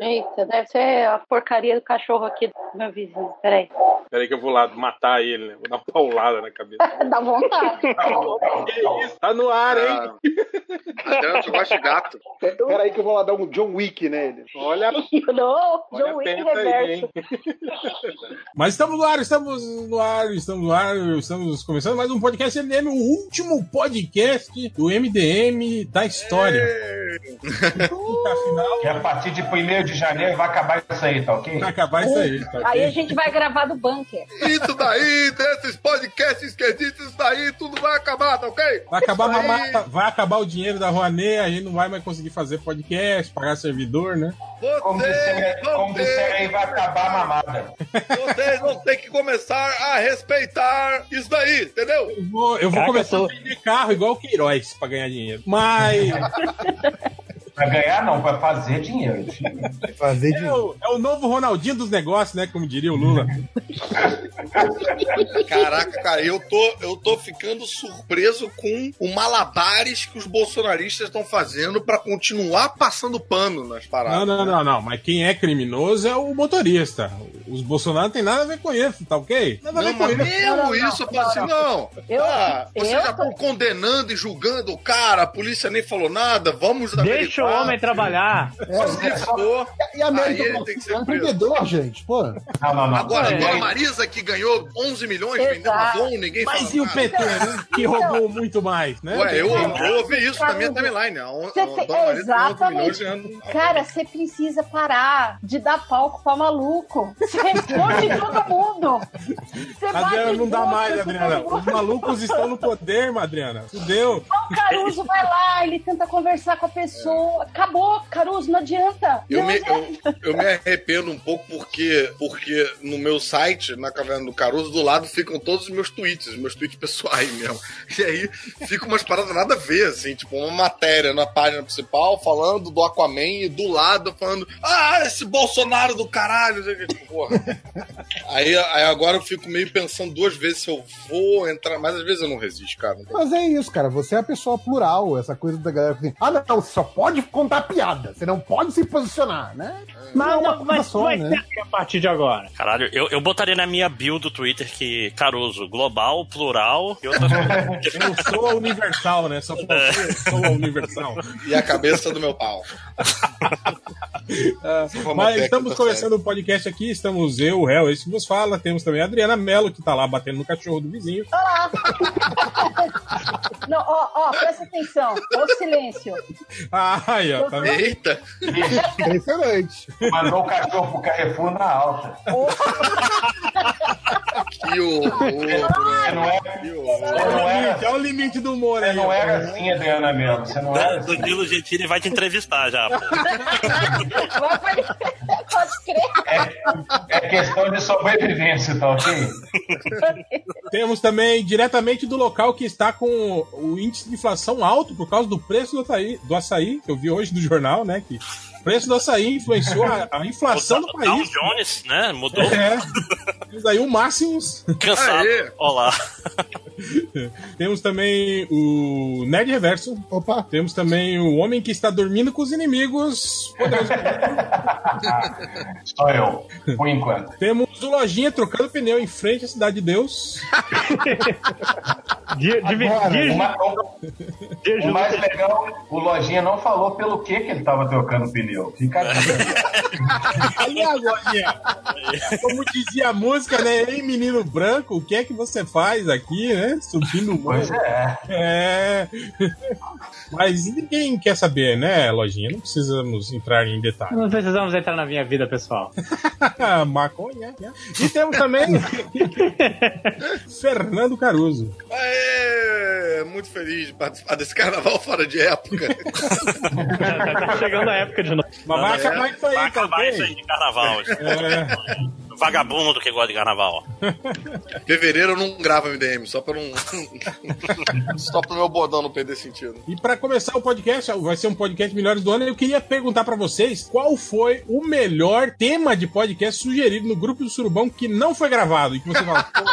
Eita, deve ser a porcaria do cachorro aqui do meu vizinho. Peraí. Peraí que eu vou lá matar ele, né? Vou dar uma paulada na cabeça. Dá vontade. que isso? Tá no ar, hein? Ah, Adriano só gosta de gato. Peraí que eu vou lá dar um John Wick nele. Olha, Não, olha John a Wick penta aí, reverso. hein? Mas estamos no ar, estamos no ar, estamos no ar, estamos começando mais um podcast MDM, o último podcast do MDM da história. É. Afinal, Que a partir de 1 de janeiro vai acabar isso aí, tá ok? vai acabar isso aí. Tá Aí a ok? gente vai gravar do bunker. Isso daí, desses podcasts esquisitos, isso daí, tudo vai acabar, tá ok? Vai acabar, a Isso aí. mamata, vai acabar o dinheiro da Rouanet, a gente não vai mais conseguir fazer podcast, pagar servidor, né? Como Vocês, disseram como disseram aí, vocês, vai acabar a mamada. vocês vão ter que começar a respeitar isso daí, entendeu? Eu vou, eu vou Caraca, começar eu tô- a vender carro igual o Queiroz pra ganhar dinheiro. Mas Pra ganhar não, pra fazer dinheiro. Fazer de é o, é o novo Ronaldinho dos negócios, né? Como diria o Lula. Caraca, cara, eu tô, eu tô ficando surpreso com o malabares que os bolsonaristas estão fazendo pra continuar passando pano nas paradas. Não, não, não, não. Mas quem é criminoso é o motorista. Os Bolsonaro não tem nada a ver com isso, tá ok? Nada a Não, ver com mas isso. mesmo Não, não, não, isso, eu falo assim, não. Eu- ah, eu vocês já tô- estão condenando e julgando o cara, a polícia nem falou nada, vamos É, Deixa o homem trabalhar. Se for, E a aí América ele tem que é um ser preso. empreendedor, gente. Pô, é Não, não, não. Agora, É. igual a Marisa que ganhou 11 milhões vendendo a Exato. Zon, ninguém Mas fala e o nada. PT, né? Que roubou muito mais, né? Ué, eu, Tem- eu ouvi isso na minha timeline. né? A, on- a Você tem- Dona Marisa ganhou 11 milhões Exatamente. ganhando. Cara, você precisa parar de dar palco pra maluco. Você responde todo mundo. Você bate Adriana, não em dá outro, mais, você Adriana. faz Os malucos estão no poder, Madriana. Fudeu. O Caruso vai lá, ele tenta conversar com a pessoa. Acabou, Caruso, não adianta. Eu Não me, adianta. eu, eu me arrependo um pouco porque, porque no meu site, na Caverna do Caruso, do lado ficam todos os meus tweets, os meus tweets pessoais mesmo. E aí fica umas paradas nada a ver, assim, tipo uma matéria na página principal falando do Aquaman e do lado falando, ah, esse Bolsonaro do caralho. Tipo, Porra. Aí, aí agora eu fico meio pensando duas vezes se eu vou entrar, mas às vezes eu não resisto, cara. Mas é isso, cara. Você é a pessoa plural, essa coisa da galera que assim, ah, não, você só pode contar piada, você não pode se posicionar, né? Mas, uma mas, coisa mas só, vai né? ter aqui a partir de agora. Caralho, eu, eu botaria na minha bio do Twitter que Caruso, global, plural e outras coisas. Eu sou a universal, né? Só faltou eu sou a universal. E a cabeça do meu pau. Ah, Mas técnica, estamos começando o podcast aqui, estamos eu, o réu, esse que nos fala. Temos também a Adriana Mello, que tá lá batendo no cachorro do vizinho. Não, ó, ó, presta atenção. Ô, silêncio. Ah, aí, ó, tá vendo? Eita! Impressionante. Mandou o cachorro pro Carrefour na alta. Que horror! Você não era, Que horror! você não era, É o limite do humor você aí. não ó. era assim, Adriana mesmo. Você não era assim. É, Danilo Gentili vai te entrevistar já. Tá pô. Vai pra- Pode crer. É, é questão de sobrevivência, tá ok? Temos também diretamente do local que está com o índice de inflação alto por causa do preço do açaí, do açaí, que eu vi hoje no jornal, né? Que o preço do açaí influenciou a, a inflação do O Dow país. Jones, né? Mudou, É. Temos aí o Máximos. cansado. Aê. Olá. Temos também o Nerd Reverso. Opa, Temos também o Homem que está dormindo com os inimigos. Poderoso. Só eu, por enquanto. Temos o Lojinha trocando pneu em frente à Cidade de Deus. Dia, divi- dia- O ma- o- dia- o mais legal, o Lojinha não falou pelo que que ele tava trocando pneu. Fica aqui. Aliás, Lojinha, como dizia a música, né? Ei, menino branco, o que é que você faz aqui, né? Subindo o Pois morro. é. É. Mas ninguém quer saber, né, Lojinha? Não precisamos entrar em detalhes. Não precisamos entrar na minha vida, pessoal. Maconha. né? E temos também Fernando Caruso. Aê! Muito feliz de participar desse carnaval fora de época. tá chegando a época de novo. Mas vai acabar isso aí, é- Vai tá acabar isso aí ok? de carnaval. É. Vagabundo que gosta de carnaval. Fevereiro eu não gravo MDM, só pra não. só pro meu bordão não perder sentido. E para começar o podcast, vai ser um podcast Melhores do Ano, eu queria perguntar para vocês qual foi o melhor tema de podcast sugerido no grupo do Surubão que não foi gravado e que você fala, pô,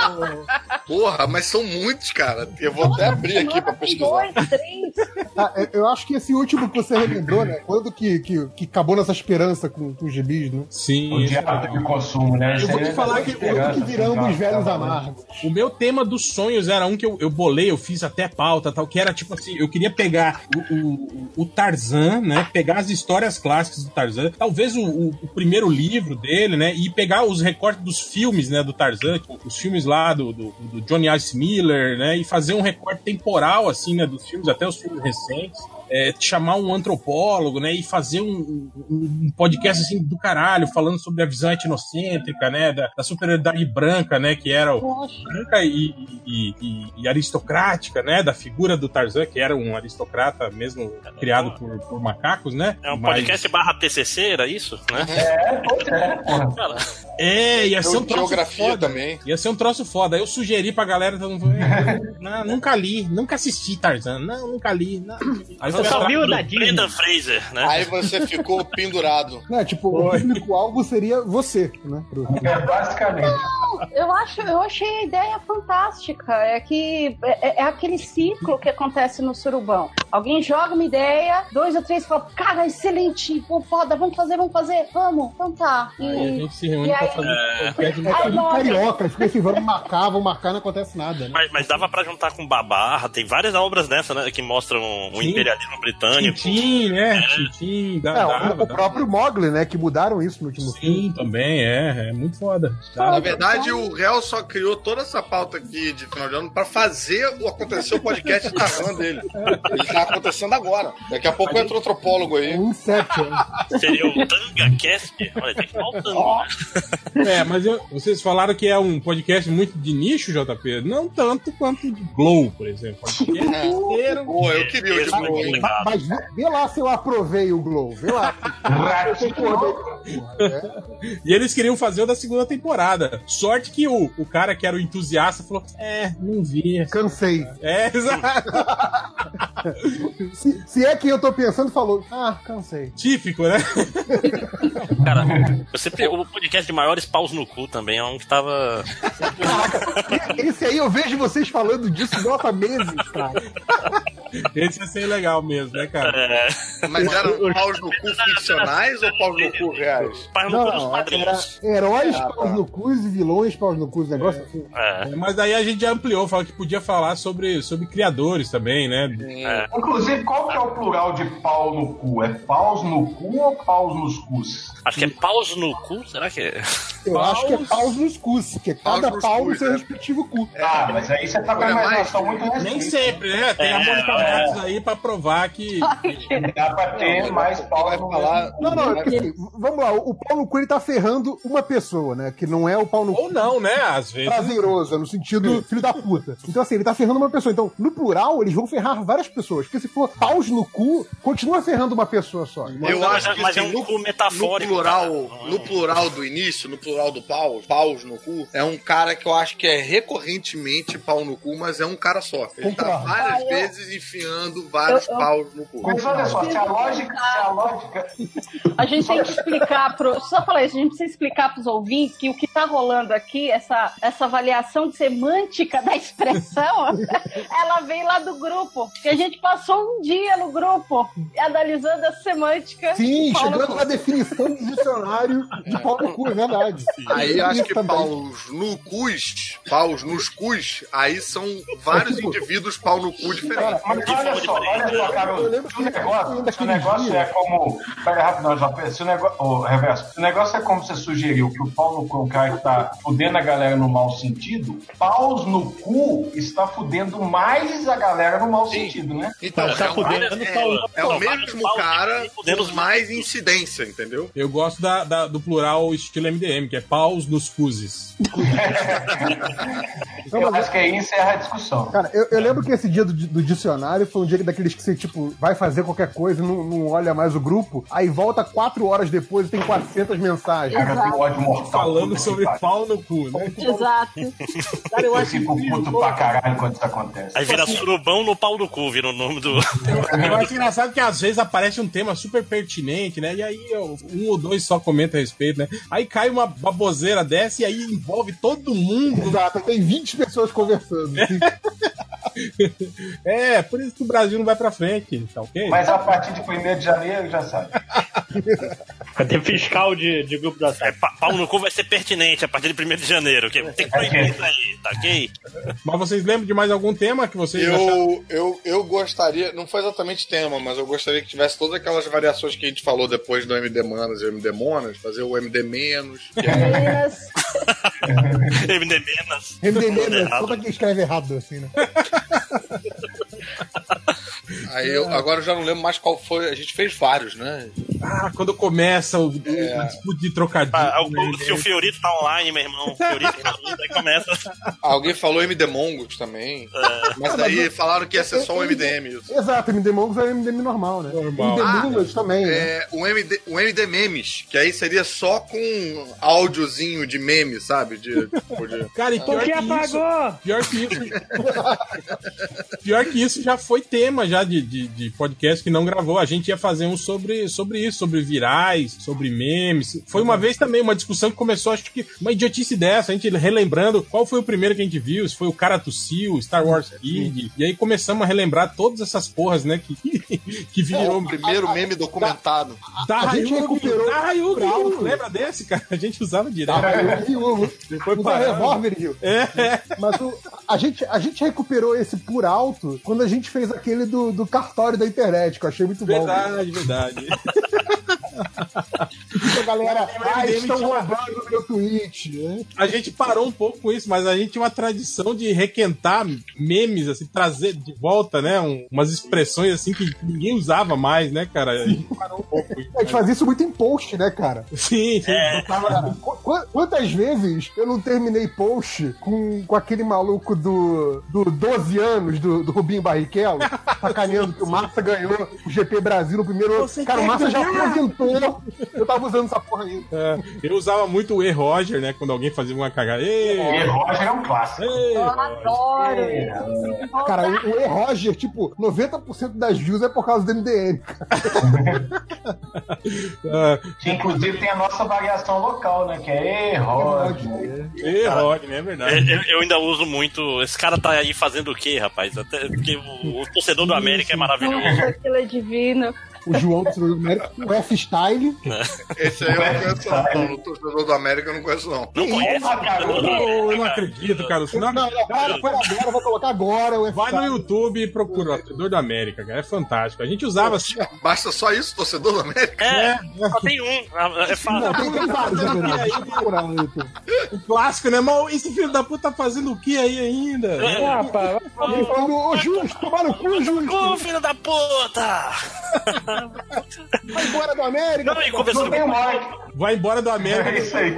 Porra, mas são muitos, cara. Eu vou até abrir aqui pra Tem pesquisar. um, dois, três. Ah, eu- eu acho que esse último que você relembrou, né? Quando que, que, que acabou nossa esperança com, com os gibis, né? Sim. O esse é diabo legal. de consumo, né? Eu vou te falar que Quando assim, que viramos velhos amargos? O meu tema dos sonhos era um que eu, eu bolei, eu fiz até pauta tal, que era tipo assim, eu queria pegar o, o- o Tarzan, né? Pegar as histórias clássicas do Tarzan, talvez o, o- o primeiro livro dele, né? E pegar os recortes dos filmes, né, do Tarzan, tipo, os filmes lá do, do, do Johnny Ice Miller, né? E fazer um recorte temporal, assim, né, dos filmes, até os filmes recentes é, chamar um antropólogo, né, e fazer um, um- um podcast assim do caralho, falando sobre a visão etnocêntrica, né, da, da superioridade branca, né, que era o, branca e, e- e- e aristocrática, né, da figura do Tarzan, que era um aristocrata mesmo criado por, por macacos, né? É um Mas- podcast barra TCC, era isso? Né? É, ia ser um troço Geografia foda. também. Ia ser um troço foda. Eu sugeri pra galera, todo mundo falou, "É, não, nunca li, nunca assisti Tarzan, não, nunca li. Não. Aí Você só viu o da Disney. Brenda Fraser, né? Aí você ficou pendurado. Né, tipo, o público-alvo seria você, né? Pro- É, basicamente. Eu acho, eu achei a ideia fantástica. É que é, é aquele ciclo que acontece no surubão. Alguém joga uma ideia, dois ou três falam, cara, excelente, pô, foda, vamos fazer, vamos fazer, vamos, então tá. E- Aí a gente se reúne E pra aí- fazer um podcast. É tudo nossa. carioca, eles ficam assim, vamos marcar, vamos marcar, não acontece nada, né? Mas, mas dava pra juntar com Babarra, tem várias obras dessa, né? Que mostram o Sim. imperialismo britânico. Tintim, né? Tintim, dá, É, dá, o, dá. o próprio Mogli, né? Que mudaram isso no último filme. Sim, também, é. É muito foda. Tá. Na Dá. verdade, o réu só criou toda essa pauta aqui de final de ano pra fazer o acontecer o podcast da RAM dele. Ele tá acontecendo agora. Daqui a pouco entra o antropólogo É aí. um Inception. Seria o Tanga Cast. Olha, tem que um falar o Tanga. É, mas eu- vocês falaram que é um podcast muito de nicho, JP. Não tanto quanto de Glow, por exemplo. Podcast inteiro. Pô, eu queria o de Esse é foi Globo, hein? complicado. Mas vê- vê lá se eu aprovei o Glow, vê lá. Ratinho. E eles queriam fazer o da segunda temporada. Sorte que o, o cara que era o entusiasta falou: É, não vi. Cansei. É, exato. Se, se é que eu tô pensando, falou. Ah, cansei. Típico, né? Cara, eu sempre, o podcast de maiores paus no cu também é um que tava. é, Esse aí eu vejo vocês falando disso nossa há meses, cara. Esse ia ser legal mesmo, né, cara? É, Mas eram paus no cu ficcionais ou paus no cu reais? paus no cu É dos Não, era padrinhos. heróis paus no cus e vilões paus no cus, negócio assim. É. Mas daí a gente já ampliou, falou que podia falar sobre, sobre criadores também, né? Inclusive, qual que é o plural de pau no cu? É paus no cu ou paus nos cus? Acho que é paus no cu? Será que é? Eu Paus- acho que é paus nos cus, que é cada Paus nos pau no cus, seu é. respectivo cu. Ah, mas aí você tá com a Olha, imaginação muito Nem restrita. sempre, né? Tem a Mônica Matos aí pra provar que. né? Dá pra ter mais paus Vai no falar. Não, não, é porque, assim, vamos lá, o pau no cu ele tá ferrando uma pessoa, né? Que não é o pau no cu Ou não, né? Às vezes. prazeroso, no sentido filho da puta. Então, assim, ele tá ferrando uma pessoa. Então, no plural, eles vão ferrar várias pessoas. Porque se for paus no cu, continua ferrando uma pessoa só. Eu Mas- acho que mas é assim, um no, cu metafórico, no plural, cara. Não é no um- plural do início, no plural do pau, paus no cu, é um cara que eu acho que é recorrentemente pau no cu, mas é um cara só. Ele tá Concordo. várias Ah, eu- vezes enfiando vários eu- paus no cu. Mas olha só, se a lógica, se a lógica A gente tem que explicar pro. Só falar isso, a gente precisa explicar pros ouvintes que o que tá rolando aqui, essa, essa avaliação semântica da expressão, ela vem lá do grupo. Que a gente passou um dia no grupo analisando a semântica. Sim, Paulo- chegando na definição do dicionário de pau no cu, é verdade. Aí eu acho Isso que também. paus no cus, paus nos cus, aí são vários indivíduos pau no cu diferentes. Mas olha só, olha só, Eu Carol, lembro se o que negócio, se o daquele negócio dia. é como. Pera rapidão, JP, se o negócio. Ô, reverso, se o negócio é como você sugeriu que o pau no cu é um cara que tá fudendo a galera no mau sentido, paus no cu está fudendo mais a galera no mau sentido, né? Então, Tá é, um- fudendo, é- pau- é o pau- mesmo pau- cara fudendo os- com mais incidência, entendeu? Eu gosto da, da- do plural estilo MDM, que é paus nos cuzes. Não, Eu mas- acho que aí encerra a discussão. Cara, eu, eu lembro que esse dia do, do dicionário foi um dia daqueles que você, tipo, vai fazer qualquer coisa e não, não olha mais o grupo, aí volta quatro horas depois e tem 400 mensagens. Cara, eu tenho ódio mortal. Falando Puta que sobre pariu. pau no cu, né? Exato. Cara, eu Eu fico puto pra caralho quando isso acontece. Aí vira surubão no pau do cu, vira o nome do. eu acho engraçado que às vezes aparece um tema super pertinente, né? E aí ó, um ou dois só comenta a respeito, né? Aí cai uma baboseira dessa e aí envolve todo mundo. assim, Exato, tem 20 pessoas conversando. É, por isso que o Brasil não vai pra frente, tá ok? Mas a partir de 1 de janeiro, já sabe. Vai ter fiscal de, de grupo da É, SAP. pa- pau no cu vai ser pertinente a partir de 1 de janeiro. Que tem que proibir isso aí, tá ok? Mas vocês lembram de mais algum tema que vocês acharam? Eu, eu, eu gostaria, não foi exatamente tema, mas eu gostaria que tivesse todas aquelas variações que a gente falou depois do MD Manas e MD Monas, fazer o MD Menos. que é- Meninas, MD menos. MDM, errado. só é pra quem escreve errado, assim, né? Aí eu, agora eu já não lembro mais qual foi. A gente fez vários, né? Ah, quando começa o, o- É. a disputa de trocadilho. é? Ah, o- né? o- se o Fiorito tá online, meu irmão, o Fiorito tá online, aí começa. Alguém falou MD Mongos também. Mas daí falaram que ia ser só um MDM isso. Exato, MD Mongos é MDM normal, né? Normal. MD Ah, Minas também, né? É, o, MD, o MD Memes, que aí seria só com áudiozinho de meme, sabe? De, tipo, de- Cara, e pior Porque que isso, apagou? pior que isso. pior que isso já foi tema já de, de, de podcast que não gravou. A gente ia fazer um sobre, sobre isso, sobre virais, sobre memes. Foi uma vez também uma discussão que começou, acho que uma idiotice dessa, a gente relembrando qual foi o primeiro que a gente viu, se foi o cara tossiu, Star Wars Kid. E aí começamos a relembrar todas essas porras, né, que, que Virou virou o primeiro meme documentado. Da A gente Hayugo, recuperou da Hayugo, pra Alfa. lembra desse, cara? A gente usava direto. E o Depois usa parando. revólver, Rio. É, Mas o- a, gente, a gente recuperou esse por alto quando a gente fez aquele do, do cartório da internet, que eu achei muito bom. verdade, verdade. Então, galera, ah, MDM estão tinha- roubando meu tweet. né? A gente parou um pouco com isso, mas a gente tinha uma tradição de requentar memes, assim, trazer de volta, né? um- umas expressões assim que ninguém usava mais, né, cara? A gente parou um pouco. com isso, A gente fazia isso muito em post, né, cara? mas- Sim, sim. É, Cara, qu- qu- Quantas vezes eu não terminei post com, com aquele maluco do, do 12 anos, do, do Rubinho Barrichello, sacaneando que o Massa ganhou o GP Brasil no primeiro ano. Cara, o Massa já aposentou. Eu tava usando essa porra aí. É, eu usava muito o E. Roger, né? Quando alguém fazia uma cagada. Ei, E Roger é um clássico. ei, eu adoro isso. Cara, o, o E. Roger, tipo, 90% das views é por causa do MDM. ah, Que inclusive tem a nossa variação local, né? Que é E Roger. e. Roger, né? É verdade. Eu, eu ainda uso muito. Esse cara tá aí fazendo o quê, rapaz? Até porque o, o torcedor do América é maravilhoso. Nossa, aquilo é divino. O João do Sul América, o F-Style. Esse aí eu não conheço, Tá. não. O torcedor do América eu não conheço, não. Não conhece o torcedor do É, Eu não América, cara. acredito, cara. Se Não, não- não, cara, foi agora, eu vou colocar agora o Vai no F-Style. YouTube e procura o Torcedor da América, cara. É fantástico. A gente usava assim. Basta só isso, torcedor do América? É, só tem um. É Não, fácil. tem, tem vários, na verdade. Deixa eu procurar no YouTube. O clássico, né? Mas esse filho da puta tá fazendo o que aí ainda? Ele falando, ô Justo, tomar no cu, Ah, Ô, Justo, filho da puta! vai embora do América. Não, e começou Não tem marca. Vai embora do É América. isso aí.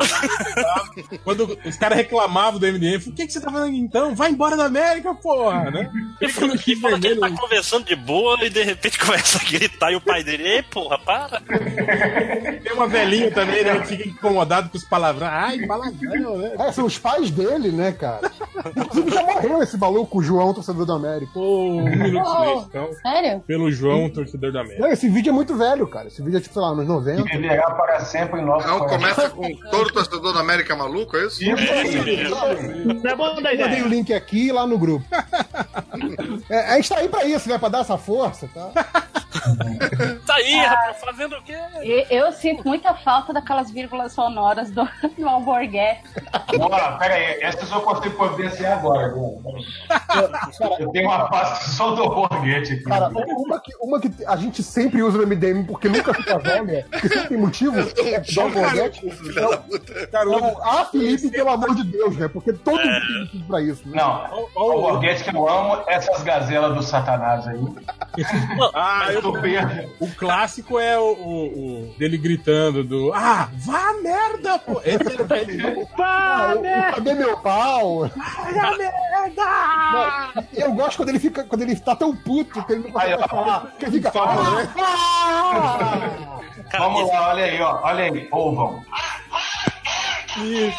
Quando os caras reclamavam do MDM, eu falei, o que, que você tá fazendo aqui, então? Vai embora da América, porra, né? Ele falou que, fala que ele tá conversando de boa e de repente começa a gritar e o pai dele, ei, porra, para! Tem uma velhinha também, né? Que fica incomodado com os palavrões. Ai, palavrão, né? É, são os pais dele, né, cara? Inclusive já morreu esse maluco, o João, torcedor do América. Pô, um minuto de silêncio, então. Sério? Pelo João, torcedor da América. Não, esse vídeo é muito velho, cara. Esse vídeo é tipo, sei lá, anos 90. Viverá para sempre em nosso Não, coração. começa com todo torcedor do América é maluco, é isso? Isso aí. Não é bom da Eu mandei o ideia. link aqui e lá no grupo. É, a gente tá aí pra isso, né? Pra dar essa força, tá? Tá aí, Ah. rapaz, fazendo o quê? E- Eu sinto muita falta daquelas vírgulas sonoras do, do Alborguete. Bora, pera aí. Essas eu consigo providenciar agora. Eu tenho uma pasta só do Borghetti aqui. Cara, uma que, uma que a gente sempre usa no MDM porque nunca fica velha, porque sempre tem motivo, é John Borghetti. Cara, o- Ah, Felipe, pelo amor de Deus, né? Porque todo mundo tem pra isso, né? Não, o Borghetti que eu amo, essas gazelas do satanás aí. Ah, eu- Tô perto. O clássico é o, o- o dele gritando do Ah, vá a merda, pô! Esse era velho. Ah, o- o Cadê meu pau? merda! Não, Eu gosto quando ele fica, quando ele tá tão puto que ele não Aí, consegue ó. mais falar. Que ele fica. Fala, né?" "Ah!" Cara, Vamos esse- lá, olha aí, ó. Olha aí, ouvam. Isso.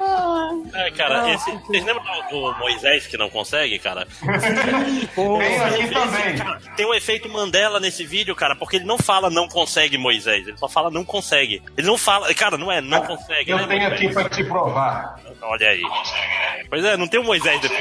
Ah, É, cara, esse, vocês lembram do, do Moisés que não consegue, cara? Tem aqui também. Cara, tem um efeito Mandela nesse vídeo, cara, porque ele não fala não consegue, Moisés. Ele só fala não consegue. Ele não fala. Cara, não é não consegue. né, Ah, Eu tenho aqui Moisés? pra te provar. Olha aí. Pois é, não tem o Moisés depois.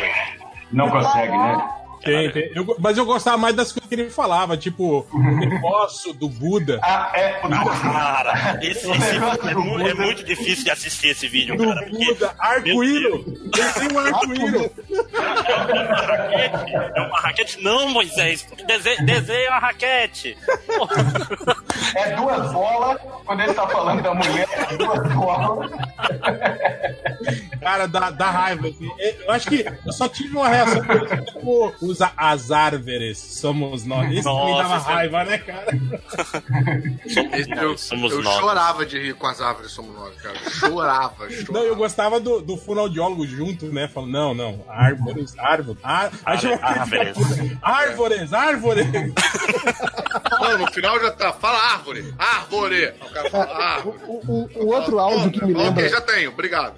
Não consegue, né? Tem, tem. Eu go- mas eu gostava mais das coisas que ele falava, tipo, o negócio do Buda. Ah, é. Cara, esse, esse negócio é, do mu- é Buda. muito difícil de assistir esse vídeo, Do cara. porque- Buda, arco-íris. Ele tem um arco-íris. É uma raquete? Não, Moisés. Dese- Desenha a raquete. É duas bolas. Quando ele tá falando da mulher, é duas bolas. Cara, dá, dá raiva. assim. Eu acho que eu só tive uma reação. Tipo, usa as árvores, somos nós. Isso me Nossa, dava isso é- raiva, né, cara? Esse eu Somos eu nós. chorava de rir com as árvores somos nós, cara. Chorava, Não, eu chorava. gostava do, do fonoaudiólogo junto, né? Falando, não, não, árvores, árvores. Ar... Aí chegou aquele árvores. filho da puta, Árvores, árvores. Não, no final já tá. Fala árvore! Árvore! O cara fala árvore. O, o- É, o outro áudio que me Ok, lembra. já tenho, obrigado.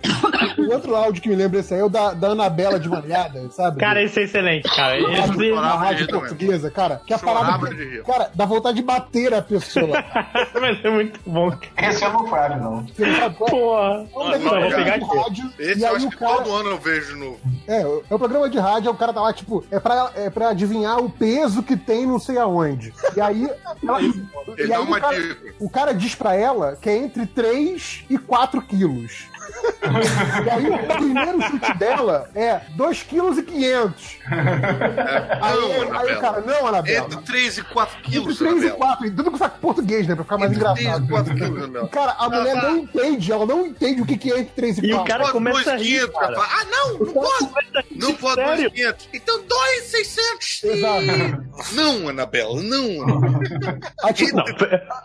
O outro áudio que me lembra esse aí é o da, da Anabela de Malhada, sabe? Cara, esse é excelente, cara. Na rádio- Esse... na Chorava de rádio rir também. portuguesa, cara. Que a Chorava parada. de rir. Cara, dá vontade de bater a pessoa. Mas é muito bom. cara. Esse eu não falho, não. Você sabe qual é? Porra. É um daquele Não, vou programa pegar de aqui. rádio, Esse e eu aí acho o que cara. todo ano eu vejo no. É, é um programa de rádio, aí o cara tá lá, tipo, é pra, é pra adivinhar o peso que tem não sei aonde. E aí. ela- Ele e dá aí uma o, cara, dica. o cara diz pra ela que é entre 3 e 4 quilos. e aí o primeiro chute dela é 2,5 kg. Aí, Não, aí, aí o cara, Anabela. não, Anabela. Entre 3 e 4 Entre quilos, 3 e Anabela. 4, e tudo com saco português, né? Pra ficar mais Entre Ah, tá. 3 engraçado. e 4 quilos, Anabela. Cara, a mulher não entende, ela não entende o que que é entre 3 e E o 4. cara Pode começa a rir, 2,500, cara. Então cara. Ah, não, não posso. Não pode sério? 2,500. Então 2,600. Exato. Não, Anabela, não, Anabela. Aí, tipo,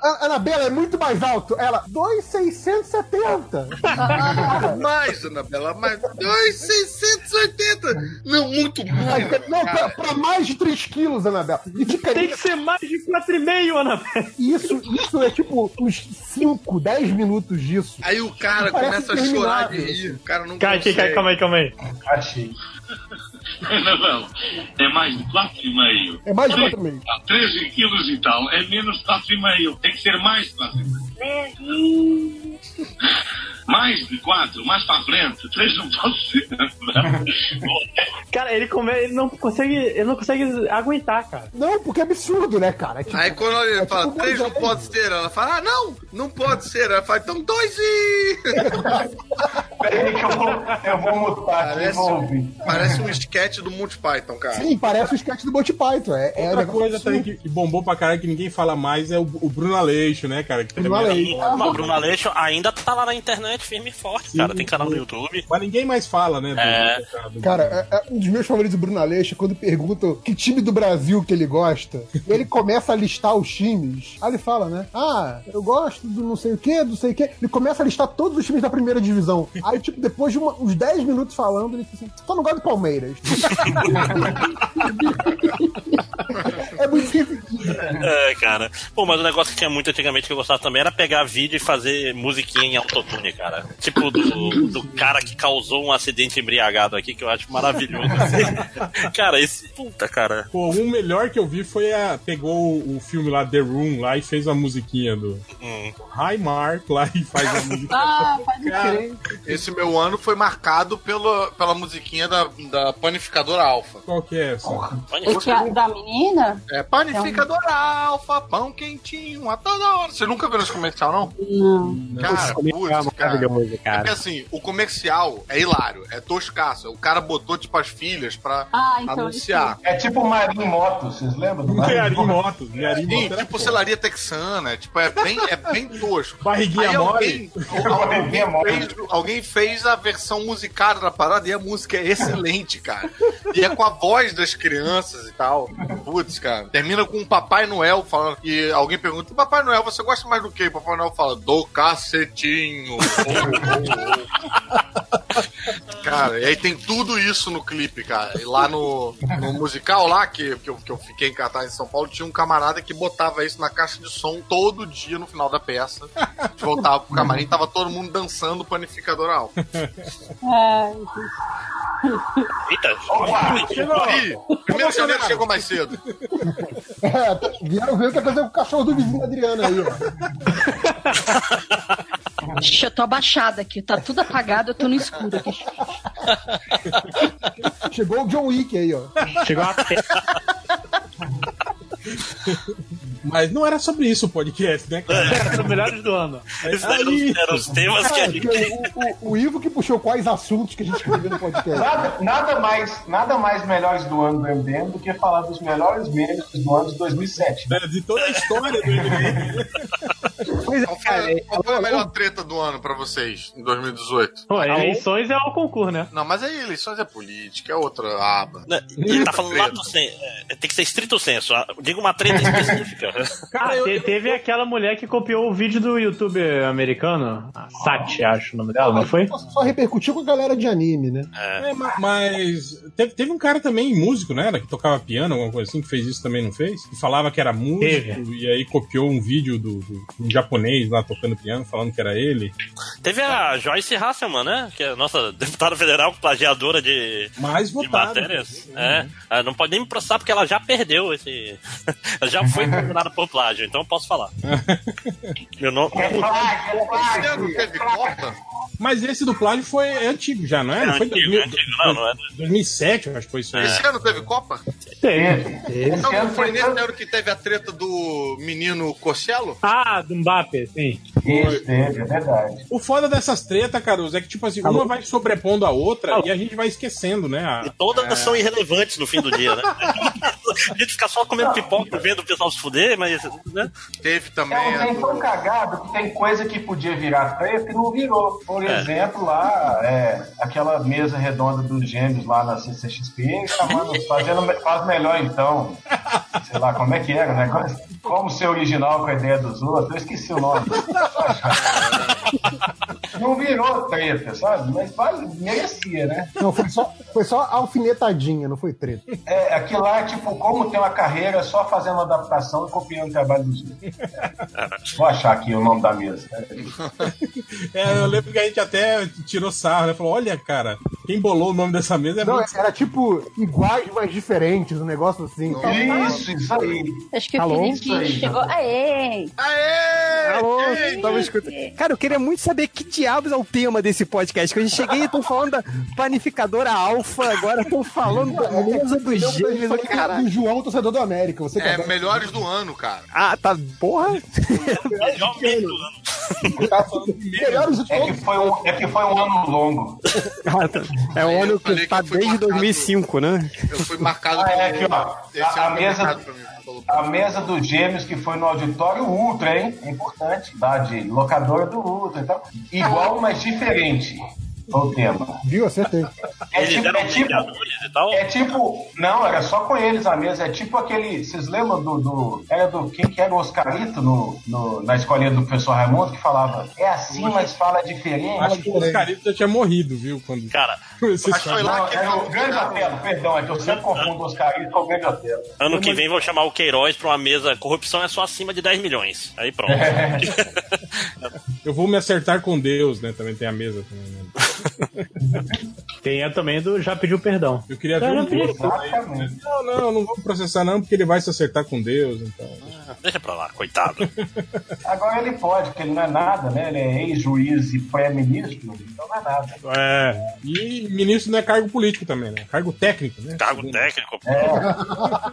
a Anabela é muito mais alto. Ela, 2,670. Mais, Anabela, mais. 2,680. Não, muito mais. Aí, não, cara. pra, pra mais de 3 quilos, Anabela. E de Tem carinho, que ser mais de 4,5, Ana. isso, isso é tipo uns 5, 10 minutos disso. Aí o cara Parece começa a chorar de terminável. rir. O cara não Cara, aqui, cara, consegue. Ah, calma aí, calma aí. Achei. Não, não. É mais de 4,5. É mais de 4 meses. 13 quilos e tal. É menos 4,5. Tem que ser mais 4,5. Mais de 4, mais para frente. 3 não pode ser. né? Cara, ele come, ele não consegue, ele não consegue aguentar, cara. Não, porque é absurdo, né, cara? É tipo, Aí quando ele tipo fala, dois três não anos. pode ser, ela fala, ah, não, não pode ser. Ela fala, então dois e... Peraí que eu vou, eu vou mutar aqui e Parece, vou ouvir. parece um esquete do Monty Python, cara. Sim, parece o sketch do Monty Python. É, é um Outra negócio coisa também absurdo. que, que bombou pra caralho que ninguém fala mais é o, o Bruno Aleixo, né, cara? Que Bruno também- Aleixo. Mas Bruno Aleixo ainda tá lá na internet firme e forte, cara. Tem canal no YouTube. é- Mas ninguém mais fala, né? do- É. do- do- Cara, é- é um dos meus favoritos do Bruno Aleixo é quando perguntam que time do Brasil que ele gosta. E ele começa a listar os times. Aí ele fala, né? Ah, eu gosto do não sei o quê, do não sei o quê. Ele começa a listar todos os times da primeira divisão. Aí, tipo, depois de uma- uns 10 minutos falando, ele fica assim: só não gosto do Palmeiras. é muito esquisito. É, cara. Pô, mas o negócio que tinha muito antigamente que eu gostava também era pegar vídeo e fazer musiquinha em autotune, cara. Tipo do, do cara que causou um acidente embriagado aqui, que eu acho maravilhoso. assim. cara, esse. Puta, cara. Pô, um melhor que eu vi foi a. Pegou o, o filme lá, The Room, lá e fez a musiquinha do. Hum. Hi Mark lá e faz a musiquinha. Ah, pode Cara, crer. Esse meu ano foi marcado pela, pela musiquinha da, da panificadora alfa. Qual que é essa? O tia- da menina? É, panificadora alfa, pão quentinho, a toda hora. Você nunca viu esse comercial, não? Não. Cara, putz, cara. maravilhoso, Porque assim, o comercial é hilário, é toscaço. O cara botou, tipo, as filhas pra Ah, então. anunciar. É tipo o Marim Moto, vocês lembram do Marim Mearim Moto? Motos. Mearim Sim, Motos. era tipo selaria texana, tipo, é bem, é bem tosco. Barriguinha Aí mole. alguém, alguém, fez, alguém fez a versão musicada da parada e a música é excelente, cara. E é com a voz das crianças e tal. Putz, cara. Termina com o Papai Noel falando. E alguém pergunta: Papai Noel, você gosta mais do que? Papai Noel fala: Do cacetinho. Cara, e aí tem tudo isso no clipe, cara. E lá no, no musical, lá que, que, eu, que eu fiquei em Catar em São Paulo, tinha um camarada que botava isso na caixa de som todo dia no final da peça. A gente voltava pro camarim, tava todo mundo dançando panificador ao. É. Eita, Chegou! Ih, primeiro janeiro chegou mais cedo. É, tá- vieram ver o que aconteceu com o cachorro do vizinho da Adriana aí, ó. Ixi, eu tô abaixada aqui, tá tudo apagado, eu tô no escuro aqui. Chegou o John Wick aí, ó. Chegou uma pe- Mas não era sobre isso o podcast, né, cara? Era dos melhores do ano. esses eram, os- eram os temas que a É, gente. porque o, o- o Ivo que puxou quais assuntos que a gente escreveu no podcast. Nada, nada, mais, nada mais melhores do ano do MDM do que falar dos melhores memes do ano de 2007. Né, De toda a história do MDM. Pois é, Qual cara, foi, qual foi a melhor treta do ano pra vocês, em 2018? pô, eleições é o concurso, né? Não, mas aí eleições é política, é outra aba. né, Ele tá falando lá Treta. do sen- é, Tem que ser estrito senso. ah, Diga uma treta específica. Cara, eu, Te- teve aquela mulher que copiou o vídeo do youtuber americano, a Sati, acho o nome dela, não foi? Só repercutiu com a galera de anime, né? É, ma- mas teve, teve um cara também, músico, né? era, Que tocava piano, alguma coisa assim, que fez isso também, não fez? Que falava que era músico Teve. e aí copiou um vídeo do, do- um japonês lá tocando piano, falando que era ele. Teve a Joyce Hasselman, né? Que é a nossa deputada federal, plagiadora de, Mais de votado. matérias. É. Ela não pode nem me processar porque ela já perdeu esse. ela já foi condenada por plágio, então eu posso falar. Meu nome. É plágio, é Esse ano plágio. teve cota? Mas esse do plágio foi é antigo já, não é? É Não foi antigo, 2000, é antigo, não, não é. 2007, eu acho que foi isso aí. Esse ano teve Copa? Teve. Não, Esse não ano foi foi nesse tanto... ano que teve a treta do menino Cosselo? Ah, do Mbappé, sim. Isso, teve, é verdade. O foda dessas tretas, Caruso, é que, tipo assim, Tá uma vai sobrepondo a outra e a gente vai esquecendo, né? E A- todas são irrelevantes no fim do dia, né? A gente fica só comendo pipoca, vendo o pessoal se fuder, mas. Né? Teve É também um a trem tão do... cagado que tem coisa que podia virar treta e não virou. Por exemplo, lá, é, aquela mesa redonda dos gêmeos lá na CCXP, chamando, fazendo, me- faz melhor então. Sei lá, como é que era o negócio? Como ser original com a ideia dos outros? Eu esqueci o nome. Não virou treta, sabe? Mas faz, merecia, né? Não, foi só, foi só alfinetadinha, não foi treta. É, aquilo lá é tipo, como ter uma carreira só fazendo adaptação e copiando o trabalho dos outros. Vou achar aqui o nome da mesa. né? É, eu lembro que a gente até tirou sarro, né? Falou, olha, cara, quem bolou o nome dessa mesa é Não, muito... era tipo iguais, mas diferentes, um negócio assim. Isso, isso aí. Acho que o Alô? Felipe chegou. Aê! Aê! Alô, Gente! tava escutando. Cara, eu queria muito saber que diabos é o tema desse podcast. Quando eu cheguei, estão falando da panificadora alfa, agora estão falando é da mesa dos Eu gêmeos. falei que era Caralho. do João, torcedor do América. Você tá que É, adora- melhores do ano, cara. Ah, tá. Porra! É Melhor meme do ano. melhores de É que todos. foi um, é que foi um ano longo. Ah, tá. É Eu o ano falei que que tá foi desde marcado. 2005, né? Eu fui marcado Ah, é, pelo- aqui, ó. Esse A- a ano foi mesa- marcado pra mim, pelo- A mesa dos gêmeos que foi no auditório Ultra, hein? É Importante, da de locadora do Ultra e tal. Igual, mas diferente. Foi o tema. Viu? Acertei. É Eles um tipo, eram é tipo, criadores e tal. é tipo- Não, era só com eles a mesa. É tipo aquele. Vocês lembram do. do- era do. Quem que era o Oscarito no, no- na escolinha do professor Raimundo que falava? É assim, mas fala diferente. Acho que o Oscarito já tinha morrido, viu? Quando... Cara, Esse Acho que foi lá Não, que era o Grande Otelo, perdão, é que eu sempre confundo o Oscarito com o Grande Otelo. ano que vem vou chamar o Queiroz pra uma mesa. Corrupção é só acima de 10 milhões. Aí pronto. Eu vou me acertar com Deus, né? Também tem a mesa. Também, né? Tem a também do Já Pediu Perdão. Eu queria ver Eu um não pedi. corpo. Exatamente. Não, não, não vou processar não, porque ele vai se acertar com Deus. Então. Deixa pra lá, coitado. Agora ele pode, porque ele não é nada, né? Ele é ex-juiz e pré-ministro, então não é nada. É. E ministro não é cargo político também, né? Cargo técnico, né? Cargo técnico. É. pô.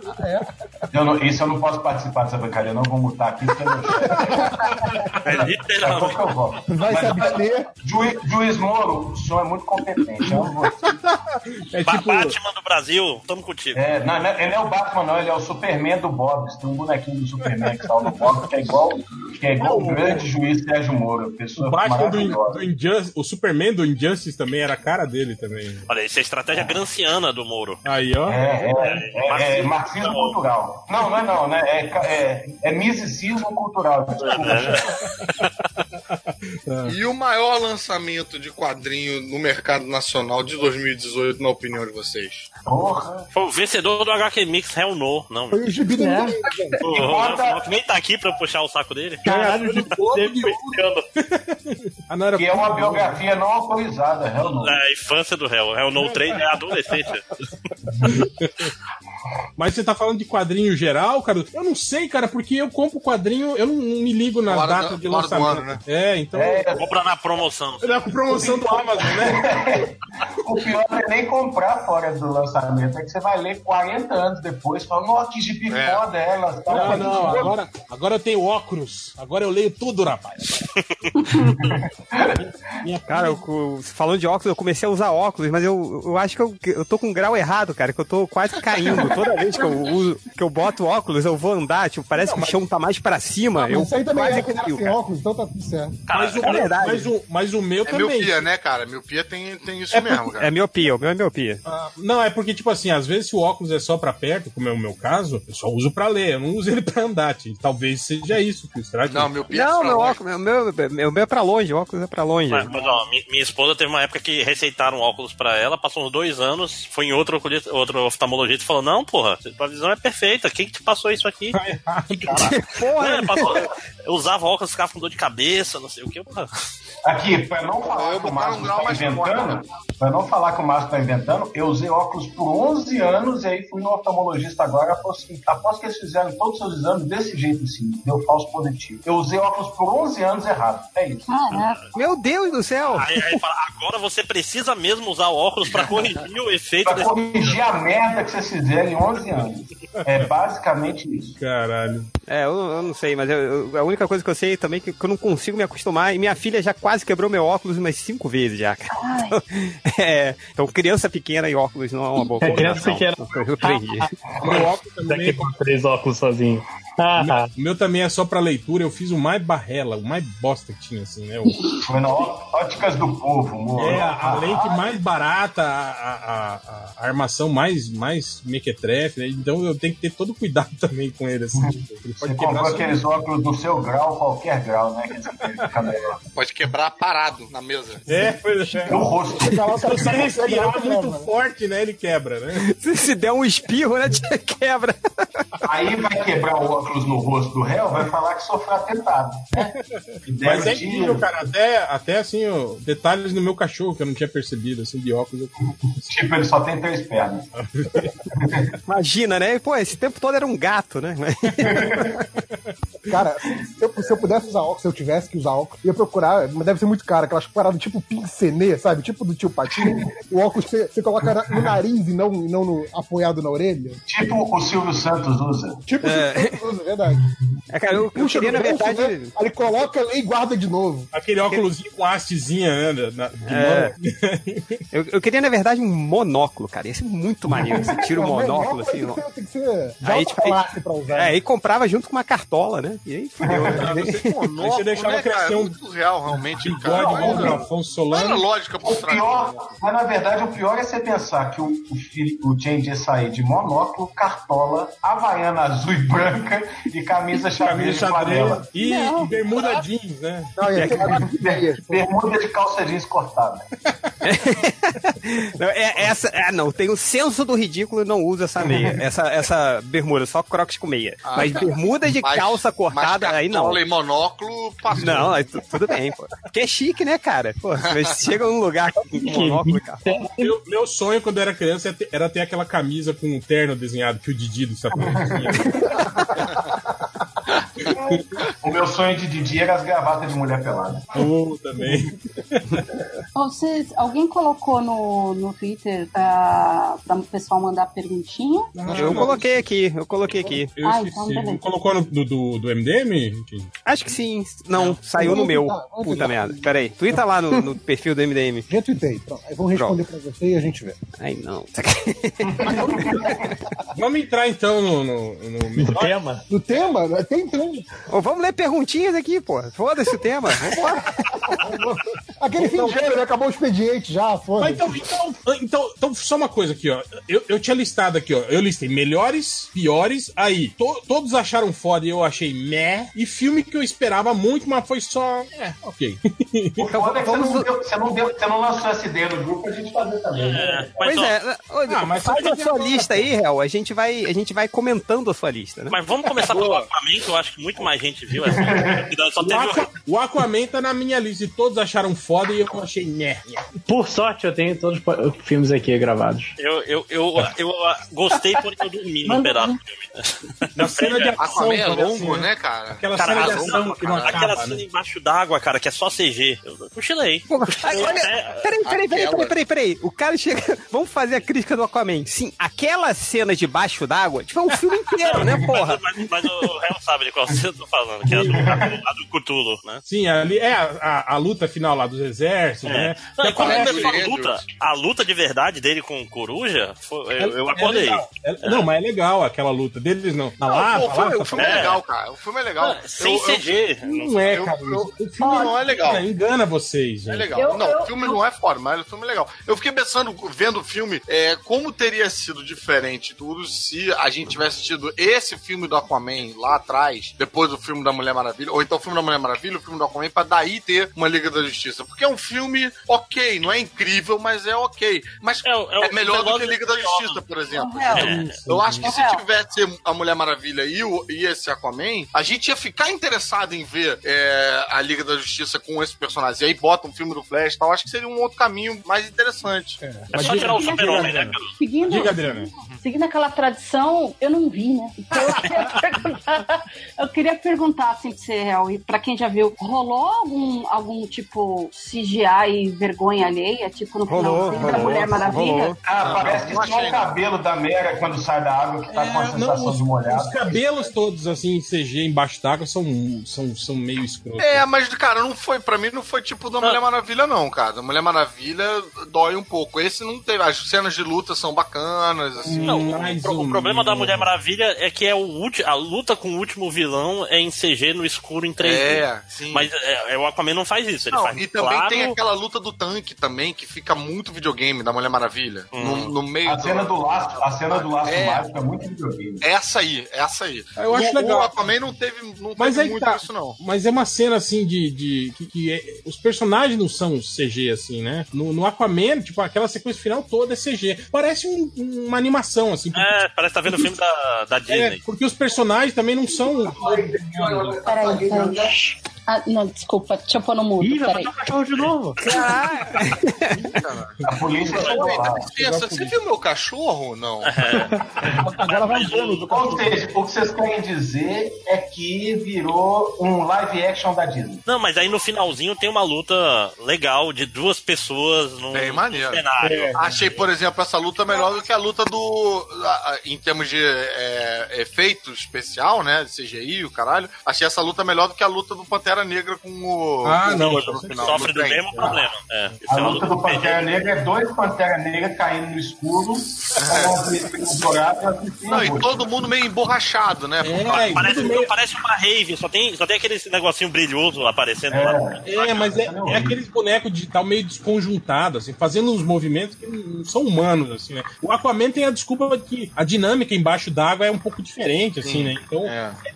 Eu não- isso eu não posso participar dessa brincadeira, eu não vou mutar aqui, porque eu não É Daqui a literalmente. pouco eu volto. Vai se abster. Juiz, juiz Moro, o senhor é muito competente, eu não vou. É Ba- tipo. Batman do Brasil, tamo contigo. É, não, não, ele não é o Batman, não, ele é o Superman do Bob, tem um bonequinho do Superman. né? Que salva o Bob, que é igual, que é igual o grande juiz Sérgio Moro. O Pessoa Batman do, maravilhosa. do Injustice, o Superman do Injustice também era a cara dele também. Olha, isso é estratégia granciana do Moro. Aí, ó. É, né? é, é, é marxismo cultural. Não, não é não, né? É, ca- é, é misticismo cultural. É, né? Desculpa. E o maior lançamento de quadrinho no mercado nacional de 2018, na opinião de vocês? Porra. Foi o vencedor do HQ Mix Hell No. Não. Foi o gibi do É. mundo. O Ronaldo Finock nem tá aqui pra eu puxar o saco dele. É, Caralho, o gibi Sempre puxando. "Ah, Que é uma biografia não autorizada, realmente. É, infância do Hell. Hell No 3 é adolescência. Mas você tá falando de quadrinho geral, cara? Eu não sei, cara, porque eu compro quadrinho, eu não, não me ligo na Hora da- data de hora do lançamento. ano, né? É, então. Compra na promoção. Ele é com promoção do Amazon, né? O pior não é nem comprar fora do lançamento, é que você vai ler 40 anos depois e fala, nossa, que gibi foda é ela. Não, não, agora, agora eu tenho óculos. Agora eu leio tudo, rapaz. Cara, eu, eu- falando de óculos, eu comecei a usar óculos, mas eu, eu acho que eu, eu tô com um grau errado, cara, que eu tô quase caindo. Toda vez que eu uso, que eu boto óculos, eu vou andar, tipo, parece que o chão tá mais pra cima. eu Isso aí também quase é que caio, sem cara. óculos, então tá tudo certo. Mas o- é verdade. mas o- mas o meu é também. miopia, né, cara? Miopia tem, tem isso É mesmo, porque- cara. É miopia, o meu é miopia. Ah, Não, é porque, tipo assim, às vezes se o óculos é só pra perto, como é o meu caso, eu só uso pra ler, eu não uso ele pra andar. tio. Talvez seja isso. tio. Será que... Não, meu Não, meu óculos, meu, meu, meu é pra longe, o óculos é pra longe. Mas, mas, ó, mi- minha esposa teve uma época que receitaram óculos pra ela, passou uns dois anos, foi em outro, oculista- outro oftalmologista e falou: Não, porra, tua visão é perfeita, quem que te passou isso aqui? porra! É, passou- eu usava óculos, ficava com dor de cabeça, não sei o que. Porra. Aqui, pra não falar que o um Márcio tá inventando, né? pra não falar que o Márcio tá inventando, eu usei óculos por 11 anos e aí fui no oftalmologista agora, após, que- após que eles fizeram todos os seus exames desse jeito assim, deu falso positivo. Eu usei óculos por 11 anos errado, é isso. Meu Deus do céu! Aí, aí fala, agora você precisa mesmo usar óculos pra corrigir o efeito Pra desse. corrigir a merda que vocês fizeram em 11 anos. É basicamente isso. Caralho. É, eu, eu não sei, mas eu- eu- a única coisa que eu sei também é que, que eu não consigo me acostumar. E minha filha já quase quebrou meu óculos umas cinco vezes já, cara. É, então criança pequena e óculos não é uma boa É criança combinação. Eu aprendi. Meu óculos também. três óculos sozinho. O meu, o meu também é só pra leitura, eu fiz o mais barrela, o mais bosta que tinha, assim, né? O- Foi na ó- óticas do povo, amor. Ah, É, a, a lente mais barata, a, a, a- a armação mais, mais mequetrefe, né? Então eu tenho que ter todo cuidado também com ele, assim. tipo, ele Você pode quebrar comprou só- aqueles óculos do seu grau, qualquer grau, né? que você tem de cabelo. Pode quebrar parado na mesa. É, pois é. No rosto. Se você respirar muito forte, né? Ele quebra, né? Se, se der um espirro, né, te quebra. Aí vai quebrar o óculos no rosto do réu, vai falar que sofreu atentado. Né? Tipo, E deram Mas é tiro. incrível, cara. Até, até assim, ó, detalhes no meu cachorro que eu não tinha percebido, assim, de óculos. Tipo, ele só tem três pernas. Imagina, né? Pô, esse tempo todo era um gato, né? Cara, se eu, se eu pudesse usar óculos, se eu tivesse que usar óculos, eu ia procurar, mas deve ser muito caro, aquelas paradas tipo pincenê, sabe? Tipo do tio Patinho. O óculos você, você coloca na- no nariz e não, e não no- apoiado na orelha. Tipo o Silvio Santos usa. Tipo É. é. usa, verdade. É, cara, eu, eu Puxa queria, no na bolso, verdade. né? Aí ele coloca e guarda de novo. Aquele óculos com hastezinha, né? na- de É. mão. Eu, eu queria, na verdade, um monóculo, cara. Ia ser muito maneiro. Você tira o Mas monóculo, tem assim, que ó. ser- Tem que ser de Aí, alta tipo, classe pra usar. É, e comprava junto com uma cartola, né? E aí fudeu. né? Aí você deixava né, cara? crescer É um muito real, realmente, cara. bigode igual Não, o do Afonso era Solano. lógica por O trás. pior, mas na verdade o pior é você pensar que o, o, Fili- o Change ia sair de monóculo, cartola, havaiana azul e branca e camisa Camisa xadrez de flanela. xadrez e, e bermuda jeans, né? Não, ia ser maravilha. Bermuda de calça jeans cortada. Não, é, essa, ah, não, tem o senso do ridículo e não uso essa meia. Essa, essa bermuda, só crocs com meia. Ah, mas cara. bermuda de Mas- calça cortada, mas aí não. cartola e monóculo passou. Não, aí tu- tudo bem, pô. Porque é chique, né, cara? Pô, mas chega num lugar com monóculo, cara. Meu, meu sonho quando era criança era ter- era ter aquela camisa com um terno desenhado que o Didi do Sapão tinha. O meu sonho de Didi era as gravatas de mulher pelada. Eu também. Vocês, alguém colocou no, no Twitter pra, pra o pessoal mandar perguntinha? eu coloquei aqui, eu coloquei aqui. Eu Ah, então esqueci. beleza. Colocou no do, do, do MDM? Kim? Acho que sim. Não, saiu no meu. Puta merda. Pera aí. Twitter lá no, no perfil do MDM. Já tuitei. Pronto. Aí vamos responder pra você e a gente vê. Ai, não. Vamos entrar então no, no, tema? No né? tema? Tem tema. vamos ler perguntinhas aqui, pô. Foda-se o tema. Vambora. Aquele Então, fim de ano, né? acabou o expediente já, Mas foda-se. então, então, então, então, só uma coisa aqui, ó. Eu, eu tinha listado aqui, ó. Eu listei melhores, piores, aí. to- todos acharam foda e eu achei meh. E filme que eu esperava muito, mas foi só. É, ok. O foda é que você, não deu, você, não deu, você não lançou essa ideia no grupo pra gente fazer também. né? Pois é, ô, Ah, mas faz só a que- sua lista aí, Hel. A gente vai, a gente vai comentando a sua lista, né? Mas vamos começar pelo Aquaman, que eu acho que muito mais gente viu. Essa... né? Só O, teve Aqua- o Aquaman tá na minha lista e todos acharam foda e eu achei meh. Por sorte, eu tenho todos os po- filmes aqui gravados. Eu, eu, eu, eu gostei porque eu dormi no Manda, pedaço. Na cena de Aquaman é longo, né, cara? Aquela Cara, cena de ação, ação que não Ah, cara, acaba, aquela cena né? embaixo d'água, cara, que é só CG. Eu eu cochilei. Ai, olha, peraí, peraí, peraí, peraí, peraí, peraí. O cara chega. Vamos fazer a crítica do Aquaman. Sim, aquela cena debaixo d'água, tipo, é um filme inteiro, né, porra? Mas, mas- mas o réu sabe de qual você eu tô falando, que é a do, a do Cthulhu, né? Sim, ali é a, a- a luta final lá dos exércitos, É. né? é, Não, Que e quando aparece- começou a luta, a luta de verdade dele com o Coruja, foi- eu, eu É- é acordei. legal. É- não, mas é legal aquela luta deles, não. Na Não, Ah, lata, pô, o filme- lata, o filme é lata. legal, cara. O filme é legal. Ah, sem Eu- eu- CG. Não é, Eu- cara. eu- o filme não é legal. Engana vocês, gente. É legal. Eu- não, eu- o filme não é foda, mas o filme é legal. Eu fiquei pensando, vendo o filme, é, como teria sido diferente tudo se a gente tivesse tido esse filme do Aquaman lá atrás, depois do filme da Mulher Maravilha, ou então o filme da Mulher Maravilha, o filme do Aquaman, pra daí ter uma Liga da Justiça. Porque é um filme ok, não é incrível, mas é ok. Mas é, o melhor do que negócio Liga da do Justiça, por exemplo. É. entendeu? Eu acho que se É. tivesse a Mulher Maravilha e, o, e esse Aquaman, a gente ia ficar interessado em ver é, a Liga da Justiça com esse personagem. E aí bota um filme do Flash e tal. Acho que seria um outro caminho mais interessante. É só tirar o super-homem, né, cara? Seguindo, Diga, Adriana. seguindo aquela tradição, eu não vi, né? Então eu queria perguntar, eu queria perguntar assim pra você, Hel, e pra quem já viu, rolou algum, algum tipo CGI e vergonha alheia, tipo no Rolou, finalzinho da rolou, Mulher Maravilha? Ah, parece que Não só achei, o não. cabelo da Mera quando sai da água que tá com a É, sensação não, os, de molhado. os cabelos todos assim, em CG embaixo d'água, são, são, são meio escrotos. É, mas, cara, não foi, pra mim não foi tipo da Ah. Mulher Maravilha, não, cara. Da Mulher Maravilha dói um pouco. Esse não teve. As cenas de luta são bacanas, assim. Não, o, pro- o um- problema da Mulher Maravilha é que é o ulti- a luta com o último vilão é em CG no escuro em 3D. É, sim. Mas é, é, o Aquaman não faz isso. Ele Não, faz e também claro, tem aquela luta do tanque também, que fica muito videogame da Mulher Maravilha. Hum. No, no meio A cena do laço, a cena do laço É. mágico é muito videogame. Essa aí, essa aí. Eu acho No- legal. O Aquaman não teve, não Mas teve aí muito tá. isso, não. Mas é uma cena assim de. de que, que é- os personagens não são CG, assim, né? No, no Aquaman, tipo, aquela sequência final toda é CG. Parece um- uma animação, assim. porque- É, parece que tá vendo o filme da, da é, Disney. porque os personagens também não são. Peraí, peraí. Ah, não, desculpa, deixa eu pôr no mudo, peraí. cachorro de novo. A polícia chegou lá. Pensa, você viu meu cachorro ou não? Agora vai Ou seja, o que vocês querem dizer é que virou um live action da Disney. Não, mas aí no finalzinho tem uma luta legal de duas pessoas num, Bem maneiro. num cenário. É. Achei, por exemplo, essa luta melhor do que a luta do. a- a- em termos de é, efeito especial, né? CGI, o caralho. Achei essa luta melhor do que a luta do Pantera Negra com o. Ah, com o não. outro no final, Sofre no do trem. mesmo problema. É. A Isso é uma luta do Pantera Negra é dois Pantera Negra caindo no escuro, É. assim Não, e todo mundo meio emborrachado, né? É, Pa- parece, não, parece uma rave, só tem, só tem aquele negocinho brilhoso aparecendo lá. É, mas é, né? é aqueles bonecos digital meio desconjuntado, assim, fazendo uns movimentos que não são humanos, assim, né? O Aquaman tem a desculpa de que a dinâmica embaixo d'água é um pouco diferente, assim, Sim, né? Então,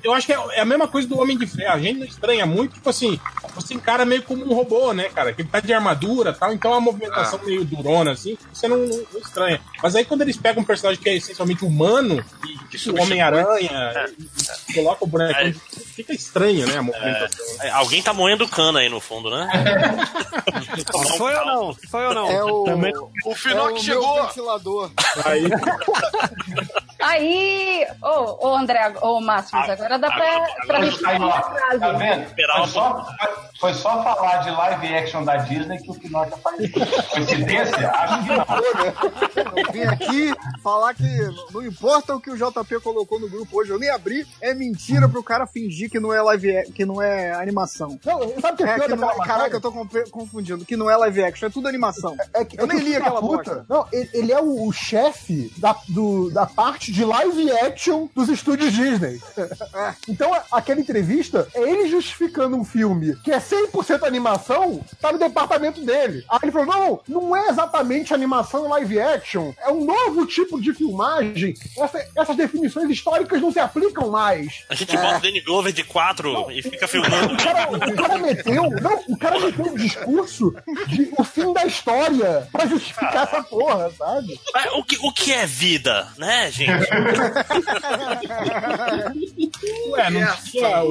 eu acho que é, é a mesma coisa do Homem de Ferro. A gente não estranha muito, tipo assim, você encara meio como um robô, né, cara? Que ele tá de armadura e tal, então é uma movimentação Ah. meio durona, assim, você não, não estranha. Mas aí quando eles pegam um personagem que é essencialmente humano, Que o Homem-Aranha, e coloca o boneco, É. fica estranho, né, a movimentação. É, alguém tá moendo cana aí no fundo, né? Sou eu não, sou eu não. É o- Também- O Finox é o chegou. Meu ventilador. Aí. Aí, ô, ô, André, ô, Márcio, agora dá pra, pra Aí, me falar ó, uma frase. Tá vendo? Foi só, foi só falar de live action da Disney que o Pinóquio faz. Coincidência? Acho que não. Eu vim aqui falar que não importa o que o JP colocou no grupo hoje, eu nem abri, é mentira pro cara fingir que não é live ac- que não é animação. Não, sabe o que é é, pior que não daquela é- matéria? Caraca, eu tô confe- confundindo, que não é live action, é tudo animação. eu É que nem o li filho da aquela puta- puta. Não, ele, ele é o, o chefe da, do- da parte de live action dos estúdios Disney. Então, a- aquela entrevista é ele justificando um filme que é 100% animação, tá no departamento dele. Aí ele falou: não, não é exatamente animação live action, é um novo tipo de filmagem. Essa- essas definições históricas não se aplicam mais. A gente bota o Danny Glover de quatro e fica filmando. O cara, o cara meteu, não, o cara meteu um discurso de o fim da história pra justificar essa porra, sabe? Mas O que, o que é vida, né, gente? Ué, não tinha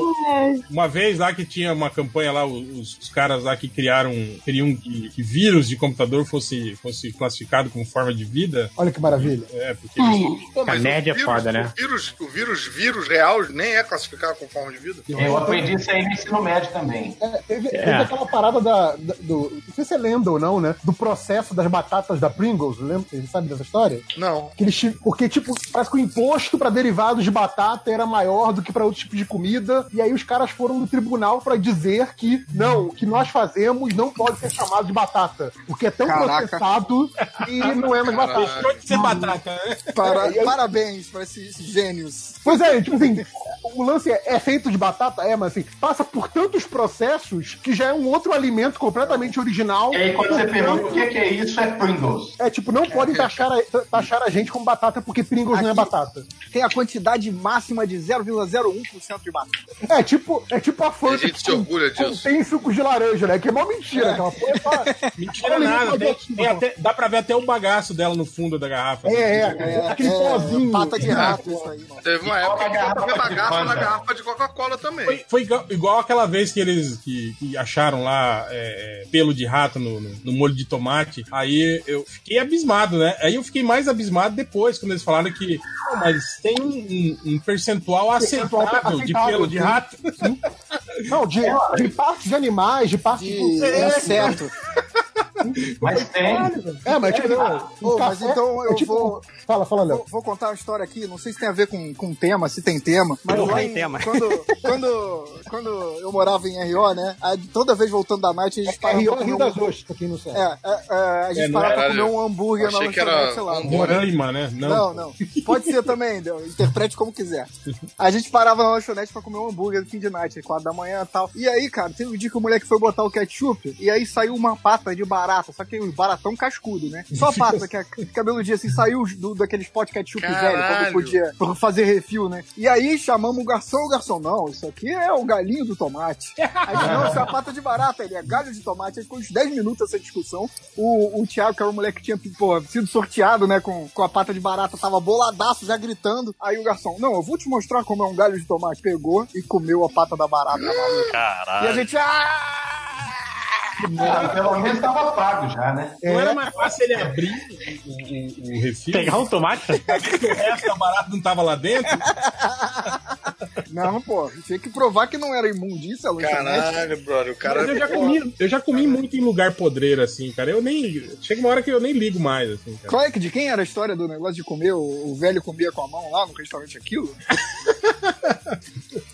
uma vez lá que tinha uma campanha lá, os, os caras lá que criaram, queriam que, que vírus de computador fosse, fosse classificado como forma de vida. Olha que maravilha. É, porque Ah, Ai. Pô, mas A média é o vírus, foda, né? O vírus, o vírus, vírus real nem é classificado com forma de vida. Eu aprendi isso aí no ensino médio também. É, teve, teve aquela parada da, da- do. Não sei se você lembra ou não, né? Do processo das batatas da Pringles, lembra? Você sabe dessa história? Não. Que eles, ti- porque, tipo, parece que o imposto pra derivados de batata era maior do que pra outro tipo de comida. E aí os caras foram no tribunal pra dizer que não, o que nós fazemos não pode ser chamado de batata. Porque é tão Caraca. processado que não é mais batata. É, Deixou de ser batata, Para- E aí- parabéns pra esses, esses gênios. Pois é, tipo assim, o lance é, é feito de batata, é, mas assim, passa por tantos processos que já é um outro alimento completamente original. E aí, quando você pergunta o Portanto, que que é isso, é Pringles. É tipo, não podem taxar a, taxar a gente como batata porque Pringles não é batata. Tem a quantidade máxima de 0,01% de batata. É tipo, é tipo a Fanta. gente se orgulha disso. Tem suco de laranja, né? Que é mó mentira aquela porra. é só- Mentira nada. Tem, tem até- dá pra ver até o bagaço dela no fundo da garrafa. né? É, é, é, aquele pozinho. Pata de rato, isso aí. Teve uma época que eu tava bagaça na Fanta. garrafa de Coca-Cola também. Foi, foi igual, igual aquela vez que eles que, que acharam lá é, é, pelo de rato no, no- no molho de tomate. Aí eu fiquei abismado, né? Aí eu fiquei mais abismado depois, quando eles falaram que "Não, mas tem um, um- um percentual Percentual aceitável de aceitável, pelo de sim. rato. Não, de, de partes de animais, de partes de. inseto. Mas tem. É, mas tipo, Ô, mas café- então eu é tipo- vou- Fala, fala, Léo. Vou, vou contar uma história aqui, não sei se tem a ver com, com tema, se tem tema. Mas Não lá tem em- tema. Quando, quando, quando eu morava em RO, né? aí toda vez voltando da night, a gente parava É, Rio, pra comer Rio um- das Ostras, pra quem não sabe. É, é, é, a gente É, não parava pra era- comer um hambúrguer na achei que era lanchonete, sei um lá. Roraima, né? Não. não, Pode ser também, deu- interprete como quiser. A gente parava na lanchonete pra comer um hambúrguer no fim de night, 4 da manhã e tal. E aí, cara, teve um dia que o moleque foi botar o ketchup e aí saiu uma pata de barata, só que o baratão cascudo, né? Só a pata, que é cabeludinha assim, saiu do, daquele spot ketchup velho, Caralho. quando podia pra fazer refil, né? E aí chamamos o garçom, o garçom, não, isso aqui é o galinho do tomate. Aí, não, isso é a pata de barata, ele é galho de tomate. Aí ficou uns 10 minutos essa discussão. O, o Thiago, que era o moleque que tinha pô, sido sorteado, né, com, com a pata de barata, tava boladaço, já gritando. Aí o garçom, não, eu vou te mostrar como é um galho de tomate. Pegou e comeu a pata da barata. maluco. Caralho. E a gente, ah! É. Ah, pelo menos tava pago já, né? Não era mais fácil ele abrir o, o- o refil? Pegar um tomate? o resto da barata não tava lá dentro? Não, pô, tinha que provar que não era é imundícia a lanchonete. Caralho, brother, o cara. Mas eu já comi, eu já comi muito em lugar podreiro, assim, cara. Eu nem. Chega uma hora que eu nem ligo mais, assim, cara. Qual é que de quem era a história do negócio de comer? O, o velho comia com a mão lá no restaurante aquilo?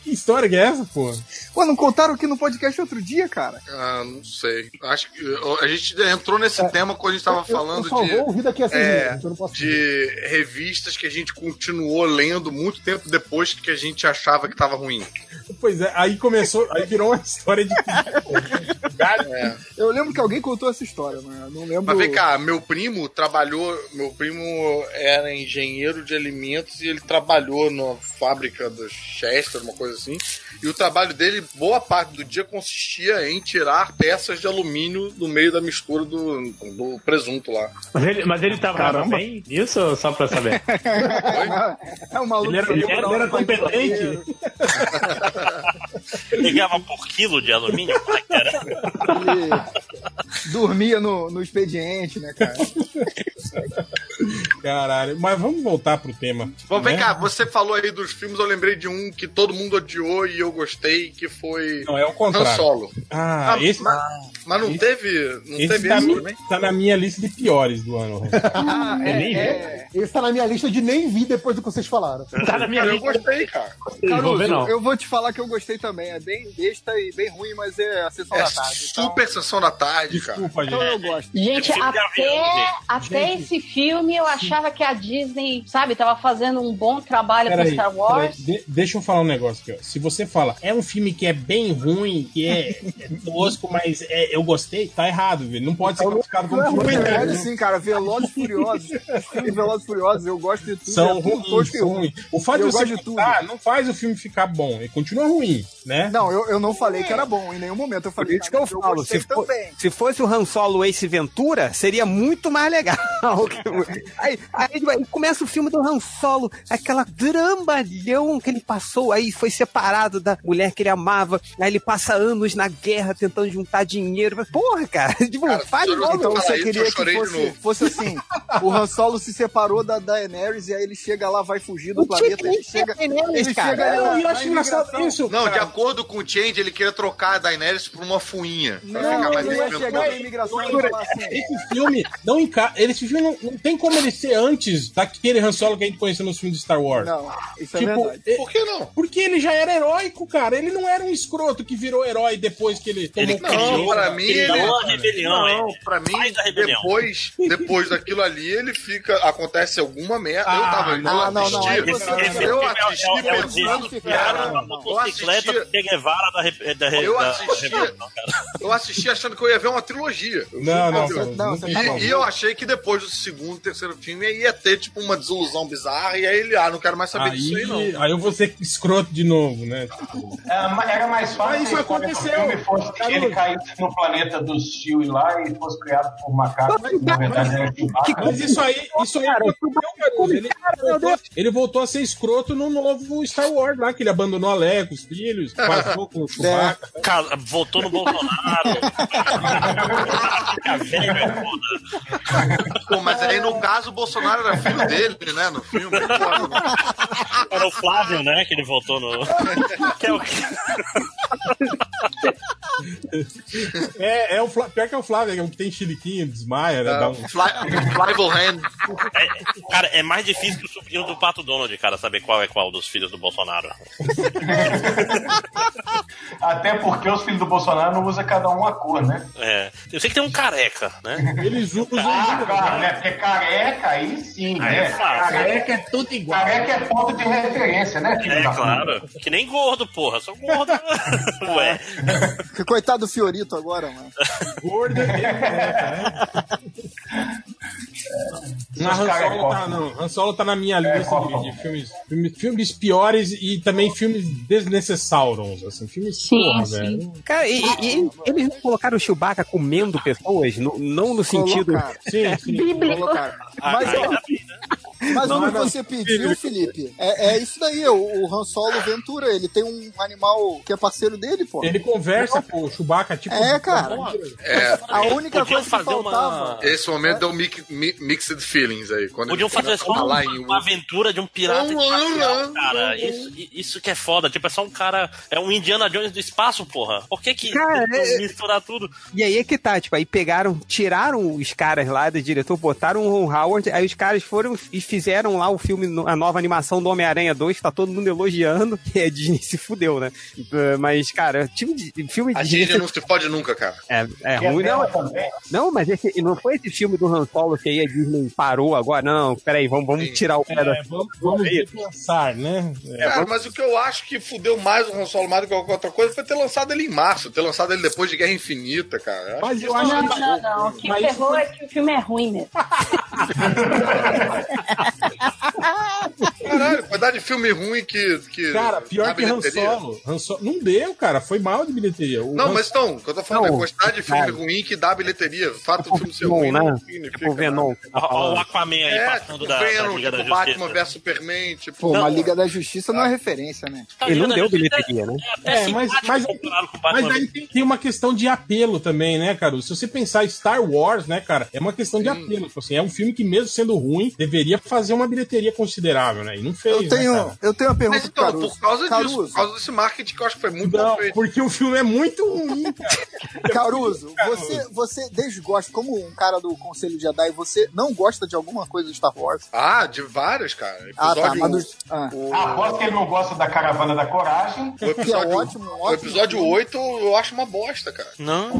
que história que é essa, pô? Pô, não contaram aqui no podcast outro dia, cara? Ah, não sei. Acho que uh, a gente entrou nesse tema quando a gente tava É. eu- eu falando só de. vou ouvir daqui a seis é, meses, então eu não posso de revistas que a gente continuou lendo muito tempo depois que a gente achava que tava ruim. Pois é, aí começou, aí virou uma história de. É. Eu lembro que alguém contou essa história, né? mas não lembro. Mas vem cá, meu primo trabalhou. Meu primo era engenheiro de alimentos e ele trabalhou na fábrica do Chester, uma coisa assim. E o trabalho dele, boa parte do dia, consistia em tirar peças de alumínio do meio da mistura do, do presunto lá. Mas ele, mas ele trabalhava Caramba. bem? Isso só pra saber. É um maluco. Ele era- ele era- ele era competente. Ligava por quilo de alumínio? Como é que era? Ele dormia no, no expediente, né, cara? Caralho. Mas vamos voltar pro tema. Bom, vem né? cá, você falou aí dos filmes, eu lembrei de um que todo mundo odiou e eu gostei, que foi. Não, é o contrário. Han Solo. Ah, esse- Mas, mas não teve. Não Esse teve tá, esse mi- também? tá na minha lista de piores do ano. é, é, esse tá na minha lista de nem vi depois do que vocês falaram. Cara, eu gostei, cara. Caruso, vou ver, não. eu vou te falar que eu gostei também. É bem besta e bem ruim, mas é a sessão É da tarde. super sessão da tarde, cara. Desculpa, Então eu gosto. Gente, Filme de avião, até, gente. até Gente. esse filme eu achava que a Disney, sabe, tava fazendo um bom trabalho com Peraí, Star Wars. peraí, de- deixa eu falar um negócio aqui. Ó. Se você fala, é um filme que é bem ruim, que é, é tosco, mas é- eu gostei, tá errado, velho. Não pode ser classificado é como Então, Não, é filme na ruim. verdade, né? sim, cara. Velozes e Furiosos. Os filmes Velozes e Furiosos, eu gosto de tudo. São é tudo ruins, tosco e são ruins. O fato de eu você gosto de tudo. gostar não faz o filme ficar bom. Ele continua ruim, né? Não, eu, eu não falei que era bom em nenhum momento. Eu falei, cara, eu, Paulo, gostei se, fo- também. se fosse o Han Solo Ace Ventura, seria muito mais legal. aí, aí vai- começa o filme do Han Solo, aquela dramalhão que ele passou, aí foi separado da mulher que ele amava, aí ele passa anos na guerra tentando juntar dinheiro. Mas, Porra, cara, tipo, faz Então logo. você queria que fosse, fosse assim: o Han Solo se separou da Daenerys e aí ele chega lá, vai fugir do O planeta. Titanic Ele chega. é Daenerys, Ele cara. chega Eu- na- eu na acho engraçado imigração. Não, de acordo com o Change, ele queria trocar a Daenerys por uma fuinha. Não, pra ficar mais é ele ia inventor. chegar na imigração e falar assim. Esse filme não enca... Esse filme não, não tem como ele ser antes daquele Han Solo que a gente conheceu nos filmes de Star Wars. Não, isso é Tipo, verdade. Por que não? Porque ele já era heróico, cara. Ele não era um escroto que virou herói depois que ele tomou Não, pra mim. Ele... é não, pra mim, rebelião. depois, depois daquilo ali, ele fica. Acontece alguma merda. eu Ah, tava. não, eu não, não, assisti, aí você- eu esse- esse- assisti é o- é o pensando que desviado, era- a motocicleta do Che Guevara da, re- eh, da, re- Eu da assisti. rebelião, cara. Eu assisti achando que eu ia ver uma trilogia. Eu Não, não, fui- não, não, você E, tá maluco. e eu achei que depois do segundo, terceiro filme ia ter tipo uma desilusão bizarra e aí ele, ah, não quero mais saber disso aí não. Aí, aí eu vou ser escroto de novo, né? É, Era mais fácil Mas isso a história do aconteceu. filme fosse que ele caísse no planeta do Steel lá e fosse criado por macaco. Na verdade, era Chewbacca. Mas isso aí, isso aí aconteceu, Caruso. Ele, voltou, ele voltou a ser escroto no novo Star Wars lá, que ele abandonou a Leia com os filhos, passou com o Chewbacca. Cara, Voltou no Bolsonaro. Fica velho, é foda. Pô, mas aí no caso o Bolsonaro era filho dele, né? No filme. Era o Flávio, né? Que ele voltou no. Que é o É, é o Flá- pior que é o Flávio, que é o que tem chiliquinho, desmaia, né? Dá um... É, cara, é mais difícil que o sobrinho do Pato Donald, cara, saber qual é qual dos filhos do Bolsonaro. Até porque os filhos do Bolsonaro não usam cada um uma cor, né? É. Eu sei que tem um careca, né? Eles usam Ah, claro, né? Porque careca aí sim, Aí né? é fácil. careca, é tudo igual. careca é ponto de referência, né, filho É, da claro. Que nem gordo, porra. Só gordo. Ué. Que coitado do Fiorito agora, mano. Gordo Não, Han é Solo, tá, não. Han Solo tá na minha lista de, de filmes, filmes, filmes piores e também filmes desnecessauros, assim, filmes porra, velho. Cara, e, e- e eles não colocaram o Chewbacca comendo pessoas? No- não no sentido. Sim, sim. Colocaram. Ah, Mas, ó, é né? mas Não, o que não. você pediu, Felipe, é, é isso daí. O, o Han Solo Ventura, ele tem um animal que é parceiro dele, pô. Ele conversa com o Chewbacca, tipo... É, cara. É. A única coisa que fazer uma- faltava... Esse momento deu mic- mi- mixed feelings aí. Quando Podiam ele fazer começa só a falar uma, em uma aventura de um pirata Não, espacial, não, cara. não. Isso, isso que é foda. Tipo, é só um cara. É um Indiana Jones do espaço, porra. Por que que Cara, tentam é- misturar tudo? E aí é que tá, tipo, aí pegaram, tiraram os caras lá do diretor, botaram o Ron Howard, aí os caras foram e fizeram lá o filme, no- a nova animação do Homem-Aranha 2, que tá todo mundo elogiando, e a Disney se fudeu, né? Eh, Mas, cara, time de- filme de A Disney- gente não se pode nunca, cara. É, é E a ruim, tela não. também. Não, mas esse, não foi esse filme do Han Solo que aí a Disney parou agora? Não, peraí, vamos, vamos tirar o pé da. É, vamos, vamos repensar, né? É, Cara, mas o que eu acho que fudeu mais o Han Solo mais do que qualquer outra coisa foi ter lançado ele em março, ter lançado ele depois de Guerra Infinita, cara. Eu Mas eu Não, acho não, que- tá não, O que ferrou é que o filme é ruim mesmo. Caralho, quantidade de filme ruim que. que Cara, dá pior que Han bilheteria. Solo. Han Solo- Não deu, cara. Foi mal de bilheteria. O Não, Han- mas então, o que eu tô falando é Não, a quantidade de filme cara. ruim que dá bilheteria. O fato do filme ser Venom, ruim não né? significa. Tipo o Venom. que tá Ó, falando. o Aquaman aí É, passando tipo, da, da Venom, Liga da tipo, Justiça. Batman vs Superman, tipo. Pô, não. uma Liga da Justiça não é referência, né? Tá Ele não deu bilheteria, né? É, mas, mas, mas aí tem, tem uma questão de apelo também, né, cara? Se você pensar em Star Wars, né, cara, é uma questão de apelo. Tipo assim, é um filme que, mesmo sendo ruim, deveria fazer uma bilheteria considerável, né? E não fez. Eu tenho, né, é. cara? eu tenho uma pergunta Mas então, pro Caruso. por causa disso, Caruso, por causa desse marketing que eu acho que foi um muito Não, mal feito. porque o filme é muito ruim, cara. Caruso, você, você desgosta, como um cara do Conselho de Jedi, você não gosta de alguma coisa de Star Wars? Ah, de várias, cara. Ah, tá, Episódio mas um. dos- ah. Aposto que ele não gosta da caravana da coragem. O episódio, um. Que é ótimo, o ótimo. episódio 8 eu acho uma bosta, cara. Não.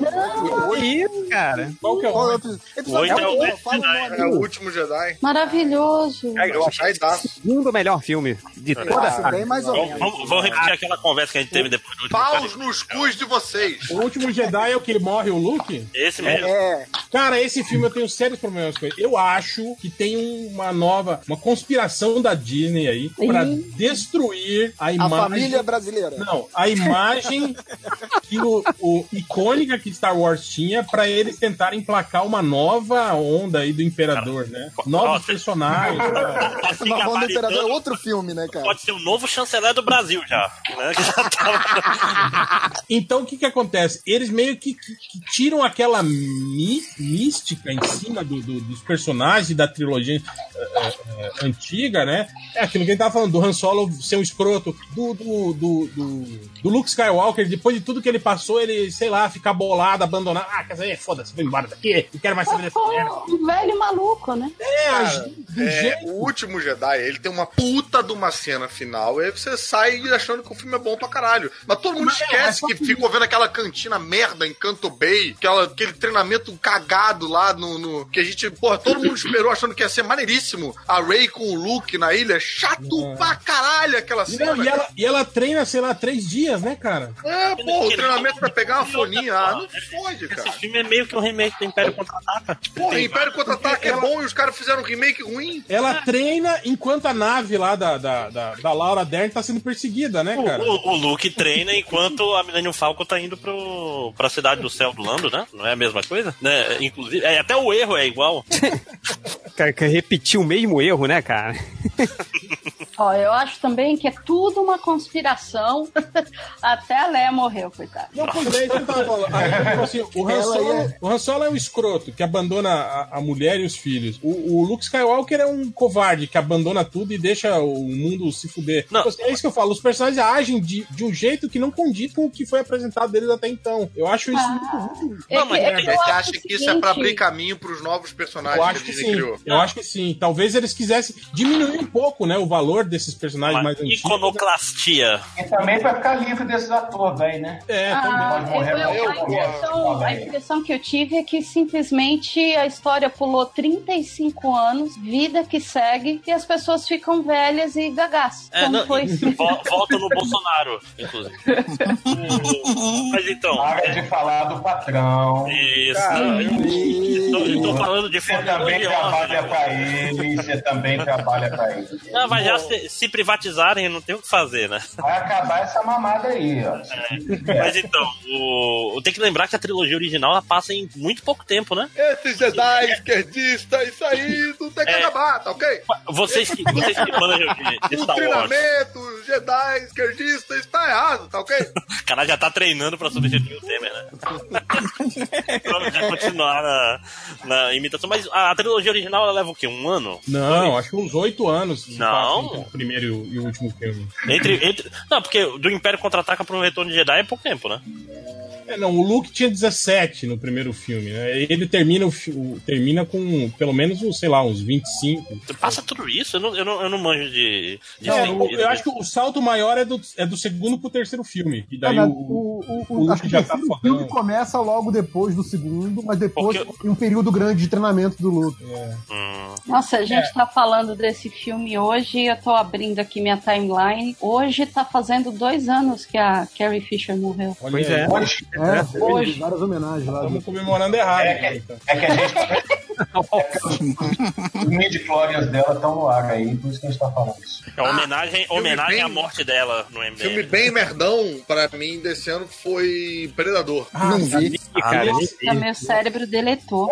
isso, cara? Qual que é o Qual é o nome? episódio? Oito Episódio é o um, Last fala o Jedi. nome. É o último Jedi. Maravilhoso. Cara, eu achei daço. Segundo melhor filme de toda a Acho saga. um bem mais ou Vamos, menos. então vamos- vamos repetir aquela conversa que a gente teve depois do último. Paus nos É, cus de vocês. O último Jedi é o que morre o Luke? Esse mesmo. É, Cara, esse filme eu tenho sérios problemas com ele. Eu acho que tem uma nova, uma conspiração da Disney aí pra destruir a a imagem. família brasileira. Não, a imagem que o, o- icônica que Star Wars tinha pra eles tentarem emplacar uma nova onda aí do Imperador, né? Novos nossa. personagens. né? cara. Tá se Mas Wanda do Imperador é gabaritando, outro filme, né, cara? Pode ser o novo chanceler do Brasil já. né? Que já tava- Então o que que acontece? Eles meio que, que- que tiram aquela mí- mística em cima do- do- dos personagens da trilogia eh, eh, antiga, né? É aquilo que a gente tava falando, do Han Solo ser um escroto, do, do, do, do- do Luke Skywalker, depois de tudo que ele passou, ele, sei lá, ficar bolado, abandonado. Ah, quer dizer, foda-se, vou embora daqui, não quero mais saber dessa merda. Foi um velho maluco, né? É, a- do É, jeito. o último Jedi, ele tem uma puta de uma cena final, e aí você sai achando que o filme é bom pra caralho. Mas todo mundo Mas é, é esquece só que que- ficou vendo aquela cantina merda em Canto Bay, aquela- aquele treinamento cagado lá no, no- Que a gente, porra, todo mundo esperou achando que ia ser maneiríssimo. A Rey com o Luke na ilha, chato pra caralho aquela E, cena. não, e ela, e ela treina, sei lá, três dias, né, cara? É, porra, o treinamento pra pegar uma foninha. Ah, não fode, Esse cara. filme é meio que um remake do Império Contra-Ataca. Tipo, Porra, tem- Império Contra-Ataque é bom e os caras fizeram um remake ruim. Ela treina enquanto a nave lá da, da, da, da Laura Dern tá sendo perseguida, né, cara? O, o Luke treina enquanto a Millennium Falcon tá indo pro, pra Cidade do Céu do Lando, né? Não é a mesma coisa? Né? Inclusive, é, até o erro é igual. Cara, que repetiu o mesmo erro, né, cara? Ó, eu acho também que é tudo uma conspiração. Até a Leia morreu, coitada. Não, pois é, isso que eu tava falando. Aí, tipo assim, o, Han Ela Solo, é- o Han Solo é um escroto que abandona a, a mulher e os filhos. O, o Luke Skywalker é um covarde que abandona tudo e deixa o mundo se fuder. Não. Tipo assim, é isso que eu falo. Os personagens agem de, de um jeito que não condiz com o que foi apresentado deles até então. Eu acho isso muito ruim. É Não, que- mas é que eu Você acho acha o que isso é pra seguinte, abrir caminho pros novos personagens Eu acho que que a sim. Disney criou? Eu acho que sim. Talvez eles quisessem diminuir um pouco, né, o valor desses personagens Uma mais antigos. iconoclastia. E também pra ficar livre desses atores aí, né? É, Ah, Pode eu- morrer, eu- eu a, morrer, impressão, fala a aí. impressão que eu tive é que simplesmente a história pulou 35 anos, vida que segue, e as pessoas ficam velhas e gagás. É, Como não, foi e- sim. vo- volta no Bolsonaro, inclusive. O- mas então. Para de falar do patrão. Isso. eu, eu tô falando de Você forma também elogiosa, trabalha né? é pra ele, você também trabalha pra ele. Não, mas já se, se privatizarem, não tem o que fazer, né? Vai acabar essa mamada aí, ó. É. Mas então, o, tem que lembrar que a trilogia original ela passa em muito pouco tempo, né? Esses Jedi esquerdistas, isso aí não tem que É. acabar, tá ok? Vocês que, vocês que manjam de O Star Wars, treinamento, Jedi esquerdista, isso tá errado, tá ok? o cara já tá treinando pra substituir o Temer, né? pra já continuar na, na imitação. Mas a, a trilogia original ela leva o quê? Um ano? Não, acho que uns oito anos. se Não. passa entre O primeiro e o- e o último filme. Entre, entre... Não, porque do Império Contra-Ataca pro Retorno de Jedi é pouco tempo, né? É, não, o Luke tinha 17 no primeiro filme, né? Ele termina, o fi- o- termina com pelo menos, uns, sei lá, uns 25. Passa tudo isso? Eu não, eu não, eu não manjo de... de Não, sim- o- eu acho que o salto maior é do, é do segundo pro terceiro filme. E daí Ah, Cara, o, o, o, o Luke acho que já o tá terceiro fodão. filme começa logo depois do segundo, mas depois Porque- tem um período grande de treinamento do Luke. Hum. Nossa, a gente tá falando desse filme hoje, eu tô abrindo aqui minha timeline. Hoje tá fazendo dois anos que a Carrie Fisher morreu. Olha Pois aí, é. Hoje É, hoje. várias homenagens lá. Estamos comemorando errado. É, cara, então. é que a gente. Os midi-clórias dela estão no ar aí, por isso que a gente tá falando isso. É Ah, uma homenagem, homenagem à morte dela no MDM. Filme bem merdão, pra mim, desse ano foi Predador. Ah, Não vi. Nossa, cara, meu cérebro deletou.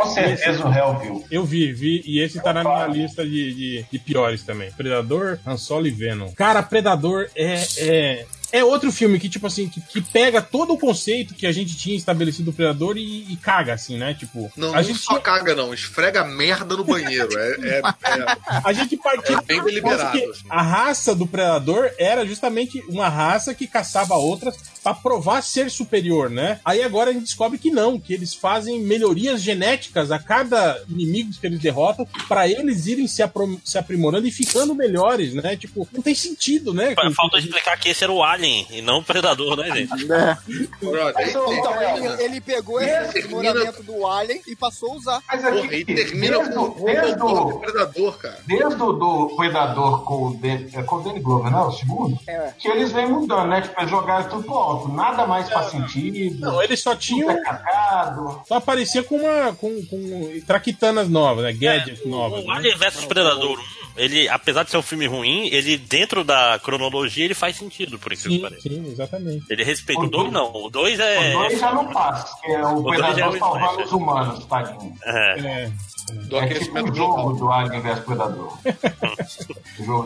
viu. Eu vi, vi, e esse tá na minha lista de, de, de piores também. Predador, Han Solo e Venom. Cara, Predador é. é... É outro filme que, tipo assim, que, que pega todo o conceito que a gente tinha estabelecido do Predador e, e caga, assim, né? Tipo, Não, a não gente só caga, não. Esfrega merda no banheiro. É, é, é- a gente partiu É bem deliberado. Porque a raça do predador era justamente uma raça que caçava outras para provar ser superior, né? Aí agora a gente descobre que não, que eles fazem melhorias genéticas a cada inimigo que eles derrotam para eles irem se, apro- se aprimorando e ficando melhores, né? Tipo, não tem sentido, né? Fa- Falta explicar que esse era o Alien e não o Predador, né, Ah, gente? Então, então, ele, ele pegou esse termina- aprimoramento do Alien e passou a usar. Mas aqui, Porra, e termina desde, com- desde, com o- o Predador, cara. desde o do Predador com o, Dan- é com o Danny Glover, não? O segundo? Que eles vêm mudando, né? Tipo, eles jogaram tudo pro alto. Nada mais faz É, sentido. é Não, eles só tinham. Só aparecia com uma. com, com traquitanas novas, né? Gadgets novas. É, O Alien vs Predador 1, ele, apesar de ser um filme ruim, ele dentro da cronologia ele faz sentido, por incrível que pareça. Sim, exatamente. Ele respeita o 2, não. O 2 é. O dois já não passa, porque é o dois já é Predador o salvando slasher. os humanos, tadinho. É. É, tipo o jogo do Alien vs Predador.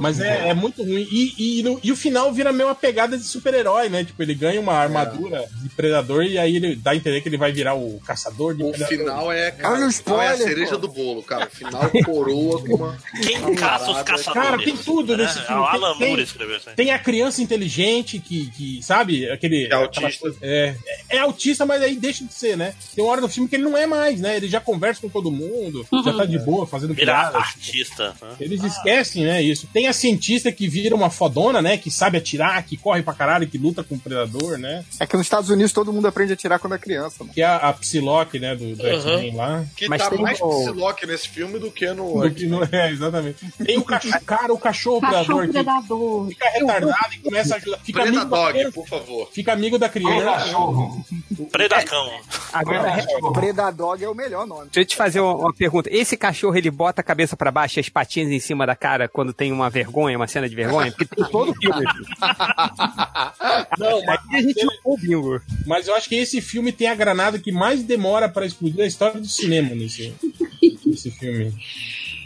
Mas é, é muito ruim. E, e, no- e o final vira meio uma pegada de super-herói, né? Tipo, ele ganha uma armadura de predador e aí ele dá a entender que ele vai virar o caçador de O predador. final é, cara, Olha o o final é a spoiler, cereja pô. do bolo, cara. O final coroa com uma. Quem caça os caçadores? Cara, tem tudo nesse É, filme. o Alan Tem- tem- Moore escreveu isso aí. Tem a criança inteligente que, que sabe, aquele. É autista. É, é autista, mas aí deixa de ser, né? Tem uma hora do filme que ele não é mais, né? Ele já conversa com todo mundo, já tá de boa fazendo Vira piadas. é artista. né? Eles esquecem, né, isso. Tem a cientista que vira uma fodona, né, que sabe atirar, que corre pra caralho, que luta com o predador, né? É que nos Estados Unidos todo mundo aprende a tirar quando é criança. Mano. Que é a, a Psylocke, né, do, do Uhum. X-Men lá. Que Mas tá tem mais o- Psylocke nesse filme do que no. Do que não é, exatamente. um Tem o cachorro, cara, o cachorro, Cachorro predador, que predador. fica retardado e começa a ajudar. Fica amigo, da Predadog, criança, por favor. fica amigo da criança. Cachorro. Predacão. É, Agora, Predadog é o melhor nome. Deixa eu te fazer uma, uma pergunta. Esse cachorro, ele bota a cabeça pra baixo e as patinhas em cima da cara quando tem uma vergonha, uma cena de vergonha? tá Porque tem todo filme. Não, mas, a gente não bingo. mas eu acho que esse filme tem a granada que mais demora pra explodir a história do cinema nesse, nesse filme.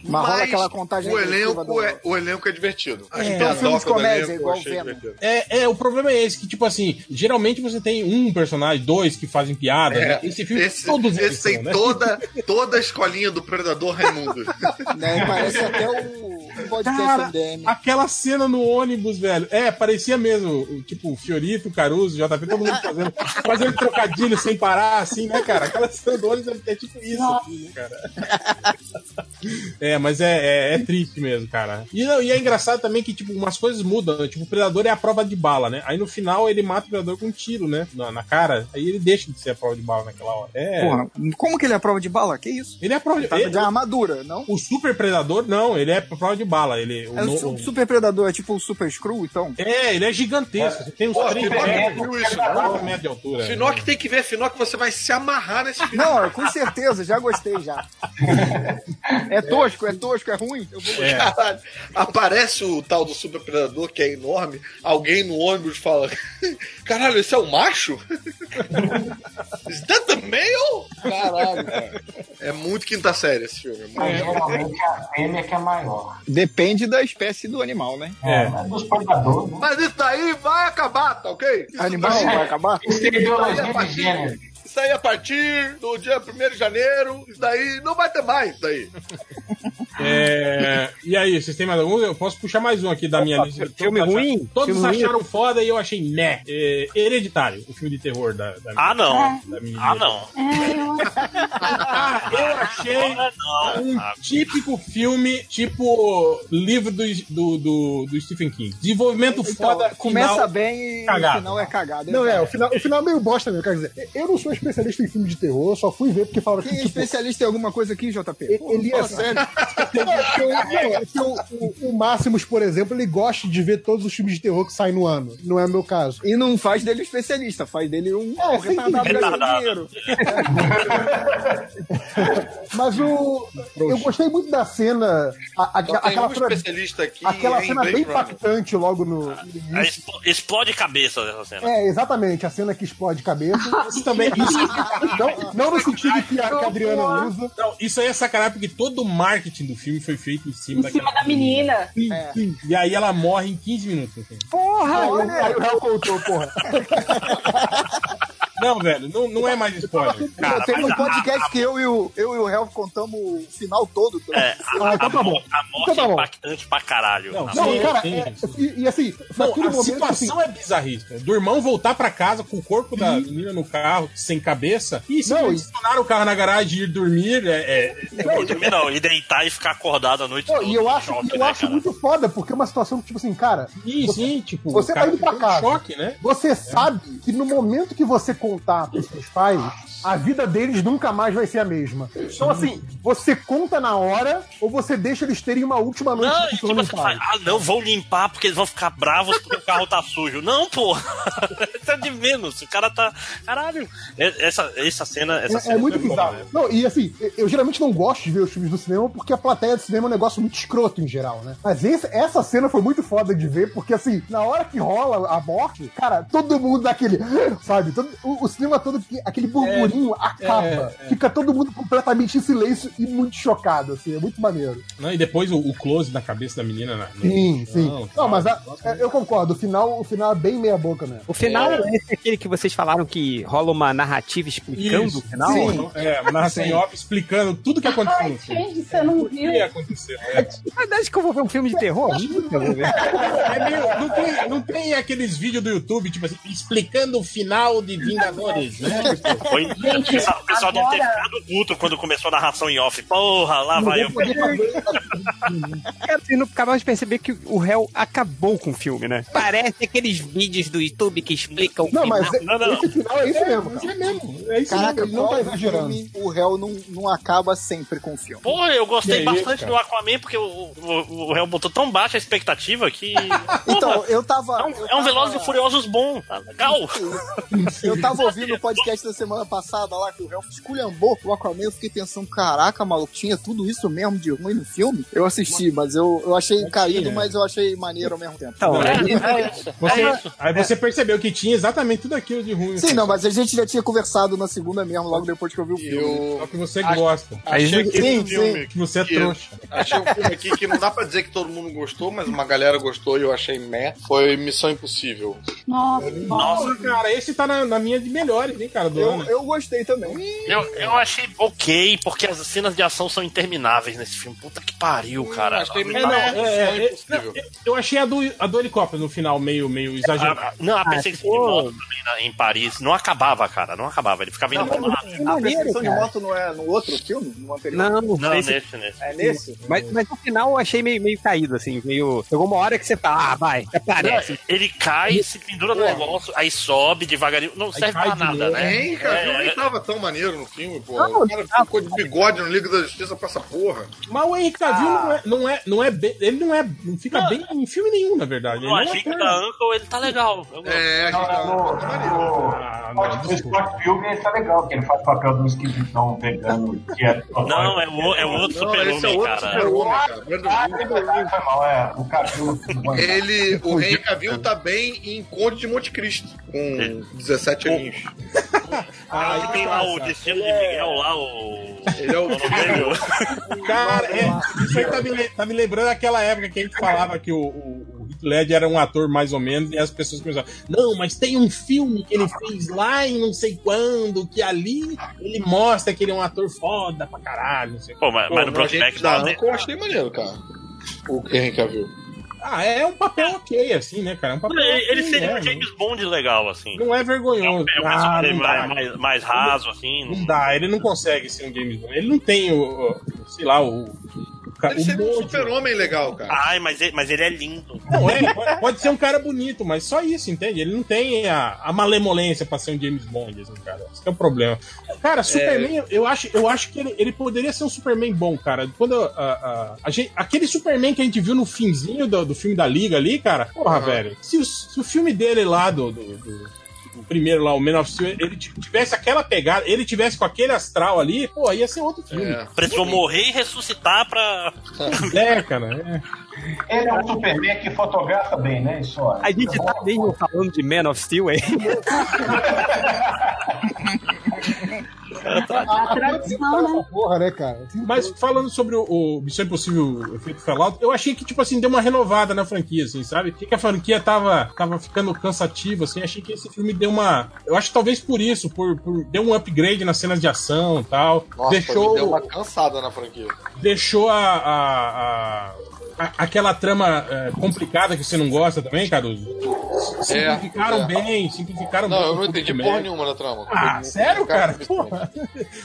Mas rola aquela contagem o regressiva elenco, é, o elenco é divertido. As É. é. Então, filme piadocas de do comédia, elenco eu igual achei Venom. divertido. É, é, o problema é esse, que tipo assim, geralmente você tem um personagem, dois que fazem piada, né? É, Esse filme esse, todos eles esse tem são, né? toda, toda a escolinha do Predador Raimundo. Né? Parece até o o podcast Cara, MDM. aquela cena no ônibus, velho. É, parecia mesmo, o- tipo, o Fiorito, o Caruso, o JP, todo mundo fazendo, fazendo trocadilho sem parar, assim, né, cara? Aquela cena do ônibus é, é tipo isso, aqui, né, cara. É, mas é, é- é triste mesmo, cara. E, não, e é engraçado também que, tipo, umas coisas mudam. né? Tipo, o predador é a prova de bala, né? Aí no final ele mata o predador com um tiro, né? Na, na cara. Aí ele deixa de ser a prova de bala naquela hora. É. Porra, Tá como que ele é prova de bala? Que isso? Ele é prova de, Tava ele- de armadura, não? O super predador, não, ele é prova de bala. Ele, o É o no- su- super predador, é tipo o super screw, então? É, ele é gigantesco. Você tem uns Pô, 3 Finoc metros, viu isso, 4 não? metros de altura. né? Finoc tem que ver, Finoc, você vai se amarrar nesse filme. Não, com certeza, já gostei já. É tosco, é tosco, é ruim. Eu vou gostar. Caralho, aparece o tal do super predador que é enorme, alguém no ônibus fala: Caralho, esse é o macho? Is that the male? Caralho, cara. É muito quinta série esse filme. é muito- Mas geralmente a fêmea que é maior. Depende da espécie do animal, né? É. mas Dos predadores. né? Mas isso daí vai acabar, tá ok? Isso Animal daí- vai acabar? Isso tem Isso aí ideologia é de gênero. partido. Isso aí a partir do dia 1 de janeiro, isso daí não vai ter mais, isso daí. É, e aí, vocês têm mais algum? Eu posso puxar mais um aqui da minha lista. filme Todos ruim? acharam- Todos Filme ruim? acharam foda e eu achei meh. É, Hereditário, o filme de terror da, da Ah, não. da minha Ah, lista. não. É, Ah, eu achei um típico filme, tipo livro do, do, do- do Stephen King. Desenvolvimento Então, foda. Então, Começa final- bem e cagado. o final é cagado. Não, é, o final, o final é meio bosta mesmo. Quer dizer, eu não sou especialista em filme de terror, eu só fui ver porque falaram que. Quem é tipo, especialista em alguma coisa aqui, JP? ele é Fala sério. não, é que o, o, o Máximos, por exemplo, ele gosta de ver todos os filmes de terror que saem no ano. Não é o meu caso. E não faz dele um especialista, faz dele um É, sem dúvida. galinheiro. Mas o. Eu gostei muito da cena. a- a- Só tem aquela um cena, especialista aqui aquela em cena Blade bem Runner. É impactante logo no. no início. Aí expl- explode cabeça dessa cena. É, exatamente, a cena que explode cabeça. Isso também- isso- não, não no sentido que a, que a Adriana usa. Não, isso aí é sacanagem, porque todo o marketing do filme foi feito em cima Em cima daquela. da menina. É. Sim, sim. E aí ela morre em 15 minutos. assim. Porra, olha aí. olha Não contou, porra. Não, velho, não, não é mais spoiler. Cara, Teve um podcast que eu e o, eu e o Helvo contamos o final todo. tá? É, a, a mo- a morte Ah, Então tá é bom. impactante pra caralho. Ah, Não, A sim, morte- cara, sim, é- sim. E, e assim, Não, naquele a momento. assim, situação é bizarrista. Do irmão voltar pra casa com o corpo da menina no carro, sem cabeça, e se estacionar o carro na garagem e ir dormir, é. é- Não, dormir não, e deitar e ficar acordado a noite Pô, toda. e eu acho, choque, eu né, acho cara? muito foda, porque é uma situação que, tipo assim, cara. Sim, sim, tipo. Você o tá cara indo pra tem um casa. choque, né? Você sabe que no momento que você contar pros seus pais, a vida deles nunca mais vai ser a mesma. Então, assim, você conta na hora ou você deixa eles terem uma última noite Não, de e tipo, sono em você paz? fala, ah, não, vão limpar porque eles vão ficar bravos porque o carro tá sujo. Não, porra. Isso é de menos. O cara tá. Caralho. É- Essa, essa cena. Essa É, cena é muito foi boa, bizarro. velho. Não, e assim, eu- eu geralmente não gosto de ver os filmes do cinema porque a plateia do cinema é um negócio muito escroto em geral, né? Mas esse- essa cena foi muito foda de ver, porque assim, na hora que rola a morte, cara, todo mundo dá aquele. Sabe? Todo- o, o cinema todo, fica- aquele burburinho acaba. Fica todo mundo completamente em silêncio e muito chocado, assim. É muito maneiro. Não, e depois o, o close na cabeça da menina. Na, no- Sim, sim. Não, Não, mas a- é, eu concordo, o final, o final é bem meia-boca mesmo. O final é esse aquele que vocês falaram que rola uma narrativa explicando Isso, o final? sim. É, uma narração em off explicando tudo que aconteceu. no filme. Gente, você não O que viu. aconteceu? É. Mas acho que eu vou ver um filme de terror? Nunca vou né? ver. É meio- não, tem, não tem aqueles vídeos do YouTube, tipo assim, explicando o final de Vingadores, né? Foi- Gente, o pessoal, o pessoal deve ter agora- ficado puto quando começou a narração em off. Porra, lá vai eu. Cara, vocês não acabaram de perceber que o réu acabou com o filme, né? Parece aqueles vídeos do YouTube que explicam Não, o mas final. é- esse final é isso mesmo. cara. é Caraca, ele não qual tá exagerando. filme O réu não, não acaba sempre com o filme. Porra, eu Que gostei isso, bastante cara. do Aquaman porque o, o, o réu botou tão baixa a expectativa que. Então, Porra, eu tava. É um, eu é um Velozes tava- e Furiosos bom. tá Legal. Eu tava ouvindo o podcast da semana passada lá que o Ralph esculhambou o Aquaman. Eu fiquei pensando, caraca, maluco, tinha tudo isso mesmo de ruim no filme? Eu assisti, mas eu, eu achei caído, mas Tá. eu achei maneiro ao mesmo tempo. Então, é, isso. É. Você- Aí você percebeu que tinha exatamente tudo aquilo de ruim. Sim, não, mas a gente já tinha conversado na segunda mesmo, logo depois que eu vi o filme. Só que você gosta. Achei que- sim, que- sim. que você é que- trouxa. Achei um filme aqui que não dá pra dizer que todo mundo gostou, mas uma galera gostou e eu achei meh. Foi Missão Impossível. Nossa, Nossa, cara, esse tá na, na minha de melhores, hein, cara, do Eu, ano. eu gostei também. Eu, eu achei ok, porque as cenas de ação são intermináveis nesse filme. Puta que pariu, cara. Hum, mas tem Não, É, não, não, é, é, é, é, não, eu- eu achei a do, a do helicóptero no final meio, meio a- a- exagerada. não, a perseguição de moto também na- em Paris não acabava, cara. Não acabava. Ele ficava indo pra um lado. A perseguição de moto não é no outro filme? No anterior? Não, Não, nesse- nesse, nesse. É nesse? Mas, mas no final eu achei meio, meio caído, assim, meio. Chegou uma hora que você fala, ah, vai, é aparece. Não, Ele cai, se pendura no negócio, aí sobe devagarinho. Não serve pra nada, né? Hein, cara, É, eu nem é, tava tão maneiro no filme, pô. Não, o cara ficou de bigode no Liga da Justiça pra essa porra. Mas o Henrique Cavill não é, não é, não é bem, ele não é, não fica bem em filme nenhum, na verdade. Ele eu não achei é que o bem. da Uncle ele tá legal. É, Pode dizer Scott Pilgrim ele tá legal, que ele faz o papel do esquisitão vegano. Que é Não, é o, é o outro super-homem, cara. Ah, é verdade, foi mal, é. O cabelo. Ele, o Henry Cavill tá bem em Conde de Monte Cristo, com 17 aninhos. Ah, que tá tem lá o destino de Miguel lá, o. Ele é o. Cara, é, isso aí tá me, le- tá me lembrando daquela época que a gente falava que o, o, o Heath Ledger era um ator mais ou menos, e as pessoas começavam, não, mas tem um filme que ele fez lá em não sei quando, que ali ele mostra que ele é um ator foda pra caralho, não sei o Pô, mas, mas no Pô, a gente um Prospect da tá Anco eu achei maneiro, cara. O Henry Cavill. Ah, é, é um papel ok, assim, né, cara? É um papel Ele, ele ok, seria né? um James Bond legal, assim. Não é vergonhoso. É um Ah, personagem não mais, dá. mais, mais raso, assim. Não dá, ele não consegue ser um James Bond. Ele não tem o, o- sei lá, o, cara. Ele O é seria um monte. super-homem legal, cara. Ai, mas ele, mas ele é lindo. Não é, pode- pode ser um cara bonito, mas só isso, entende? Ele não tem a, a malemolência pra ser um James Bond, assim, cara. Esse que é o problema. Cara, Superman, eu acho, eu acho que ele, ele poderia ser um Superman bom, cara. Quando a, a- a gente- aquele Superman que a gente viu no finzinho do, do filme da Liga ali, cara, porra, Aham. velho. Se, o- se o filme dele lá do, do- do- do primeiro lá, o Man of Steel, ele t- tivesse aquela pegada, ele tivesse com aquele astral ali, pô, ia ser outro filme. Precisou morrer e ressuscitar pra. É, cara. Ele é um Superman que fotografa bem, né? Isso, ó. A gente tá mesmo falando de Man of Steel aí. A tradição, né? Porra, né, cara? Mas falando sobre o, o Missão Impossível Efeito Fallout, eu achei que, tipo assim, deu uma renovada na franquia, assim, sabe? Achei que a franquia tava, tava ficando cansativa, assim. Achei que esse filme deu uma. Eu acho que talvez por isso, por, por- deu um upgrade nas cenas de ação e tal. Nossa, deixou me deu uma cansada na franquia. deixou a. a- a- a- aquela trama eh, complicada que você não gosta também, cara. Simplificaram é. bem, simplificaram Não, bem. eu não entendi porra nenhuma da trama. um Ah, Eu- sério, cara? Porra.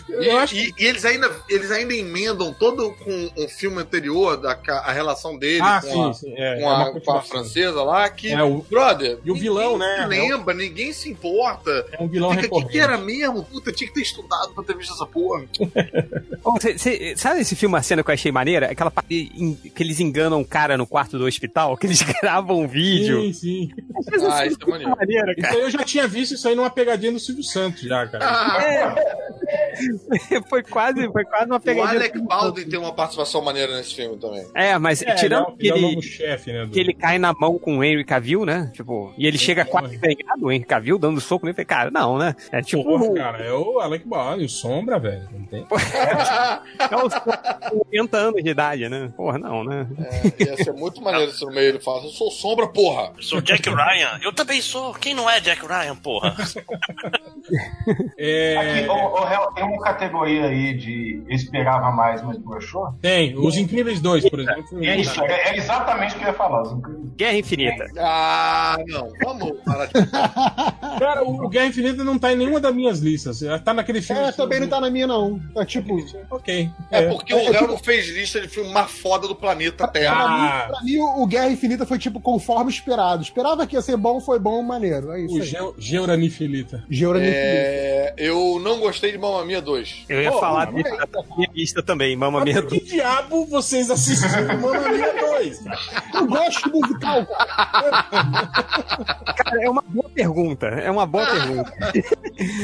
E, e- e eles, ainda, eles ainda emendam todo com o filme anterior, da, ca- a relação dele Ah, com, sim, a, sim, é, com é a- uma com a continuação. francesa lá, que, É, o- brother... e o vilão, ninguém né? se lembra, ninguém se importa. É um vilão Fica, que, recorrente. que era mesmo? Puta, tinha que ter estudado pra ter visto essa porra. Bom, cê- cê- sabe esse filme, a cena que eu achei maneira? Aquela parte em- que eles enganam um cara no quarto do hospital, que eles gravam um vídeo. Sim, sim. Ah, isso é maneiro. maneiro, Isso aí eu já tinha visto isso aí numa pegadinha do Silvio Santos, já, cara. foi quase, foi quase uma é O pegadinha. Alec Baldwin tem uma participação maneira nesse filme também. É, mas É, ele é tirando o- que ele é o ele, novo chefe, né, do- que ele cai na mão com o Henry Cavill, né? Tipo, e ele chega quase ganhado, o Henry Cavill dando soco nele. Falei, Cara, não, né? É tipo. Porra, cara, é o Alec Baldwin, o Sombra, velho. Não tem. É os 80 anos de idade, né? Porra, não, né? É, Ia ser muito maneiro se no meio ele fala, eu sou sombra, porra. Eu sou Jack Ryan. Eu também sou. Quem não é Jack Ryan, porra? É, Aqui, ô, ô, Hel, tem uma categoria aí de esperava mais, mas broxou? Tem, Os Incríveis 2, por exemplo. É isso, é, é exatamente o que eu ia falar. os incríveis. Guerra Infinita. Ah, não, vamos parar de Cara, o o Guerra Infinita não tá em nenhuma das minhas listas. Tá naquele filme. É, também não tá na minha, não. Tá tipo. Ok. É porque o é Léo não fez lista de filme mais foda do planeta Ah, Pra mim, Terra. pra mim, o Guerra Infinita foi tipo conforme esperado. Esperava que ia ser bom, foi bom, maneiro. É isso. O aí. Geu- Geuranifilita. É, eu não gostei de Mamma Mia 2. Eu ia falar de, da minha lista também, Mama Mas por Medo. que diabo vocês assistiram Mamma Mia 2? Eu gosto musical. Cara, é uma boa pergunta. É uma boa pergunta.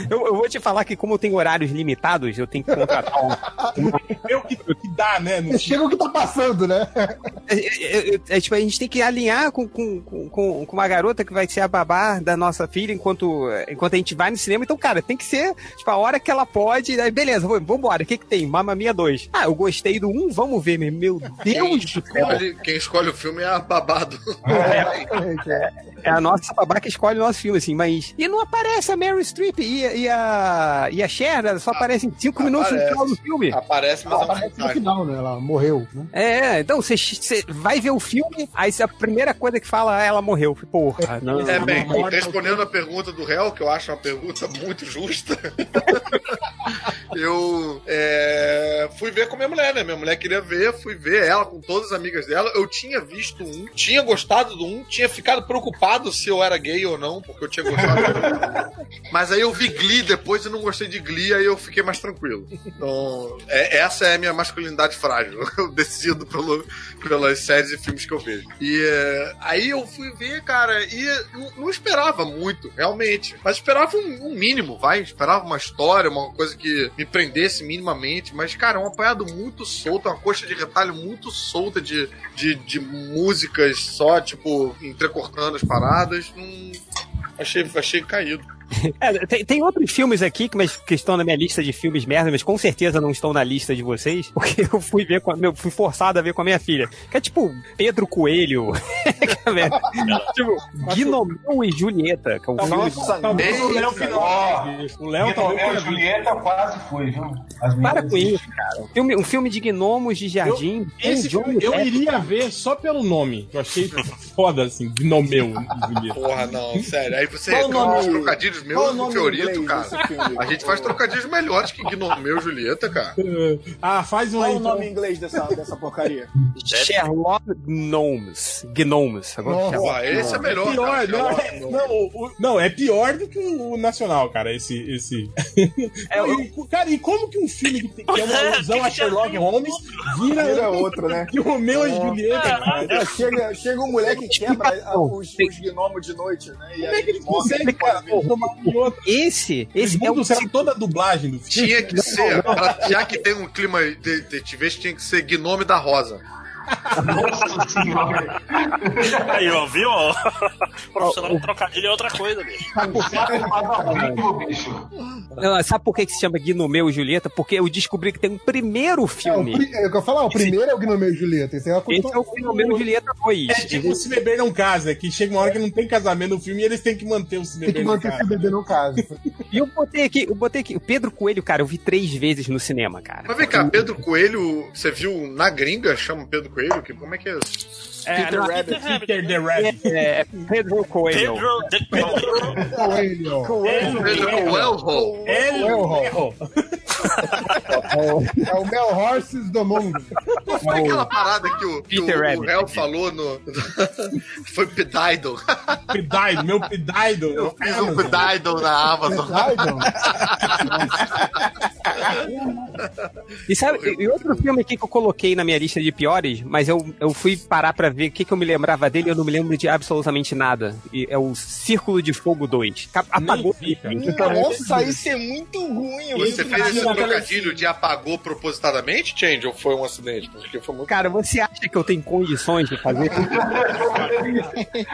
Eu, eu vou te falar que, como eu tenho horários limitados, eu tenho que contratar um. Eu que, que dá, né? Chega o que tá passando, né? É, é, é, é, tipo, a gente tem que alinhar com, com, com- com, com uma garota que vai ser a babá da nossa filha enquanto, enquanto a gente vai no cinema. Então, cara, tem que ser tipo, a hora que ela pode. Aí, beleza, vamos vambora. O que, que tem? Mamma Mia 2. Ah, eu gostei do 1, vamos ver, meu, meu Deus do céu. Olha, Quem escolhe o filme é a babado. É a nossa babá que escolhe o nosso filme, assim, mas. E não aparece a Mary Streep e, e a. E a Cher, ela só aparece em 5 minutos no aparece. final do filme. Aparece, é Ela aparece no final, né? Ela morreu. Né? É, então você vai ver o filme, aí cê- a primeira coisa que fala, "Ah, ela morreu. Porra, não. É bem, respondendo a pergunta do réu, que eu acho uma pergunta muito justa, eu é, fui ver com minha mulher, né? Minha mulher queria ver, fui ver ela com todas as amigas dela. Eu tinha visto um, tinha gostado do um, tinha ficado preocupado se eu era gay ou não, porque eu tinha gostado do um. Mas aí eu vi Glee depois e não gostei de Glee, aí eu fiquei mais tranquilo. Então, é- essa é a minha masculinidade frágil. Eu decido pelo, pelas séries e filmes que eu vejo. E é, aí eu fui ver, cara, e não, não esperava muito, realmente. Mas esperava um, um mínimo, vai. Esperava uma história, uma coisa que me prendesse minimamente. Mas, cara, é um apanhado muito solto, é uma coxa de retalho muito solta de, de, de músicas só, tipo, entrecortando as paradas. Hum, achei, achei caído. É, tem, tem outros filmes aqui que, mas, que estão na minha lista de filmes merda, mas com certeza não estão na lista de vocês, porque eu fui ver com a, meu, fui forçado a ver com a minha filha. Que é tipo Pedro Coelho. Que é merda. tipo, Guinomeu e Julieta, que é um filme. Talvez o Léo Ó, Finocchio. O Léo talvez Vitor Léo e tenha visto. Julieta quase foi, viu? Para com isso, cara. Um filme, um filme de gnomos de jardim. com Esse Johnny filme eu Depp. iria ver só pelo nome. que Eu achei foda, assim, gnomeu. Porra, não, sério. Aí você Qual o reclama nome? dos trocadilhos trocadilhos meus Qual o do nome Fiorito, em inglês cara. desse filme? A gente faz trocadilhos melhores que Gnomeu e Julieta, cara. Ah, faz um Qual aí. o nome em inglês dessa, dessa porcaria? Sherlock Gnomes. Gnomes. Agora Sherlock Gnomes. Pior, né? não, é, não, o- o- não, é pior do que o Nacional, cara, esse. esse... É É, Não, e o- cara, e como que um filme que, tem- que é uma alusão a Sherlock Holmes vira, Vira outro, né? Que o meu e É. Julieta, cara. É, chega, chega um moleque e quebra a- os, os gnomos de noite, né? E é aí eles morrem, não pode ver. Esse, esse é o será toda a dublagem do filme. Tinha que ser, pra- já que tem um clima de detetivesco, tinha que ser Gnome da Rosa. Nossa senhora. Aí, ó, viu? ó? Profissional de trocadilho é outra coisa, bicho. Não, sabe por que que se chama Gnomeu e Julieta? Porque eu descobri que tem um primeiro filme. É, o, pri- é o que eu falo, o primeiro é o Gnomeu e Julieta. Esse é, Esse é o Filomeno e Julieta 2. É tipo se beber não casa, que chega uma hora que não tem casamento no filme e eles têm que manter o se Tem beber que não manter esse casa. bebê no caso. E eu botei aqui, eu botei aqui. O Pedro Coelho, cara, eu vi três vezes no cinema, cara. Mas vem cá, Pedro Coelho, você viu na gringa, chama Pedro Coelho? Que, como é que é isso? É, não, Peter Rabbit. né? É, é, Pedro Coelho. Coelho. Coelho. Coelho. Coelho. É o Mel Horses do mundo. Foi aquela parada que o, que o, Peter o Rabbit. réu falou no. Foi Pedidal. Pedidal, meu Pedidal. Eu fiz um Pedidal na Amazon. E sabe, e- e outro filme aqui que eu coloquei na minha lista de piores, mas eu, eu fui parar pra ver o que, que eu me lembrava dele e eu não me lembro de absolutamente nada. E é o Círculo de Fogo 2. Cap- Apagou. tá tá Nossa, isso é muito ruim. eu Você lembro fez esse disso. trocadilho de apagou propositadamente, Change, ou foi um acidente? Porque foi muito. Cara, você acha que eu tenho condições de fazer?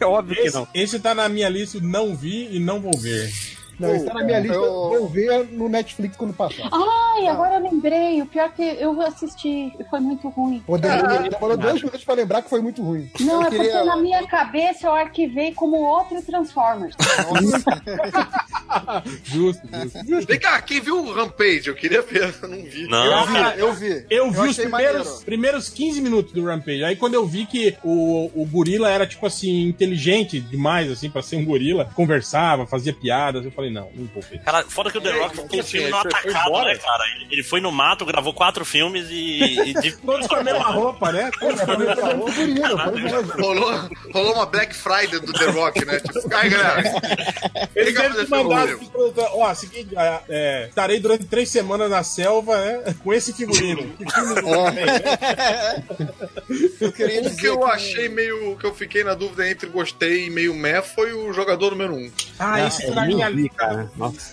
é óbvio esse, Esse tá na minha lista, não vi e não vou ver. Não, isso tá na minha lista. Vou ver no Netflix quando passar. Ai, agora eu lembrei. O pior é que eu assisti e foi muito ruim. Pô, Ah. demorou- Demorou dois minutos pra lembrar que foi muito ruim. Não, Eu é queria- porque na minha cabeça eu arquivei como outro Transformers. Justo, justo. Vem cá, quem viu o Rampage? Eu queria ver, eu não vi. Não. eu vi. Eu vi Eu os achei primeiros, maneiro. primeiros 15 minutos do Rampage. Aí quando eu vi que o, o gorila era, tipo assim, inteligente demais, assim, pra ser um gorila, conversava, fazia piadas, eu falei, não, um não vou ver. Cara, foda que o The Rock ficou o filme numa É, foi- foi atacada, embora? né, cara? Ele, ele foi no mato, gravou quatro filmes e. e de... Todos com a mesma roupa, né? É, Todos com a mesma um roupa. Rolou, rolou uma Black Friday do The Rock, né? Tipo, ai, galera. Eles Liga devem pra te fazer esse mandar filme. assim, perguntando, ó, seguinte, ah, é, estarei durante três semanas na selva, né, com esse figurino. Que filme do O que eu achei meio. que eu fiquei na dúvida entre gostei e meio meh foi o jogador número 1. Um. Ah, esse é, tá na minha lista.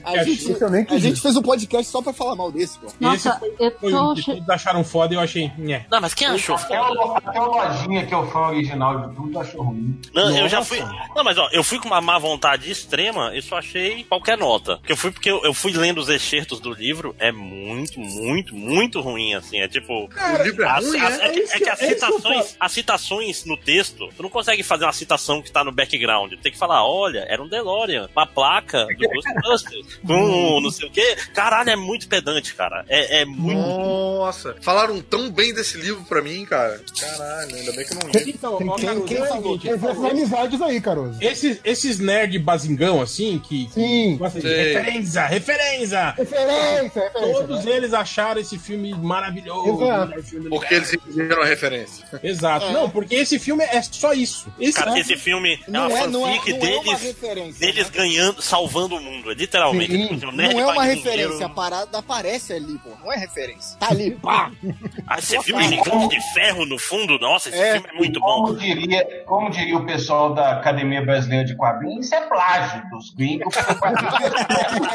A gente, a gente fez um podcast só pra falar mal desse, pô. esse foi, foi um que todos acharam foda e eu achei. nhé. Não, mas quem tá achou? Até o, até o Lojinha, que é o fã original de tudo, achou ruim. Não, eu já fui. Não, mas ó, eu fui com uma má vontade extrema e só achei qualquer nota. Porque eu fui porque eu, eu fui lendo os excertos do livro, é muito, muito, muito ruim, assim. É tipo. Cara, o livro é as- ruim, as- é? é que- é que as É isso que eu citações, as citações no texto, tu não consegue fazer uma citação que tá no background. Tem que falar, olha, era um DeLorean, uma placa do Ghostbusters, com um não sei o quê. Caralho, é muito pedante, cara. É, é muito. Nossa, falaram tão bem desse livro pra mim, cara. Caralho, ainda bem que eu não li. Então, Tem ó, quem, Caruso, quem, é o quem, seguinte, quem vê essas amizades aí, Caruso. Esses, esses nerd basingão, assim, que. Sim. de Sei. referência, referência! Referência, referência. Todos eles acharam esse filme maravilhoso. Exato. melhor filme do Porque eles entenderam a referência. Exato. Não, porque esse filme é só isso. Esse Cara, filme- esse filme é Não uma é- fanfic não é- não é uma deles, referência, né? deles ganhando, salvando o mundo, é literalmente. Sim. Tipo assim, o nerd Não é uma vagabundo. referência, a parada aparece ali, pô. Não é referência. Tá ali, pá. Ah, você viu o gigante de ferro no fundo? Nossa, esse filme é muito bom. Como diria, como diria o pessoal da Academia Brasileira de Quadrinhos, isso é plágio dos gringos.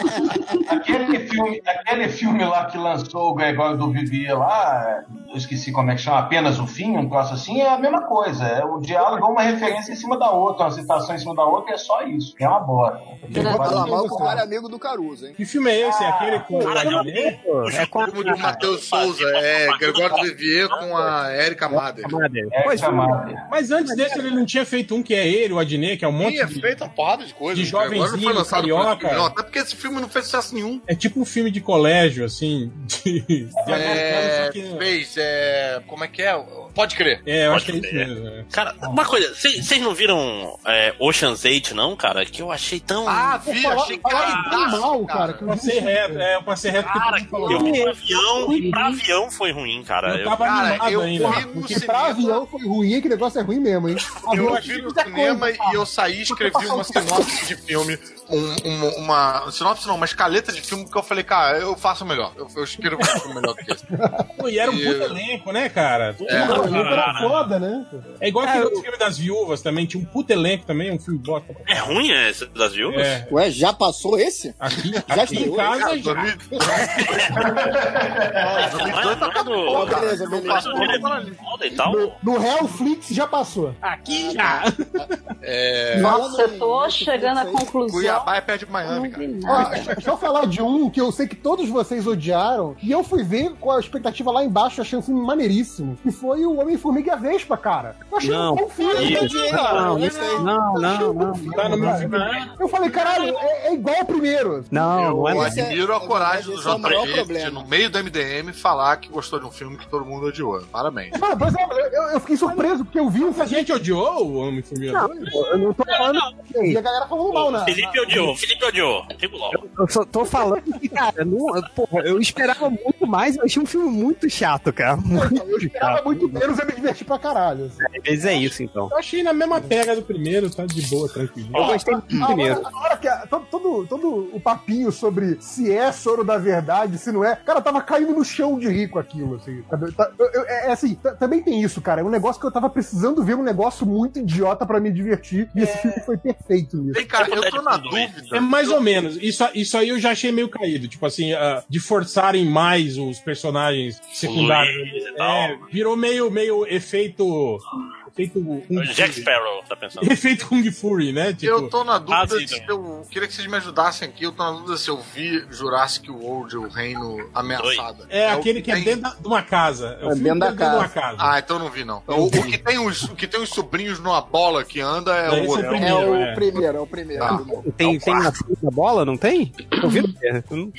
aquele, filme, aquele filme lá que lançou o Gregório do Vivier lá, eu esqueci como é que chama, apenas o fim, um troço assim, é a mesma coisa. É o diálogo é uma referência em cima da outra, uma citação em cima da outra, e é só isso. É uma bosta. Fala mal com o cara amigo do Caruso, hein? Que filme é esse? É aquele com. É com O do Matheus Souza, é Gregório do Vivier com a Erika Mader. Pois é. Mas antes desse, ele não tinha feito um que é ele, o Adnet, que é um monte Tinha de. feito uma porrada de coisa. de cara. Agora jovenzinho, carioca. por esse filme, não. Até porque esse filme não fez sucesso nenhum. É, É tipo um filme de colégio, assim. de- de- É, fez, é. Como é que é? Pode crer. É, eu Pode acho que é isso crer. mesmo. é. Cara, uma coisa, vocês vocês não viram é, Ocean's 8, não, cara? Que eu achei tão. Ah, vi, achei Tá caidaço, mal, cara. que eu Passei vi- reto, é, eu passei reto. Cara, porque que todo mundo falou. eu pra avião, e pra avião foi ruim, cara. Eu tava Cara, animado eu ainda. fui no Porque pra avião foi ruim, que negócio é ruim mesmo, hein? Eu Avião vi é no muita cinema coisa, e eu saí e escrevi um uma sinopse de filme, um- um- uma, sinopse não, uma escaleta de filme que eu falei, cara, eu faço melhor, eu, eu escrevo um filme melhor do que esse. Pô, E era um E- puto elenco, né, cara? É. Puta, O livro era Cara. foda, né? É igual aquele outro filme das viúvas também, tinha um puto elenco também, um filme bota. É ruim é, esse das viúvas? É, Ué, já passou esse? aqui, Já aqui em estreou, casa já. é, 2002 tá cada Não, porra, cara, cara. beleza, Não beleza. passou Ele é nada ali. foda e tal. No Hellflix já passou. Aqui já. É, Nossa, eu tô chegando à conclusão. Cuiabá é perto de Miami, Não cara. vi nada. Ó, Ah, deixa eu falar de um que eu sei que todos vocês odiaram, e eu fui ver com a expectativa lá embaixo, achei um filme maneiríssimo, que foi o Homem-Formiga e a Vespa, cara. Eu achei Não, um bom filme, isso, não, cara. um isso aí. Não, não, não. Tá no meu filme. Eu falei, caralho, é, é igual ao primeiro. Não, não é Eu mais. Esse é- admiro a é coragem do verdade, esse é o maior JP de, problema. no meio do MDM, falar que gostou de um filme que todo mundo odiou. Parabéns. Mano, pois é, eu, eu fiquei surpreso, porque eu vi um A gente odiou o homem formiga. Eu não tô falando. Eu vi a galera falando mal, né? Felipe odiou, Felipe odiou. Digo logo. Eu só tô falando que, cara, não, eu- porra, eu esperava muito mais, eu achei um filme muito chato, cara. Eu esperava muito menos, eu me diverti pra caralho. assim. Às vezes é isso, então. Eu achei na mesma pega do primeiro, tá de boa, tranquilo. Eu gostei muito do primeiro. A hora que a- todo, todo, todo o papinho sobre se é soro da verdade, se não é. Cara, tava caindo no chão de rico aquilo, assim. sabe? Tá- eu- eu- é é assim, t- também tem isso, cara. É um negócio que eu tava precisando ver um negócio muito idiota pra me divertir. E esse filme foi perfeito nisso. Ei, cara, eu tô na Tipo, né, dúvida. É mais ou menos. Isso, isso aí eu já achei meio caído. Tipo assim, ah, de forçarem mais os personagens secundários. Luiz e tal. né? É, virou meio, meio efeito. Efeito. Kung Jack Fury. Sparrow, tá pensando. Efeito Kung Fury, né? Tipo, Eu tô na dúvida Ah, sim, se então. eu. Queria que vocês me ajudassem aqui. Eu tô na dúvida se eu vi Jurassic World, o Reino Ameaçado. É, o aquele que é tem- dentro da- de uma casa. É o É filme dentro da casa. de uma casa. Ah, então eu não vi, não. O, o que tem os, o que tem os sobrinhos numa bola que anda é Não, o esse é o outro. É Primeiro, o é. primeiro, é o primeiro. Ah. Tem, tem na da bola, não tem? Eu vi. Eu não-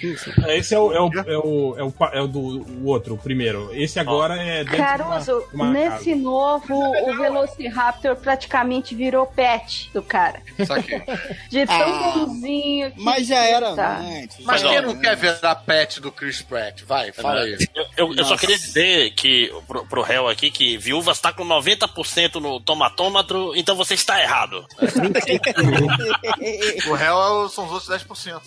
Esse é o, é o, é o, é o, pa- é o do o outro, o primeiro. Esse agora é dentro Caruso, de uma, de uma nesse novo, o Velociraptor praticamente virou pet do cara. Saquei. De Ah, tão bonzinho que Mas já era tá. né? antes. Mas É já quem era não antes. quer ver a pet do Chris Pratt? Vai, fala aí. Eu, eu- eu só queria dizer que pro, pro réu aqui que viúvas tá com 90% no tomatômetro, então você está errado. O réu é o- são os outros 10%.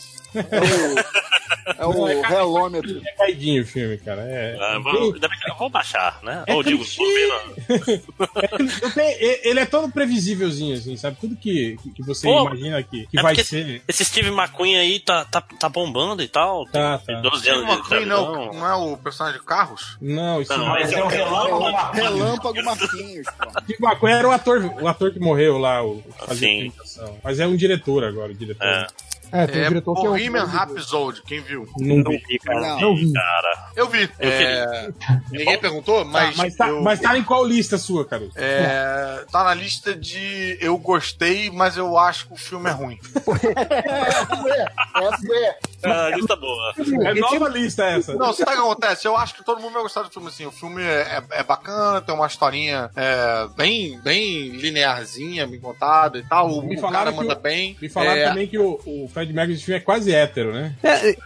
É o relômetero. casa. É caidinho o filme, cara. É, Ah, tem- vamos- ainda bem que eu vou baixar, né? É Ou digo, clichê. vou ver, não. Não tem- e- ele é todo previsívelzinho, assim, sabe? Tudo que, que você Pô, imagina que, que é vai porque- ser. Esse Steve McQueen aí tá, tá, tá bombando e tal. Tem Tá, tá. 12 Steve anos de McQueen não, escravidão. não é o personagem de carros? Não, isso Não, não. esse é o relâmpago. Relâmpago Marquinhos, pô. Steve McQueen era o ator, o ator que morreu lá, o que fazia Sim. a imitação. Mas é um diretor agora, o diretor. É. É, tem um É, diretor que é um. Bohemian Rhapsody, quem viu? Não, Não vi, cara. Não. Não vi, cara. Eu vi. Eu É, ninguém Tá, perguntou, mas. mas, tá, eu- mas tá em qual lista sua, cara? É, tá na lista de eu gostei, mas eu acho que o filme é ruim. É, Essa é. Ah, lista boa. É nova lista essa. Não, sabe o que acontece? Eu acho que todo mundo vai gostar do filme, assim. O filme é, é- é bacana, tem uma historinha é, bem, bem linearzinha, bem contada e tal. O, Me o falaram cara que manda o- bem. Me falaram É, também que o, o Fred Mercury desse filme é quase hétero, né? É, é,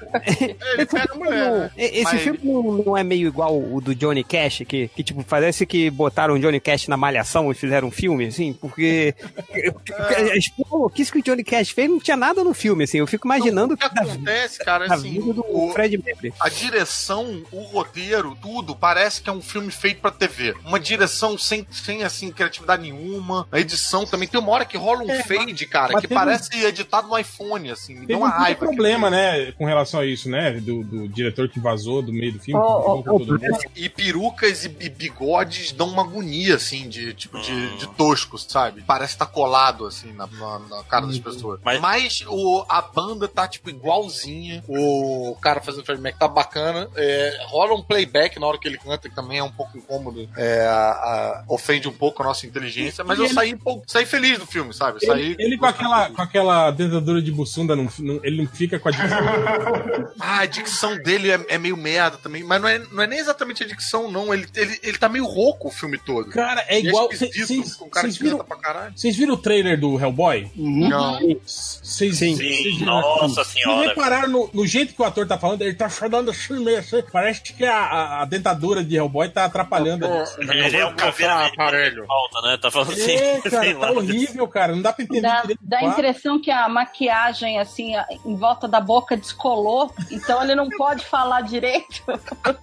Ele pega a mulher, né? tipo esse Mas- filme não, não é meio igual o do Johnny Cash, que, que tipo, parece que botaram o Johnny Cash na malhação e fizeram um filme, assim, porque É. as pouquíssimas que o Johnny Cash fez não tinha nada no filme, assim, eu fico imaginando Então, O que acontece, cara, a é assim, vida do o- Fred Mercury. a direção, o roteiro, tudo, parece que é um filme feito pra TV. Uma direção sem, sem assim, criatividade nenhuma. A edição também. Tem uma hora que rola um fade, É, cara, mas que teve um- parece editado no iPhone, assim. Me Teve deu uma um puta raiva. problema, né, com relação a isso, né? Do, do diretor que vazou do meio do filme. Ô, que brigou ô, com todo mundo. E perucas e e bigodes dão uma agonia, assim, de tipo de, de tosco, sabe? Parece que Uhum. tá colado, assim, na, na- na cara das pessoas. Mas, Mas- o, a banda tá, tipo, musiquinha, o cara fazendo Fred Mac tá bacana. É, rola um playback na hora que ele canta, que também é um pouco incômodo. É, a- a- ofende um pouco a nossa inteligência, mas E eu ele- saí, pô, saí feliz do filme, sabe? Eu Ele, Saí. ele com, aquela, com aquela dentadura de buçunda, não, não- ele não fica com a dentadura. Ah, a dicção dele é, é meio merda também, mas não é, não é nem exatamente a dicção, não. Ele, ele, ele tá meio rouco o filme todo. Cara, é E igual. esquisito, Vocês com o cara que viram- canta pra caralho. vocês viram o trailer do Hellboy? Não. Vocês, Sim. vocês Sim, viram nossa aquilo? senhora. Vocês repararam no, no jeito que o ator tá falando, ele tá falando assim mesmo. Parece que a, a- a dentadura de Hellboy tá atrapalhando. a gente. Ele é o caveira aparelho. Falta, né? Tá falando assim. É, sei cara, lá. tá horrível, cara. Não dá pra entender. Dá, direito o dá a quadro. impressão que a maquiagem, assim, a- em volta da boca descolou, então ele não pode falar direito.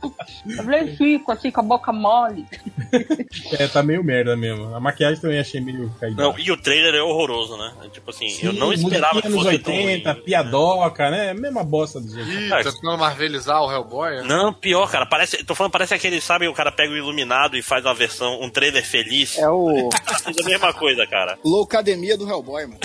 Ele fica, assim, com a boca mole. É, tá meio merda mesmo. A maquiagem também achei meio caída. Não, e o trailer é horroroso, né? É Tipo assim, eu não musiquinha esperava que nos fosse tão ruim. 80, piadoca, né? Mesma bosta do jeito. Ih, tá tentando marvelizar o Hellboy? né? Não, pior, cara. Parece, tô falando, parece aquele, sabe, o cara pega o Iluminado e faz uma versão, um trailer feliz. É o- Faz a mesma coisa, cara. Loucademia do Hellboy, mano.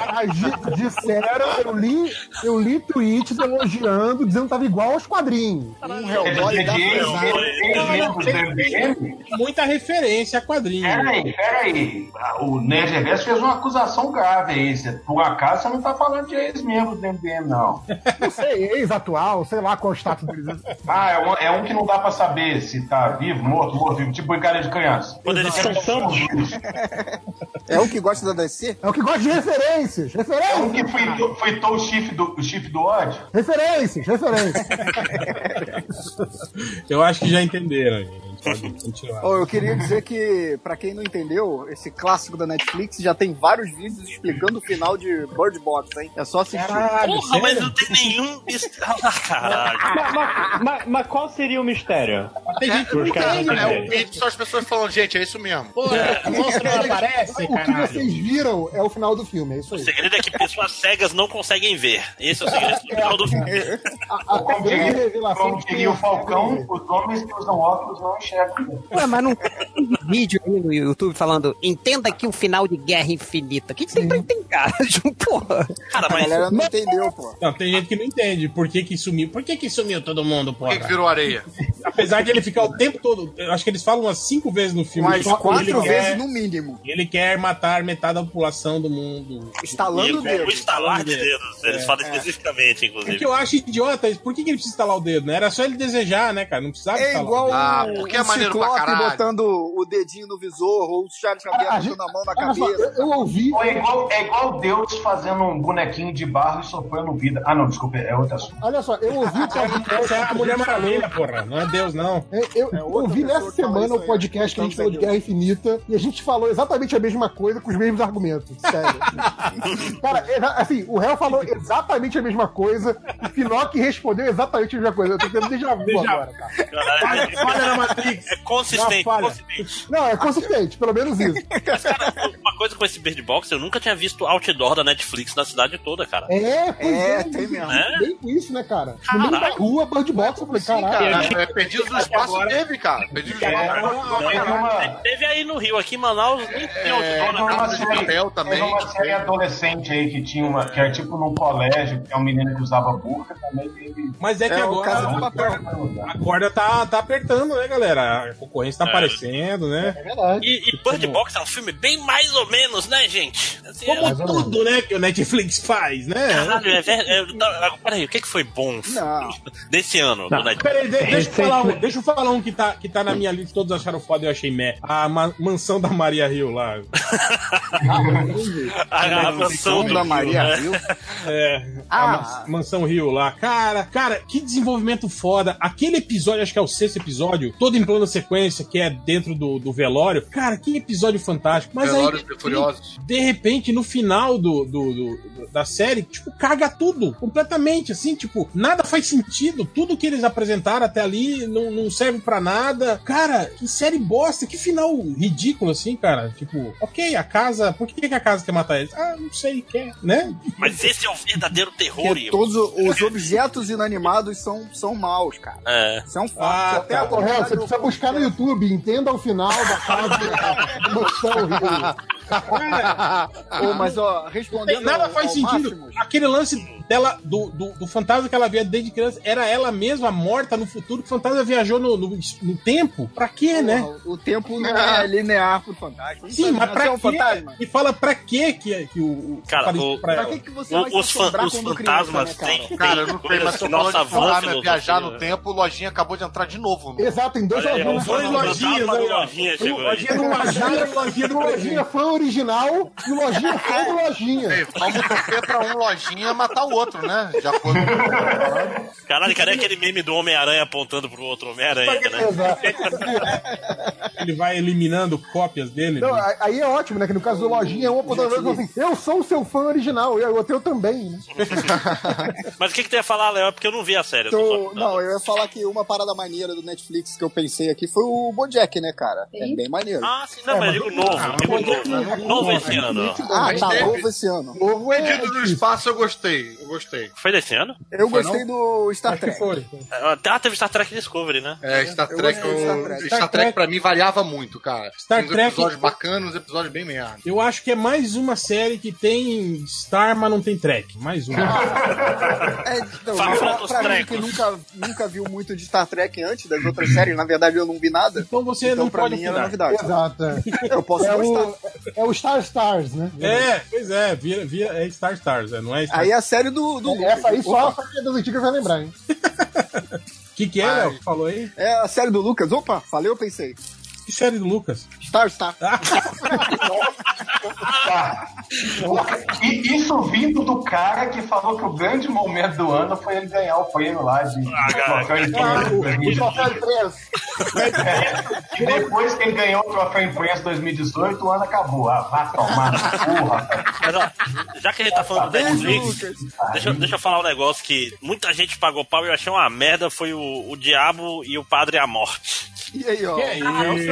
Ah, di- Disseram, eu li, eu li tweets elogiando, dizendo que tava igual aos quadrinhos. Um Hellboy dá pra usar. Muita referência a quadrinho. É. Peraí, peraí. Ah, O Nerd Reverso fez uma acusação grave aí. Você- Por acaso você não tá falando de ex-membro do MDM, não. Não sei, ex-atual, sei lá qual é o status deles. Ah, é um, é um que não dá pra saber se tá vivo, morto, morto, vivo. Tipo brincadeira de criança. Quando eles são É o que gosta da DC? É o que gosta de referências, É um referências, que fritou, fritou o chifre do, o chifre do ódio. referências, referências. Eu acho que já entenderam. gente. Pode continuar. Oh, eu queria dizer que, pra quem não entendeu, esse clássico da Netflix já tem vários vídeos explicando o final de Bird Box, hein? É só assistir. Porra, mas não tem nenhum. Ah, caralho. Mas, mas- mas- mas qual seria o mistério? Tem gente que Os não caras tem, não né? entenderam. É o vídeo só as pessoas falando, gente, é isso mesmo. Pô, É. monstro não aparece, O que caralho. vocês viram é o final do filme, é isso O aí. segredo é que pessoas cegas não conseguem ver. Esse é o segredo. do final do filme. Como grande diria, revelação como que diria o tem- Falcão, os homens que usam óculos não enxergam. Ué, mas não tem vídeo aí no YouTube falando entenda que o final de Guerra Infinita. O que, que você tem pra entender, cara? Porra. Cara, A é galera não entendeu, pô. Não, tem gente que não entende por que que sumiu. Por que que sumiu todo mundo, porra? Por que, que virou areia? Apesar de ele ficar o tempo todo... Eu acho que eles falam umas cinco vezes no filme. Mais Só que ele quatro quer- vezes no mínimo. Ele quer matar metade da população do mundo. E Estalando o o dedo. estalar de dedos. Eles É. falam especificamente, É inclusive. que eu acho idiota isso. Por que, que ele precisa instalar o dedo, né? Era só ele desejar, né, cara? Não precisava É instalar. igual Ah, um, porque é um maneiro pra ciclope caralho. botando o dedinho no visor, ou o Charles Xavier botando a mão na Ah, Olha só, eu, cabeça. eu ouvi. Ou é igual, é igual Deus fazendo um bonequinho de barro e soprando vida. Ah, não, desculpa, é outra assunto. Olha só, eu ouvi o podcast. Essa é a Mulher Maravilha, porra. Não é Deus, não. É, Eu, eu ouvi nessa semana o podcast que a gente falou de Guerra Infinita e a gente falou exatamente a mesma coisa com os mesmos argumentos. Sério. Cara, é, assim, o réu falou exatamente a mesma coisa, o Finoc respondeu exatamente a mesma coisa. Eu tô tendo déjà vu Déjà vu. agora, cara. Caralho, Falha na Matrix. é consistente, Uma falha. consistente. Não, é consistente, pelo menos isso. Uma coisa com esse Bird Box, eu nunca tinha visto outdoor da Netflix na cidade toda, cara. É, pois é. É, tem mesmo. É? Bem com isso, né, cara? No meio da rua, Bird Box, eu falei, caralho. Cara, é perdido do espaço teve, cara. Perdido do espaço. É, teve uma, Teve aí no Rio, aqui em Manaus, um nem tem teve outdoor na É, uma casa. série, papel também, teve uma que série adolescente aí que tinha uma, que era tipo num colégio, que é um menino que usava burca, também teve. Mas é que É, o agora Casa de a Papel. corda, a corda tá, tá apertando, né, galera? A concorrência tá aparecendo, né? É verdade. E, e Bird Box é um filme bem mais ou menos, né, gente? Assim, Como é- tudo, né, que o Netflix faz, né? Caralho, é verdade. É, tá- peraí, o que, que foi bom Não. desse ano do Netflix? Peraí, de- deixa, eu falar um, deixa eu falar um que tá, que tá na minha lista, todos acharam foda e eu achei meh. A ma- mansão da Maria Rio lá. A Som gravação da né? Maria Rio. É, Ah. a Mans- Mansão Rio lá. Cara, cara, que desenvolvimento foda. Aquele episódio, acho que é o sexto episódio, todo em plano sequência, que é dentro do, do velório. Cara, que episódio fantástico. Mas Velórios aí, e Furiosos. de repente, no final do, do- do- da série, tipo, caga tudo completamente, assim, tipo, nada faz sentido. Tudo que eles apresentaram até ali não, não serve pra nada. Cara, que série bosta, que final ridículo, assim, cara. Tipo, ok, a casa, por que, que a casa quer matar eles? Ah, não sei, quer, né? Mas esse é o verdadeiro terror. Porque Ivo. todos os objetos inanimados são, são maus, cara. É. Isso é um fato. Ah, Até tá. agora, Ô, réu, você eu- né? precisa buscar no YouTube, entenda o final da casa do Mansão Rio. É. Ô, mas ó, respondendo. Nada ao- faz ao sentido. Máximos, Aquele lance dela, do, do, do fantasma que ela via desde criança, era ela mesma morta no futuro, que o fantasma viajou no, no, no tempo? Pra É, quê, né? O tempo não é linear pro fantasma. Sim, mas Você é pra um quê? fantasma. E fala pra quê que, que o. o- Cara, parece- o- pra pra ela. que que você O- vai se os fan- assombrar os quando criança, fantasmas né, cara? têm- Cara, eu tem não sei, mas coisas tô que falando nossa de avó fantasma é filosofia. viajar no tempo, o Lojinha acabou de entrar de novo. no- Exato, tem dois Olha É, aí, lojinhas. os dois lojinhas, Fantasma olha do lá. lojinha, Tem o chegou aí. lojinha Tem do o lojinha, lojinha, o lojinha do o lojinha fã original e o lojinha fã É. do lojinha. Vamos torcer pra um Lojinha matar o outro, né? De acordo com o que eu tô falando. Caralho, cadê aquele meme do Homem-Aranha apontando pro outro Homem-Aranha, né? Exato. Ele vai eliminando cópias dele. Não, ah, né? a- aí é ótimo, né? Que no caso do Lojinha, é um apontador e fala assim: Eu sou o seu fã original, e aí o outro eu também. né? Mas o que, que tu ia falar, Léo? É porque eu não vi a série. eu tô Então, não, eu ia falar que uma parada maneira do Netflix que eu pensei aqui foi o Bojack, né, cara? É bem maneiro. Ah, sim, não, mas eu digo novo, eu digo é novo. Novo esse ano. Ah, Mas tá teve. novo esse ano. O Edito no Espaço eu gostei, eu gostei. Foi desse ano? Eu Foi, gostei do Star Trek. Ah, teve Star Trek Discovery, né? É, Star Trek, gostei de eu- Star Star Trek. Trek, Star Trek- pra mim variava muito, cara. Star Tem uns Trek- episódios bacanas, uns episódios bem merda. Eu acho que é mais uma série que tem Star, mas não tem Trek. Mais Ah, uma. Então, Fala pra, dos pra mim trecos. que nunca, nunca viu muito de Star Trek antes das outras séries, na verdade eu não vi nada. Então você não pra pode mim era opinar. novidade. Exato. é. Eu posso é gostar. O, é o Star Stars, né? é, pois é, vira, vira, é Star Stars, é, não é Star Aí a série do. do Essa aí só a Opa. família das antigas vai lembrar, hein? O que, que é, Léo? que Falou aí? É a série do Lucas. Opa, falei, eu pensei. Que série do Lucas? Star Star. E isso vindo do cara que falou que o grande momento do ano foi ele ganhar o prêmio lá de Ah, troféu imprensa. E depois que ele ganhou o troféu imprensa 2018, o ano acabou. Ah, vá tomar no cu, rapaz. Mas, ó, já que a gente tá falando do Netflix, deixa, eu- deixa eu falar um negócio que muita gente pagou pau e eu achei uma merda, foi o, o Diabo e o Padre e a Morte. E aí, ó.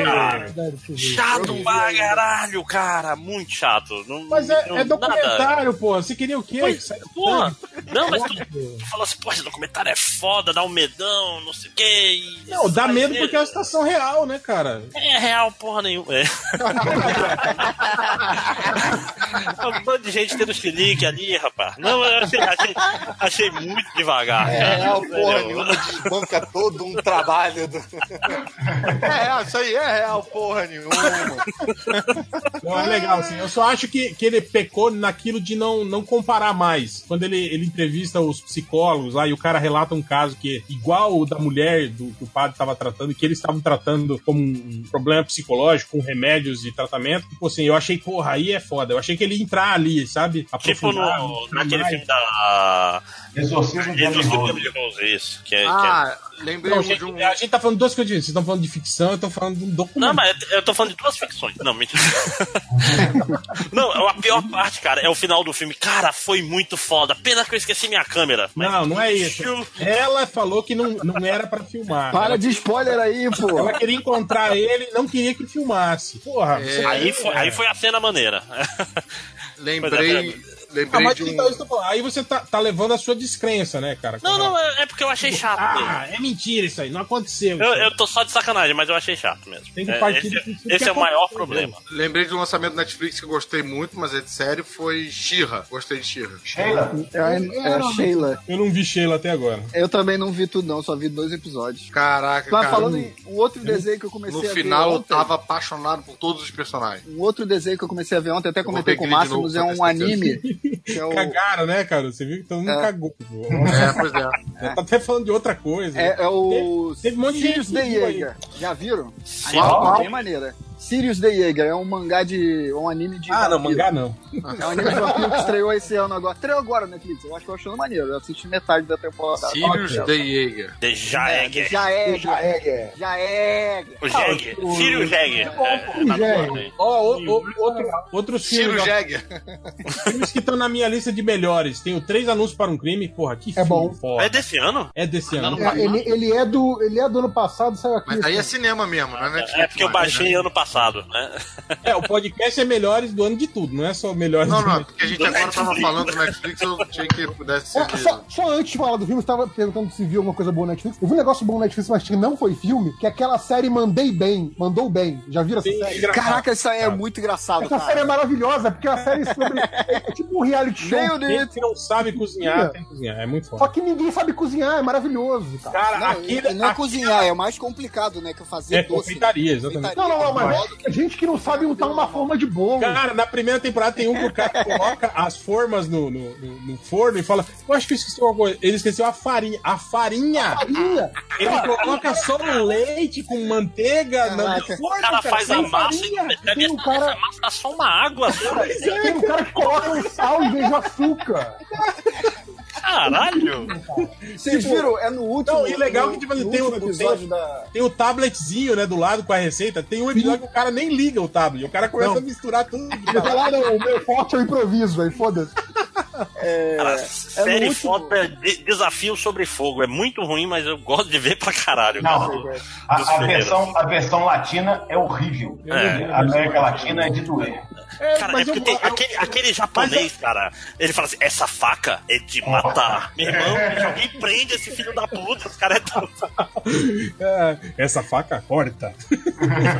cara, chato pra caralho, cara, muito chato. Não, Mas é, não- é nada. documentário, é pô. Você queria o quê? Pois, Sério? porra. Não, mas tu, tu fala assim, pô, esse documentário é foda, dá um medão, não sei o quê. e- Não, dá Mas medo ele- porque é uma situação real, né, cara? É real, porra nenhuma. É. um bando de gente tendo chilique ali, rapaz. Não, eu achei, achei- achei muito devagar. É, cara. real, porra Entendeu? nenhuma desbanca todo um trabalho. Do... É real, isso aí é real, porra nenhuma. Não, é legal, assim. Eu só acho que, que ele pecou naquilo de não, não comparar mais. Quando ele, ele entrevista os psicólogos lá e o cara relata um caso que é igual o da mulher do, que o padre estava tratando, que eles estavam tratando como um problema psicológico, com remédios e tratamento. Tipo assim, eu achei, porra, aí é foda. Eu achei que ele ia entrar ali, sabe? Tipo Aprofundar, no, entrar naquele é mais. filme da. Exorcismo de Emily Rose. Isso, que é. Ah, que é- lembrei Não, gente, A gente tá falando duas coisas, vocês estão falando de ficção, eu tô falando de um documento. Não, mas eu tô falando de duas ficções. Não, mentira. não, a pior parte, cara, é o final do filme. Cara, foi muito foda. Pena que eu esqueci minha câmera. Mas Não, não é isso. Ela falou que não, não era pra filmar. Para Ela- de spoiler aí, pô. Ela queria encontrar ele e não queria que filmasse. Porra, você- aí, foi, aí foi a cena maneira. Lembrei- Ah, lembrei mas de um- então, isso que eu tô falando. Aí você tá, tá levando a sua descrença, né, cara? Não, não, é é porque eu achei chato. Ah, é mentira isso aí, não aconteceu. Eu, eu tô só de sacanagem, mas eu achei chato mesmo. Tem que É, partir do esse princípio esse que é o maior aconteceu, problema. Lembrei de um lançamento da Netflix que eu gostei muito, mas é de série, foi She-Ra. Gostei de She-Ra. Sheila? É, é, Sheila. Eu não vi Sheila até agora. Eu também não vi tudo, não, só vi dois episódios. Caraca, Mas cara. falando em um outro desenho que eu comecei No a ver. final eu ontem- tava apaixonado por todos os personagens. Um outro desenho que eu comecei a ver ontem, até comentei ver com o aquele de Máximos, novo, é um pra ter anime. certeza. Que é o, Cagaram, né, cara? Você viu que todo mundo É. cagou. pô. É, pois é. Já Tá até falando de outra coisa. é, é o Teve um monte de Sirius gente The que viu aí. Jaeger. Já viram? Qual? Animação bem maneira. Sirius The Jaeger é um mangá de. um anime de. Ah, não, vampiro. mangá não. É um anime de vampiro que estreou esse ano agora. Estreou agora na Netflix. Eu acho que eu achando maneiro. Eu assisti metade da temporada. Sirius The Jaeger. The Jaeger. Já é, já é. É, Já é. O Jäger. Círio Jäger. É, na porra, hein? Ó, o- o- outro- outros Ciro filmes, ó, Jäger. filmes que estão na minha lista de melhores. Tenho três anúncios para um crime. Porra, que filme bom. foda. É desse ano? É desse ano. ele, ele é do, ele é do ano passado, saiu aqui. Mas aí é cinema mesmo, né? É porque eu baixei ano passado, né? É, o podcast é melhores do ano de tudo, não é só melhores Não, do não, é ano. porque a gente agora tava falando do Netflix, eu achei que pudesse ser. Ó, só, só antes de falar do filme, você tava perguntando se viu alguma coisa boa no Netflix. Eu vi um negócio bom no Netflix, mas que não foi filme, que é aquela série Mandei Bem, Mandou Bem. Já viram essa série? Caraca, isso aí é muito engraçado, Essa série é maravilhosa, porque é uma série sobre. É tipo um reality show. Meu Quem que não sabe cozinhar, tem que cozinhar. É muito Só foda. que ninguém sabe cozinhar, é maravilhoso, cara. Cara, não, aquilo- e não é aquilo- cozinhar, é o mais complicado, né? Que fazer É doce. confeitaria, exatamente. Não, não, não, mas Mas- é gente que não sabe untar uma forma de bolo. Cara, na primeira temporada tem um que o cara coloca as formas no, no, no- no forno e fala: Eu acho que eu esqueci uma coisa. Ele esqueceu a farinha. A farinha! farinha. Ele coloca só o leite com manteiga na Caraca. forno, O cara faz a sem massa farinha. e percebe tem um essa, cara- essa massa tá só uma água. só. Tem um cara que coloca um sal em vez de açúcar. Caralho! Vocês Tipo, viram? É no último. Não, e legal que tipo, no tem, o, último episódio tem, da. tem o tabletzinho, né, do lado com a receita. Tem um episódio que o cara nem liga o tablet. O cara começa Não. a misturar tudo. Ele fala, "Ah, não, o meu forte é o improviso, aí foda-se. É, Cara, série no último- foda é de- desafio sobre fogo. É muito ruim, mas eu gosto de ver pra caralho. Não, cara, dos a, a primeiros. versão, a versão latina é horrível. É. A América Latina é de doer. Cara, é porque tem aquele, aquele japonês, cara, ele fala assim, essa faca é de matar. Meu irmão, se alguém prende esse filho da puta, esse cara é tão... É, Essa faca corta.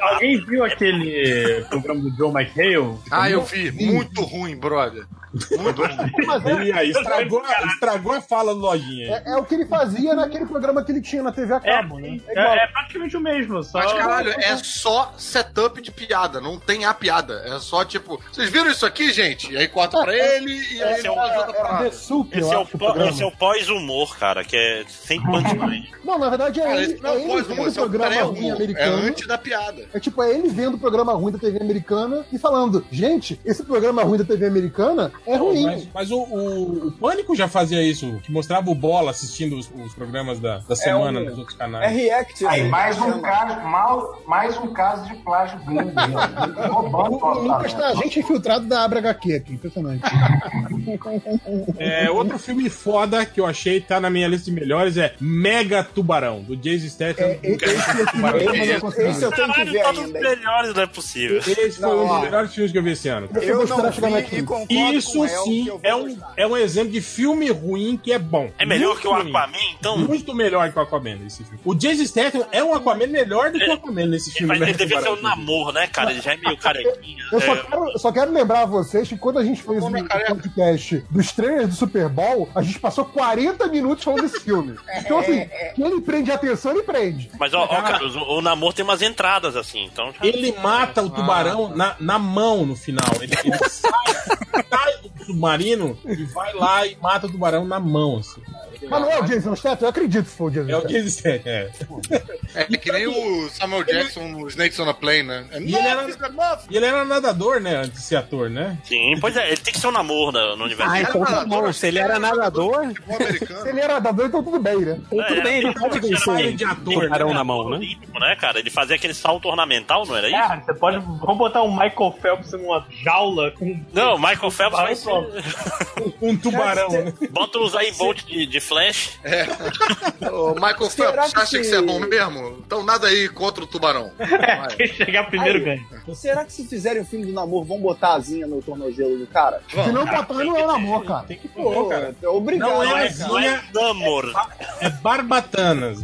Alguém viu aquele programa do John McHale? Ah, eu vi. Muito ruim, brother. Muito ruim. E aí, estragou, a- estragou a fala do lojinha. É, é o que ele fazia naquele programa que ele tinha na TV a É, cabo, né? é, é praticamente o mesmo, só. Mas caralho, é só setup de piada, não tem a piada. É só tipo, vocês viram isso aqui, gente? E aí corta pra ele e aí Esse ele é o- ajuda pra Era The nada. Soup, eu Esse é, o acho, o pó- programa. esse é o pós-humor, cara, que é sem punchline. Não, na verdade é Cara, ele, esse não é é ele pós-humor, vendo o esse é o programa ruim pré-humor. É americano. antes da piada. É tipo, é ele vendo o programa ruim da TV americana e falando, gente, esse programa ruim da TV americana é ruim. Mas, mas o, o- o Pânico já fazia isso, que mostrava o Bola assistindo os, os programas da, da semana um- nos outros É canais. react. Aí, né? mais um, caso, mal, mais um caso de plágio grande. ó. O, Roubando o o Lucas tá gente infiltrado da Abra HQ aqui, impressionante. É, outro filme foda que eu achei, tá na minha lista de melhores, é Mega Tubarão, do Jason Statham. É, e- esse aqui não tem É, como eu consigo. Esse eu tenho que Caralho, ver tá dos ainda. hein? melhores, não é possível. Esse foi Não, um dos ó. melhores filmes que eu vi esse ano. Eu Eu vou esperar não chegar na vi quinta. e concordo Isso com o El que sim eu vou é um, gostar. é um exemplo de filme ruim que é bom. É melhor Muito que o ruim. Aquaman, então? Muito melhor que o Aquaman nesse filme. O Jason Statham é um Aquaman melhor do que o Aquaman nesse filme. Mas ele Mega devia ser um Tubarão. namoro, né, cara? Ele já é meio carequinha. Eu só É, quero, tipo eu só quero lembrar a vocês que quando a gente fez o Como é careca? podcast dos trailers do Super Bowl, a gente passou 40 minutos falando desse filme. Então, assim, que ele prende a atenção, ele prende. Mas, ó, ó cara, o, o namoro tem umas entradas, assim, então... já- Ele mata o tubarão na, na mão no final. Ele, ele sai, sai do submarino e vai lá e mata o tubarão na mão. Assim. Mas não é o Jason Statham? Eu acredito se for o Jason É o Statham. que ele serve, é. É que nem o Samuel Jackson no Snakes on a Plane, né? É E ele era- enough, enough. E ele era nadador, né? Antes de ser ator, né? Sim, pois é, ele tem que ser um namoro na- no universo. é, Ah, então tá bom. Se ele era nadador, Futebol americano. Se ele era nadador, então tudo bem, né? tudo É, bem, ele ele pode pode ser vencer Tipo, um de ator, tubarão né? na mão, né? Olímpico, né, cara? Ele fazia aquele salto ornamental, não era isso? Cara, você pode. Vamos botar o Michael Phelps numa jaula com. Não, Michael Phelps Vai, vai ser... pronto. Um tubarão, né? Bota os aí Bolt de, de flash. É. Ô, Michael Será Phelps, você que acha que se- você é bom mesmo? Então nada aí contra o tubarão. Vai. Quem chegar primeiro Aí. ganha. Será que se fizerem o filme do namoro, vão botar a asinha no tornozelo do cara? Se não botar, não é o namor, cara. Tem que pôr, cara. Obrigado, Não é né, assim. cara? Não é namoro. É Barbatanas.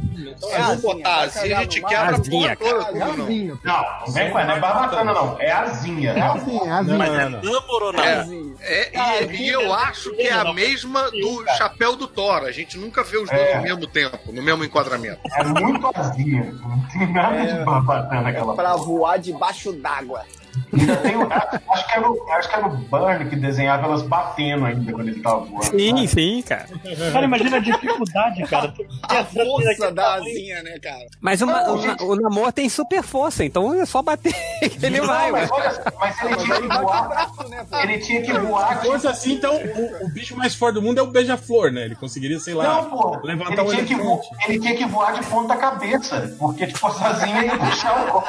É Vamos asinha, botar vai assim, cagar a gente no quebra a mar. Asinha, porra toda. É não. asinha. Não, não vem com ela, não é barbatana, não. É asinha. É asinha, é asinha. Mas é não. namoro ou não? É. Asinha. É, e, e eu acho que é a mesma do chapéu do Thor. A gente nunca vê os dois É. ao mesmo tempo, no mesmo enquadramento. É muito asinha. Não tem nada É. de barbatana aquela Pra porra. voar debaixo d'água. Ainda tem o- acho, que era o, acho que era o Burn que desenhava elas batendo ainda quando ele tava voando. Sim, sim, cara. Cara, imagina a dificuldade, cara. é A força da asinha, né, cara? Mas uma- uma- o namor tem super força, então é só bater que ele vai, mas, ué. olha, mas ele tinha que voar. Braço, né, pô? Ele tinha que voar. Se fosse assim, então o, o bicho mais forte do mundo é o beija-flor, né? Ele conseguiria, sei lá, Não, pô. levantar Ele um tinha, que elefante. vo- ele tinha que voar de ponta cabeça. Porque, tipo, sozinho ele ia puxar o.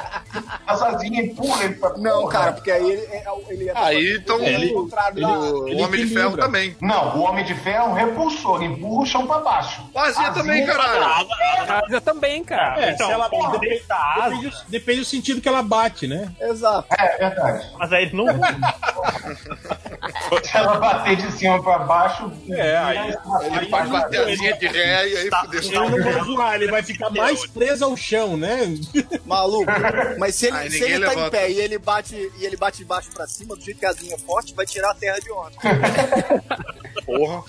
as asinhas e pula ele pra Não, cara, porque aí ele, é- ele ia Aí, então, ele, ele- contrário ele- da- o Ele Homem de equilibra. Ferro também. Não, o Homem de Ferro é um repulsor, ele empurra o chão pra baixo. Asinha também, caralho. A Ásia também, cara. É, Então, se ela- porra, depende, da depende do- depende do sentido que ela bate, né? Exato. É, verdade. Mas aí não. Se ela bater de cima pra baixo. É, aí- ele faz batezinha de ré e aí fudeu. Ele não vai zoar, ele vai ficar mais preso ao chão, né? Maluco, mas se ele, Aí se ninguém ele tá em levanta. pé e ele bate e ele bate de baixo pra cima, do jeito que a asinha é forte, vai tirar a terra de onda. Porra.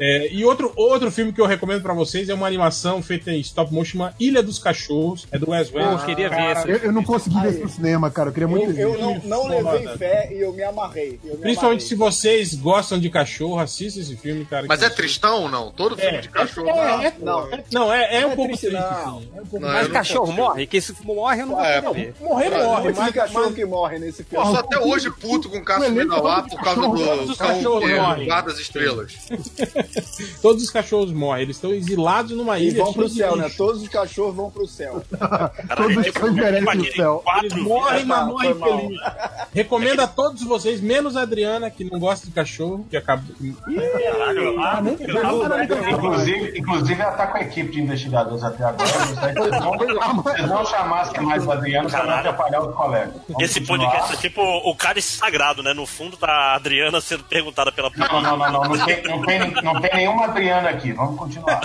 É, e outro, outro filme que eu recomendo pra vocês é uma animação feita em stop motion, uma Ilha dos Cachorros. É do Wes Welles. Cara, Eu, eu não consegui ver isso no cinema, cara. Eu queria muito ver. Eu não, não levei Foda. fé e eu me amarrei. Eu me Principalmente se vocês gostam de cachorro, assistam esse filme, cara. Mas que é vocês- tristão ou não? Todo filme de cachorro. É, é, não. Não, é, é Não um é pouco triste, triste, não. sim. É um pouco Não, triste. eu não Cachorro morre? Que se morre, eu não vou É, saber. Morrer, amarrei. morre. Muito de Mas, cachorro que morre nesse Eu filme. sou até hoje puto com o Cássio Menauá por causa do cão que guarda as estrelas. Todos os cachorros morrem. Eles estão exilados numa E ilha. vão pro cheia de céu, né? lixo. Todos os cachorros vão pro céu. Todos os cães merecem o céu. Eles morrem, mas Tá, morrem foi mal. felizes. Recomendo a todos vocês, menos a Adriana, que não gosta de cachorro, que acabou. Caralho, ah, Inclusive, inclusive, ela tá com a equipe de investigadores até agora. Vocês não- vocês não chamassem mais o Adriano pra não Caralho. atrapalhar o colega. Vamos Esse continuar. podcast é tipo o cálice sagrado, né? No fundo tá a Adriana sendo perguntada pela. Não, não, não, não, não, tem, não, tem, não tem nenhuma Adriana aqui. Vamos continuar.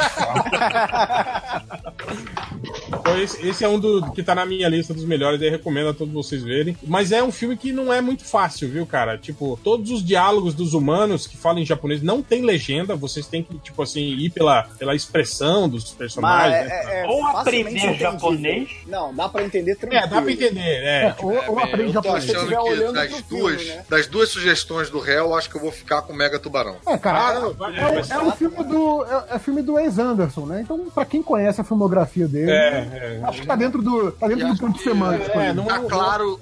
Então, esse, esse é um do, que tá na minha lista dos melhores, aí recomendo a todos vocês verem. Mas é um filme que não é muito fácil, viu, cara? Tipo, todos os diálogos dos humanos que falam em japonês não tem legenda, vocês têm que, tipo assim, ir pela, pela expressão dos personagens. Mas né? é- é- é Ou facilmente aprender entendível. japonês. Não, dá pra entender tranquilo. É, dá pra entender, é. né? Ou, ou aprende Eu tô japonês. achando estiver que olhando das pro duas, filme, né? das duas sugestões do réu, eu acho que eu vou ficar com o Mega Tubarão. É, cara, Ah, é, é, é um filme do é, é filme do Wes Anderson, né? Então, pra quem conhece a filmografia dele, É, é. acho que tá dentro do tá dentro do campo semântico. É, ali. não é um- tá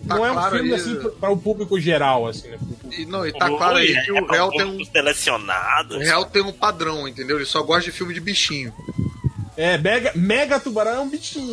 não é um claro filme aí. assim pra- pra o público geral, assim, né? E, não, e tá claro é, aí É, que o réu tem um. Selecionado. O réu tem um padrão, entendeu? Ele só gosta de filme de bichinho. É, mega, mega tubarão é um bichinho.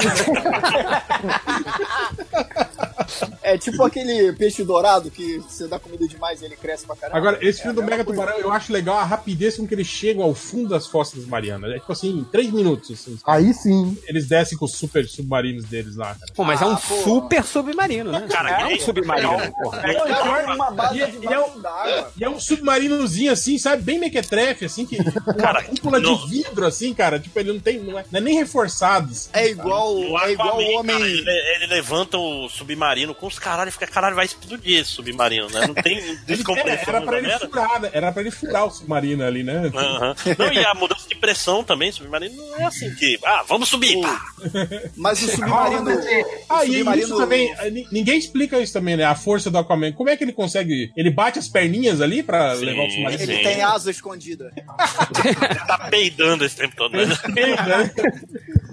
É tipo aquele peixe dourado que você dá comida demais e ele cresce pra caramba. Agora, esse filme É do a Mega mesma coisa. Tubarão, eu acho legal a rapidez com que eles chegam ao fundo das fossas marianas. É tipo assim, em três minutos. assim. Aí sim. Eles descem com os super submarinos deles lá. cara. Pô, mas é um super submarino, né? Cara, é um que- submarino, porra. Não, E é então um- é uma base e é- e é debaixo um- d'água. E é um submarinozinho assim, sabe? Bem mequetrefe, assim, que. Cara, cúpula não. de vidro, assim, cara. Tipo, ele não tem. Não é, não é nem reforçado. assim. É igual, é igual o homem. cara, ele, ele levanta o submarino com os caralho e fica, caralho, vai explodir esse submarino, né? Não tem Ele- era, descompressão. era pra ele né? furar, né? Era pra ele furar o submarino ali, né? Aham. Não, e a mudança de pressão também, submarino não é assim que. Ah, vamos subir! pá. Mas o submarino. Ah, o e isso também. eh, ni- Ninguém explica isso também, né? A força do Aquaman. Como é que ele consegue. Ele bate as perninhas ali pra Sim, levar o submarino? Ele Sim. tem asa escondida. Ele tá peidando esse tempo todo, né? né?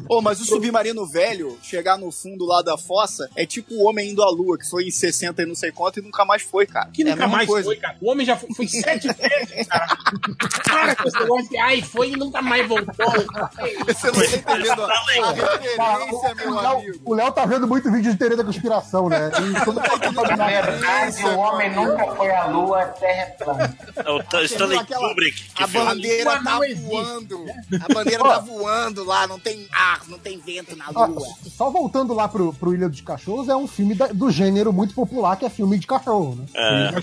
Ô, mas o submarino velho chegar no fundo lá da fossa é tipo o homem indo à lua, que foi em 60 e não sei quanto e nunca mais foi, cara. Que é a nunca mesma mais coisa. foi, cara. O homem já foi, foi sete vezes, cara. Cara, com esse negócio de ai, foi e nunca mais voltou. Você não tá entendendo a, a Cara, referência, o- o meu Léo- é amigo. O Léo tá vendo muito vídeo de teoria da conspiração, né? E todo mundo tá falando Na da- é verdade, o homem nunca foi à lua, a terra é plana. É o T- Stanley Aquela- Kubrick que A fez. bandeira Lua tá não existe. voando. A bandeira tá voando lá, não tem ar, não tem vento na Ó, lua. só voltando lá pro, pro Ilha dos Cachorros, é um filme da- do gênero muito popular, que é filme de cachorro, né? É.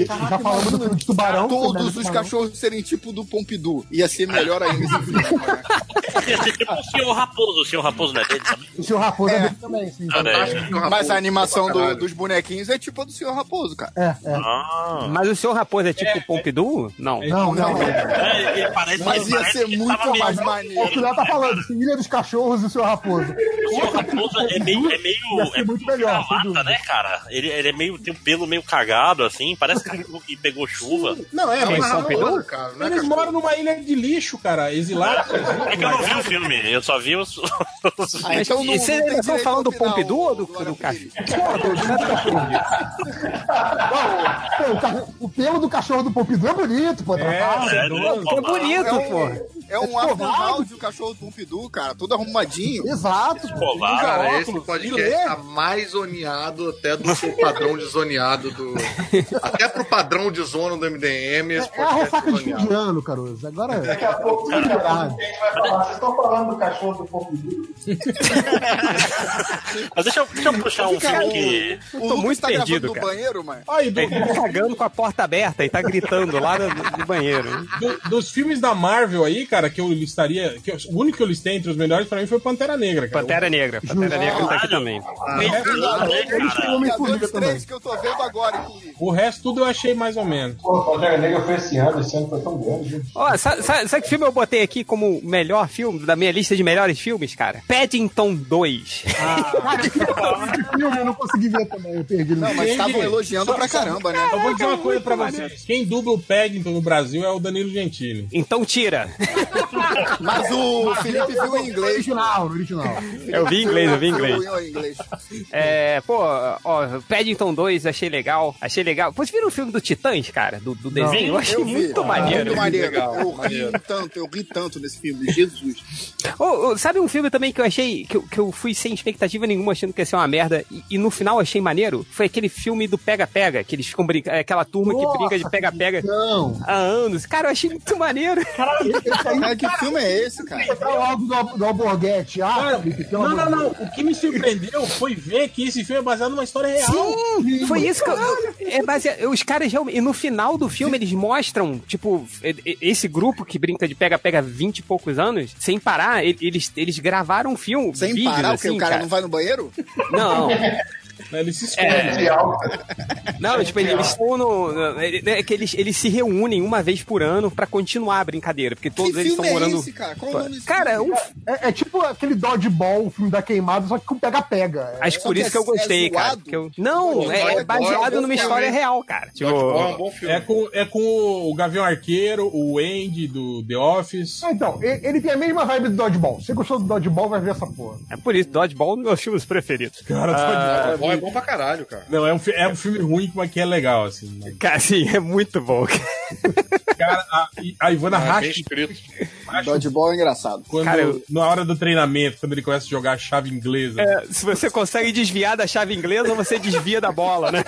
E- já falamos do filme de tubarão. né, Todos do os tubarão. cachorros serem tipo do Pompidou. Ia ser melhor ainda esse filme. Tipo o senhor Raposo, o senhor Raposo não é dele, sabe? é. O seu Raposo é, dele também, sim. Mas a animação do- dos bonequinhos é tipo a do Senhor Raposo, cara. É, é. Ah. Mas o senhor Raposo é tipo o Pompidou? Não. Não, não. É, É, ele parece, Mas ele ia parece ser que ele muito tava meio- mais é o que o maneiro. Léo tá falando, assim, Ilha dos Cachorros e o seu Raposo. O senhor Raposo é meio. É meio Ia ser é muito meio melhor, sem vira-lata, dúvida. né, cara? Ele, ele é meio. tem um pelo meio cagado, assim. Parece cachorro que pegou chuva. Não, é, mas. São Pedro? cara, né, Eles cara? moram numa ilha de lixo, cara, exilados. É que eu não vi o filme, eu só vi os. os- Ah, então não- e vocês não tem ainda estão direito tá falando ao do final, Pompidou ou do, Glória do Pires. cachorro? Pô, o, ca- o pelo do cachorro do Pompidou é bonito, pô. É, tá? é, não- Pô, que bonito, É um- pô. É um after round, o cachorro Pompidou, cara, tudo arrumadinho. Exato. Escovado. Cara, esse podcast tá mais zoneado até do que o padrão de zoneado do. Até pro padrão de zono do MDM, esse É a podcast ressaca é de fim zoneado. de ano, Caruso. Agora. Daqui a pouco, cara, a gente vai falar. Vocês estão falando do cachorro do Pompidou? Mas deixa eu, deixa eu puxar um filme é que. Eu tô muito perdido, cara. tá banheiro, mano. Aí, Ele tá cagando com a porta aberta e tá gritando lá no, no banheiro. Do- dos filmes da Marvel aí, cara, que eu listaria. que eu- o único que eu listei entre os melhores pra mim foi Pantera Negra, cara. Pantera Negra. Pantera Negra tá aqui também. um- Ah, é, Vingadores 3 que eu tô vendo agora, inclusive. O resto tudo eu achei mais ou menos. Pô, Pantera Negra foi esse ano, esse ano foi tão grande. viu? Ó, sabe, sabe- sabe que filme eu botei aqui como melhor filme da minha lista de melhores filmes, cara? Paddington 2. filme eu não consegui ver também, eu perdi no Não, mas filme. estavam elogiando pra caramba, né? Eu vou dizer uma coisa pra Muito vocês. Quem dubla o Paddington no Brasil é o Danilo Gentili. Então tira. Mas o Felipe viu em inglês. Original, original. Eu vi em inglês, eu vi em inglês. Viu em inglês. É, pô, ó, Paddington 2, achei legal. Achei legal. Vocês viram o filme do Titãs, cara? Do, do desenho? eu achei Eu vi. Ah. muito maneiro. Muito maneiro. Legal. Eu ri tanto, eu ri tanto nesse filme. Jesus. Ô, ô, sabe um filme também que eu achei que eu, que eu fui sem expectativa nenhuma achando que ia ser uma merda e, e no final achei maneiro? Foi aquele filme do pega-pega, que eles ficam brincando, aquela turma que briga de pega-pega há anos. Cara, eu achei muito maneiro. Cara, que filme é esse, cara? Algo do, do Alborguete. Ah, Cara, Felipe, pelo não, amor não, de não. Deus. O que me surpreendeu foi ver que esse filme é baseado numa história real. Sim, foi isso que eu. É base- os caras realmente. E no final do filme eles mostram, tipo, e- e- esse grupo que brinca de pega-pega há 20 e poucos anos, sem parar, e- eles, eles gravaram um filme. Sem vídeos, parar, o assim, que? O cara, não vai no banheiro? Não. Né, Ele se esconde. É. Real. Não, tipo, eles estão no. no- é que eles, eles se reúnem uma vez por ano pra continuar a brincadeira, porque todos eles estão filme é morando. esse, cara? Qual o nome desse Cara, é um- É, é tipo aquele Dodgeball, o filme da queimada, só que com pega-pega. acho que por que isso que eu é- gostei, é cara. zoado? que eu- Não, é, é baseado numa história né? real, cara. Tipo, Dodgeball é um bom filme. É com, é com o Gavião Arqueiro, o Andy do The Office. Ah, então, e- ele tem a mesma vibe do Dodgeball. Se você gostou do Dodgeball, vai ver essa porra. é por isso, Dodgeball é um dos meus filmes preferidos. Cara, Ah, Dodgeball é bom pra caralho, cara. Não, é um, fi- é um filme ruim, mas que é legal, assim. né? Cara, sim, é muito bom. Cara, a, e- a Ivana É bem Hash, escrito. Dodgeball é engraçado. quando, Cara, eu- na hora do treinamento, quando ele começa a jogar a chave inglesa. É, se você consegue desviar da chave inglesa, você desvia da bola, né?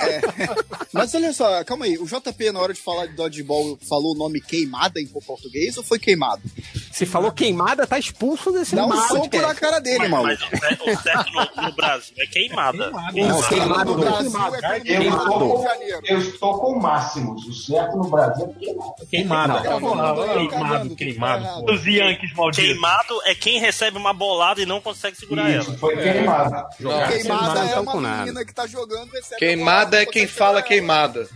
Mas olha só, calma aí. O JP, na hora de falar de Dodgeball, falou o nome queimada em português ou foi queimado? Se falou queimada, tá expulso desse Dá um podcast. soco na cara dele, Mas, mas maluco. o certo- o certo no, no Brasil é queimada. Não, queimado no Brasil é Eu queimado no Rio estou, de Janeiro. eu estou com o máximo. O certo no Brasil é porque Queimada. Tá Não, não, não, Queimado, não, não, queimado. não. pô. Dos Yankees, maldito. Queimado é quem recebe uma bolada e não consegue segurar isso ela. foi queimado. Jogar sem Queimada é matar, uma com nada. menina que tá jogando. recebe a Queimada bola, é quem você fala quebra queimada.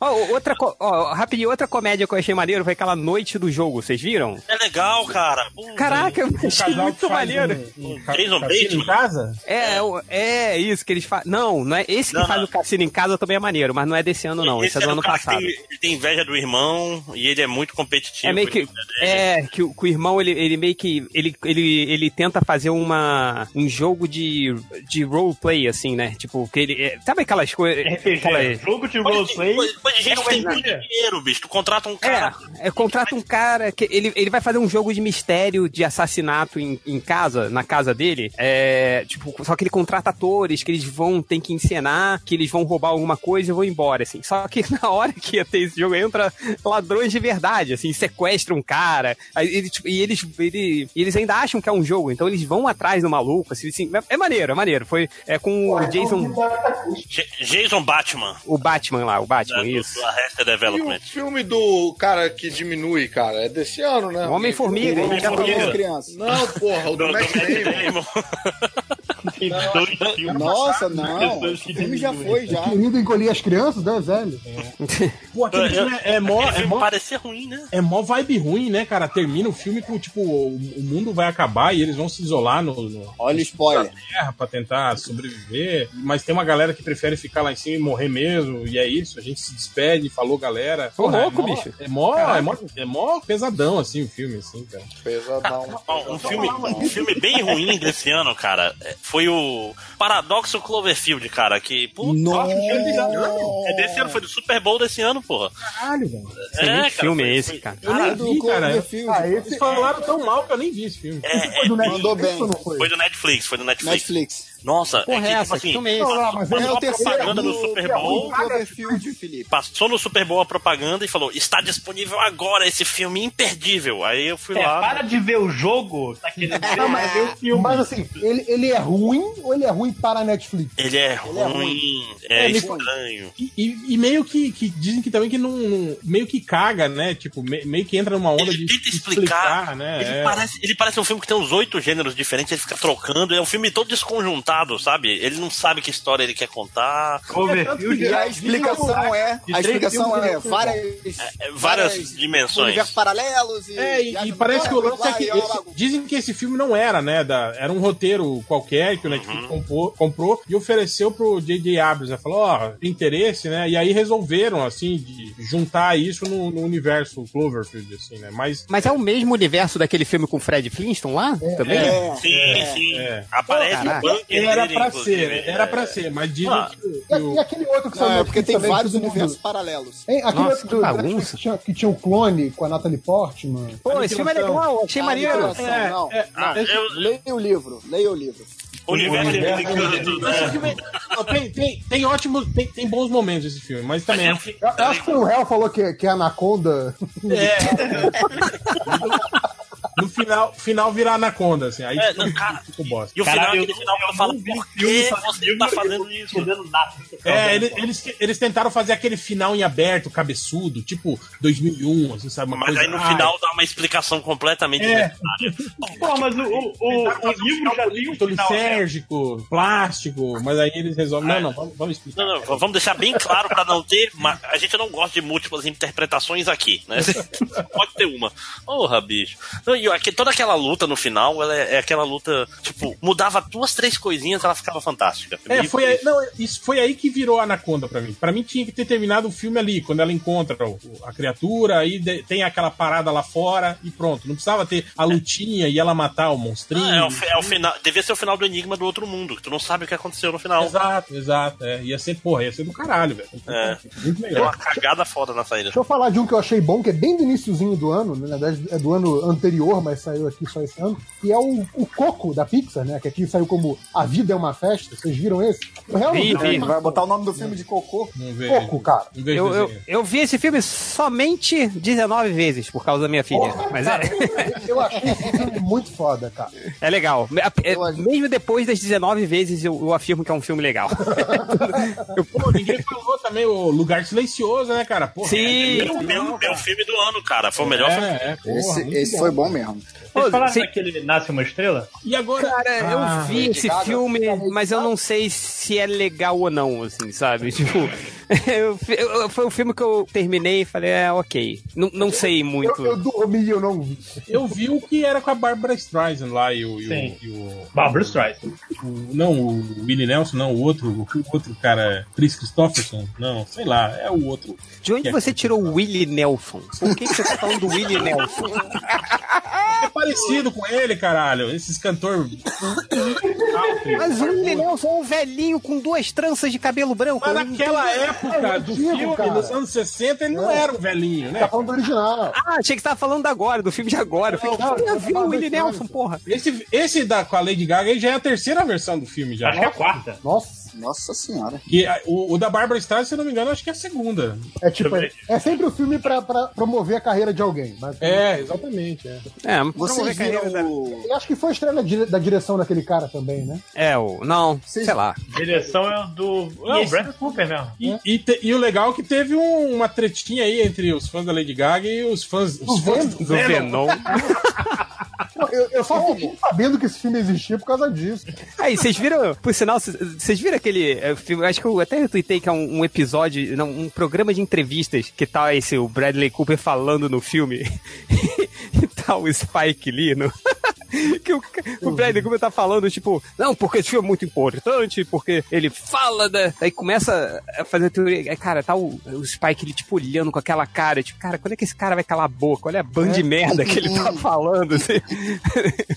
Ó, outra, co- ó, rapidinho, outra comédia que eu achei maneiro foi aquela noite do jogo, vocês viram? É legal, cara. Pô, Caraca, eu O achei casal que muito faz maneiro. um- um ca- cassino Jason Bateman. em casa? É, é o- é isso que eles fazem. Não, não é esse que Não, faz não. o cassino em casa também é maneiro, mas não é desse ano, não. Esse, é do era ano o cara que passado. Tem, ele tem inveja do irmão e ele é muito competitivo. É meio que. Ele- É, que, o- que o irmão, ele, ele meio que. Ele, ele, ele tenta fazer uma, um jogo de, de roleplay, assim, né? Tipo, que ele. é- sabe aquelas coisas. RPG, aquelas- jogo de Coisa de- roleplay. coisa- coisa de gente é que tem uma muito ideia. dinheiro, bicho. Tu contrata um É, cara. é, contrata um cara que ele, ele vai fazer um jogo de mistério de assassinato em, em casa, na casa dele. É, tipo, só que ele contrata atores que eles vão, tem que encenar, que eles vão roubar alguma coisa e vão embora, assim. Só que na hora que ia ter esse jogo, entra ladrões de verdade, assim, sequestra um cara. Aí ele, tipo, e eles, ele- e eles ainda acham que é um jogo, então eles vão atrás do maluco, assim, assim. É, é maneiro, é maneiro. Foi é com o Jason, é tá J- Jason Batman. o Batman lá, o Da, Batman, do, É. isso. do Arrested E o Development. filme do cara que diminui, cara, é desse ano, né? O Homem-Formiga, ele já é bola falou. pra criança. Não, porra, o do Do- do Max Matt Damon. Damon. Tem dois filmes. Nossa, é não. Pessoas que O filme já diminuem. foi, já. Querido encolher as crianças, né, velho? Pô, aquele Eu- filme é, é mó. Aquele É filme mó... parecia ruim, né? É mó vibe ruim, né, cara? Termina o filme com, tipo, o o mundo vai acabar e eles vão se isolar no, no- Olha o spoiler. terra pra tentar sobreviver. Mas tem uma galera que prefere ficar lá em cima e morrer mesmo. E é isso, a gente se despede, falou galera. Ô, louco, é mó- bicho. É mó, é, mó, é mó pesadão, assim, o filme, assim, cara. Pesadão. Ó, um, filme, um filme bem ruim desse ano, cara, é- foi o Paradoxo Cloverfield, cara, que... Pô, Nossa! É desse ano, foi do Super Bowl desse ano, porra. Caralho, velho. É, nem cara, que filme foi- é esse, foi- cara? Eu nem Caralho, vi, cara. Ah, esse... falaram tão mal que eu nem vi esse filme. É, é, Mandou bem. foi? do Netflix, foi do Netflix. Netflix. Nossa, Porra, é que, tipo essa, que assim, filme é esse? passou- Não, mas é passou o a terceiro propaganda do- no Super que é Bowl, ruim, Cloverfield, Felipe. passou no Super Bowl a propaganda e falou, está disponível agora esse filme imperdível. Aí eu fui É, lá... para de ver o jogo, tá querendo ver, mas ver o filme. Mas assim, ele, ele é ruim ou ele é ruim para a Netflix? Ele é ruim, é, Ele- estranho. E, e- e meio que, que dizem que também que não, não- meio que caga, né? Tipo, me- meio que entra numa onda de Tenta explicar, né? Ele, É. parece, ele parece um filme que tem uns oito gêneros diferentes, ele fica trocando, é um filme todo desconjuntado, sabe? Ele não sabe que história ele quer contar. E a explicação é, um- De a três explicação filmes, é né? várias, É, várias dimensões. universos paralelos e É, e, e viagem no parece que o tempo, lance é lá que. e lá, lá, esse- dizem que esse filme não era, né? da- era um roteiro qualquer que o Uhum. Netflix comprou, comprou e ofereceu pro J.J. Abrams. Né, falou, ó, tem interesse, né? E aí resolveram, assim, de juntar isso no, no universo Cloverfield, assim, né? Mas. Mas é o mesmo universo daquele filme com o Fred Flintstone lá? também? É, sim, sim. Aparece Caraca. o bunker Era dele, pra inclusive. é. ser, era pra ser, mas dizem Ah. que. E, a- e aquele outro que Não, saiu é no porque Netflix tem também, vários todo mundo- universos paralelos. É, Hein, aquele Nossa, outro que do- da bagunça. Netflix né? que tinha, que tinha o clone com a Natalie Portman. Pô, esse filme é legal, achei maneiro. Aniquilação, é, não, não. Leia o livro, leia o livro. ah, O universo é americano, né? Esse filme- Não, tem, tem, tem ótimos, tem, tem bons momentos esse filme, mas também. é um filme- Eu, eu acho que foi o réu falou que, que é Anaconda. No final, final virar anaconda, assim. Aí É, fica- não, cara, fica o bosta. E o final, aquele final que eu falo, por que você tá fazendo isso? É, ele- eles, eles tentaram fazer aquele final em aberto, cabeçudo, tipo 2001, assim, sabe? Uma Mas coisa, aí no ai, É. final dá uma explicação completamente desnecessária. Pô, mas o, o, o, o livro já tem um final. né?" Lisérgico, plástico, mas aí eles resolvem. Não, não, vamos, vamos explicar. Não, não, v- vamos deixar bem claro pra não ter. ma- A gente não gosta de múltiplas interpretações aqui, né? Pode ter uma. Porra, bicho. Não, e aqui, toda aquela luta no final, ela é, é aquela luta, tipo, mudava duas, três coisinhas, ela ficava fantástica. É, E- foi aí, não, isso foi aí que virou Anaconda pra mim. Pra mim tinha que ter terminado o filme ali, quando ela encontra o- o- a criatura, aí de- tem aquela parada lá fora e pronto. Não precisava ter a lutinha e ela matar o monstrinho. É. Ah, é, o, fi- é o final. Devia ser o final do Enigma do Outro Mundo, que tu não sabe o que aconteceu no final. Exato, exato. é. ia ser, porra, ia ser do caralho, velho. É. Muito É uma melhor. cagada foda na saída. Deixa eu falar de um que eu achei bom, que é bem do iníciozinho do ano, né? na verdade é do ano anterior, mas saiu aqui só esse ano, e é o, o Coco da Pixar, né? Que aqui saiu como A Vida é uma Festa. Vocês viram esse? O réu não Vi, viu, vi. né? Vai botar o nome do filme de cocô. Não vejo. Coco, cara. Não vejo É, Eu, eu, desenho. eu vi esse filme somente 19 vezes por causa da minha filha. Mas é, Eu achei esse filme muito foda, cara. é legal. Me- é- mesmo depois das 19 vezes, eu, eu afirmo que é um filme legal. Pô, ninguém falou também o Lugar Silencioso, né, cara? Porra, Sim. é Meu, muito meu, legal, cara. filme do ano, cara. Foi o melhor filme. É, é, porra, Esse, muito esse bom. foi bom mesmo. Vocês falaram Sim. daquele Nasce Uma Estrela? E agora. Cara, Ah, eu vi esse Gaga. filme, mas eu não sei se é legal ou não, assim, sabe? Tipo, eu- eu- foi um filme que eu terminei e falei, é, ok. Não, não sei muito. Eu, eu dormi e eu não vi. Eu vi o que era com a Barbara Streisand lá e o. E o, Sim. e o- Barbara Streisand. o- não, o Willie Nelson, não, o outro, o outro cara, Chris Christopherson, não, sei lá, é o outro. De onde você tirou o Willie Nelson? Por que, que você tá falando do Willie Nelson? É parecido com ele, caralho, esses cantor. Country. Mas o Willie Nelson é um velhinho com duas tranças de cabelo branco. Mas Eu não naquela entendo. época do é antigo, filme, cara. nos anos 60, ele não era um velhinho, né? Tá falando do original. Ah, achei que você tava falando agora, do filme de agora. Eu falei, Não, que filme não, eu vi não, o Willie não. Nelson, porra? Esse, esse da, com a Lady Gaga aí já é a terceira versão do filme, já. Acho que é a quarta. Nossa. Nossa senhora. E a- o, o da Barbara Streisand, se eu não me engano, acho que é a segunda. É tipo, é, é sempre o filme pra, pra promover a carreira de alguém. Mas, É, exatamente. É. É, Vocês promover viram carreira da- o... Eu acho que foi a estrela dire- da direção daquele cara também, né? É, o. Não, sei lá. Direção é do. Não, o Brandon Cooper mesmo. E, e te- e o legal é que teve um- uma tretinha aí entre os fãs da Lady Gaga e os fãs, os fãs Venom. do Do Venom. Pô, Eu, eu só É. fiquei sabendo que esse filme existia por causa disso. Aí, vocês viram, por sinal, vocês- vocês viram aquele é, filme, acho que eu até retuitei que é um, um episódio, não, um programa de entrevistas que tá esse, o Bradley Cooper falando no filme e tal o tá Spike Lee no... que o, o Bradley Cooper tá falando, tipo, não, porque esse filme é muito importante, porque ele fala, né? Aí começa a fazer teoria. Aí, cara, tá o, o Spike, ele, tipo, olhando com aquela cara, tipo, cara, quando é que esse cara vai calar a boca? Olha a banda de merda que ele tá falando, assim.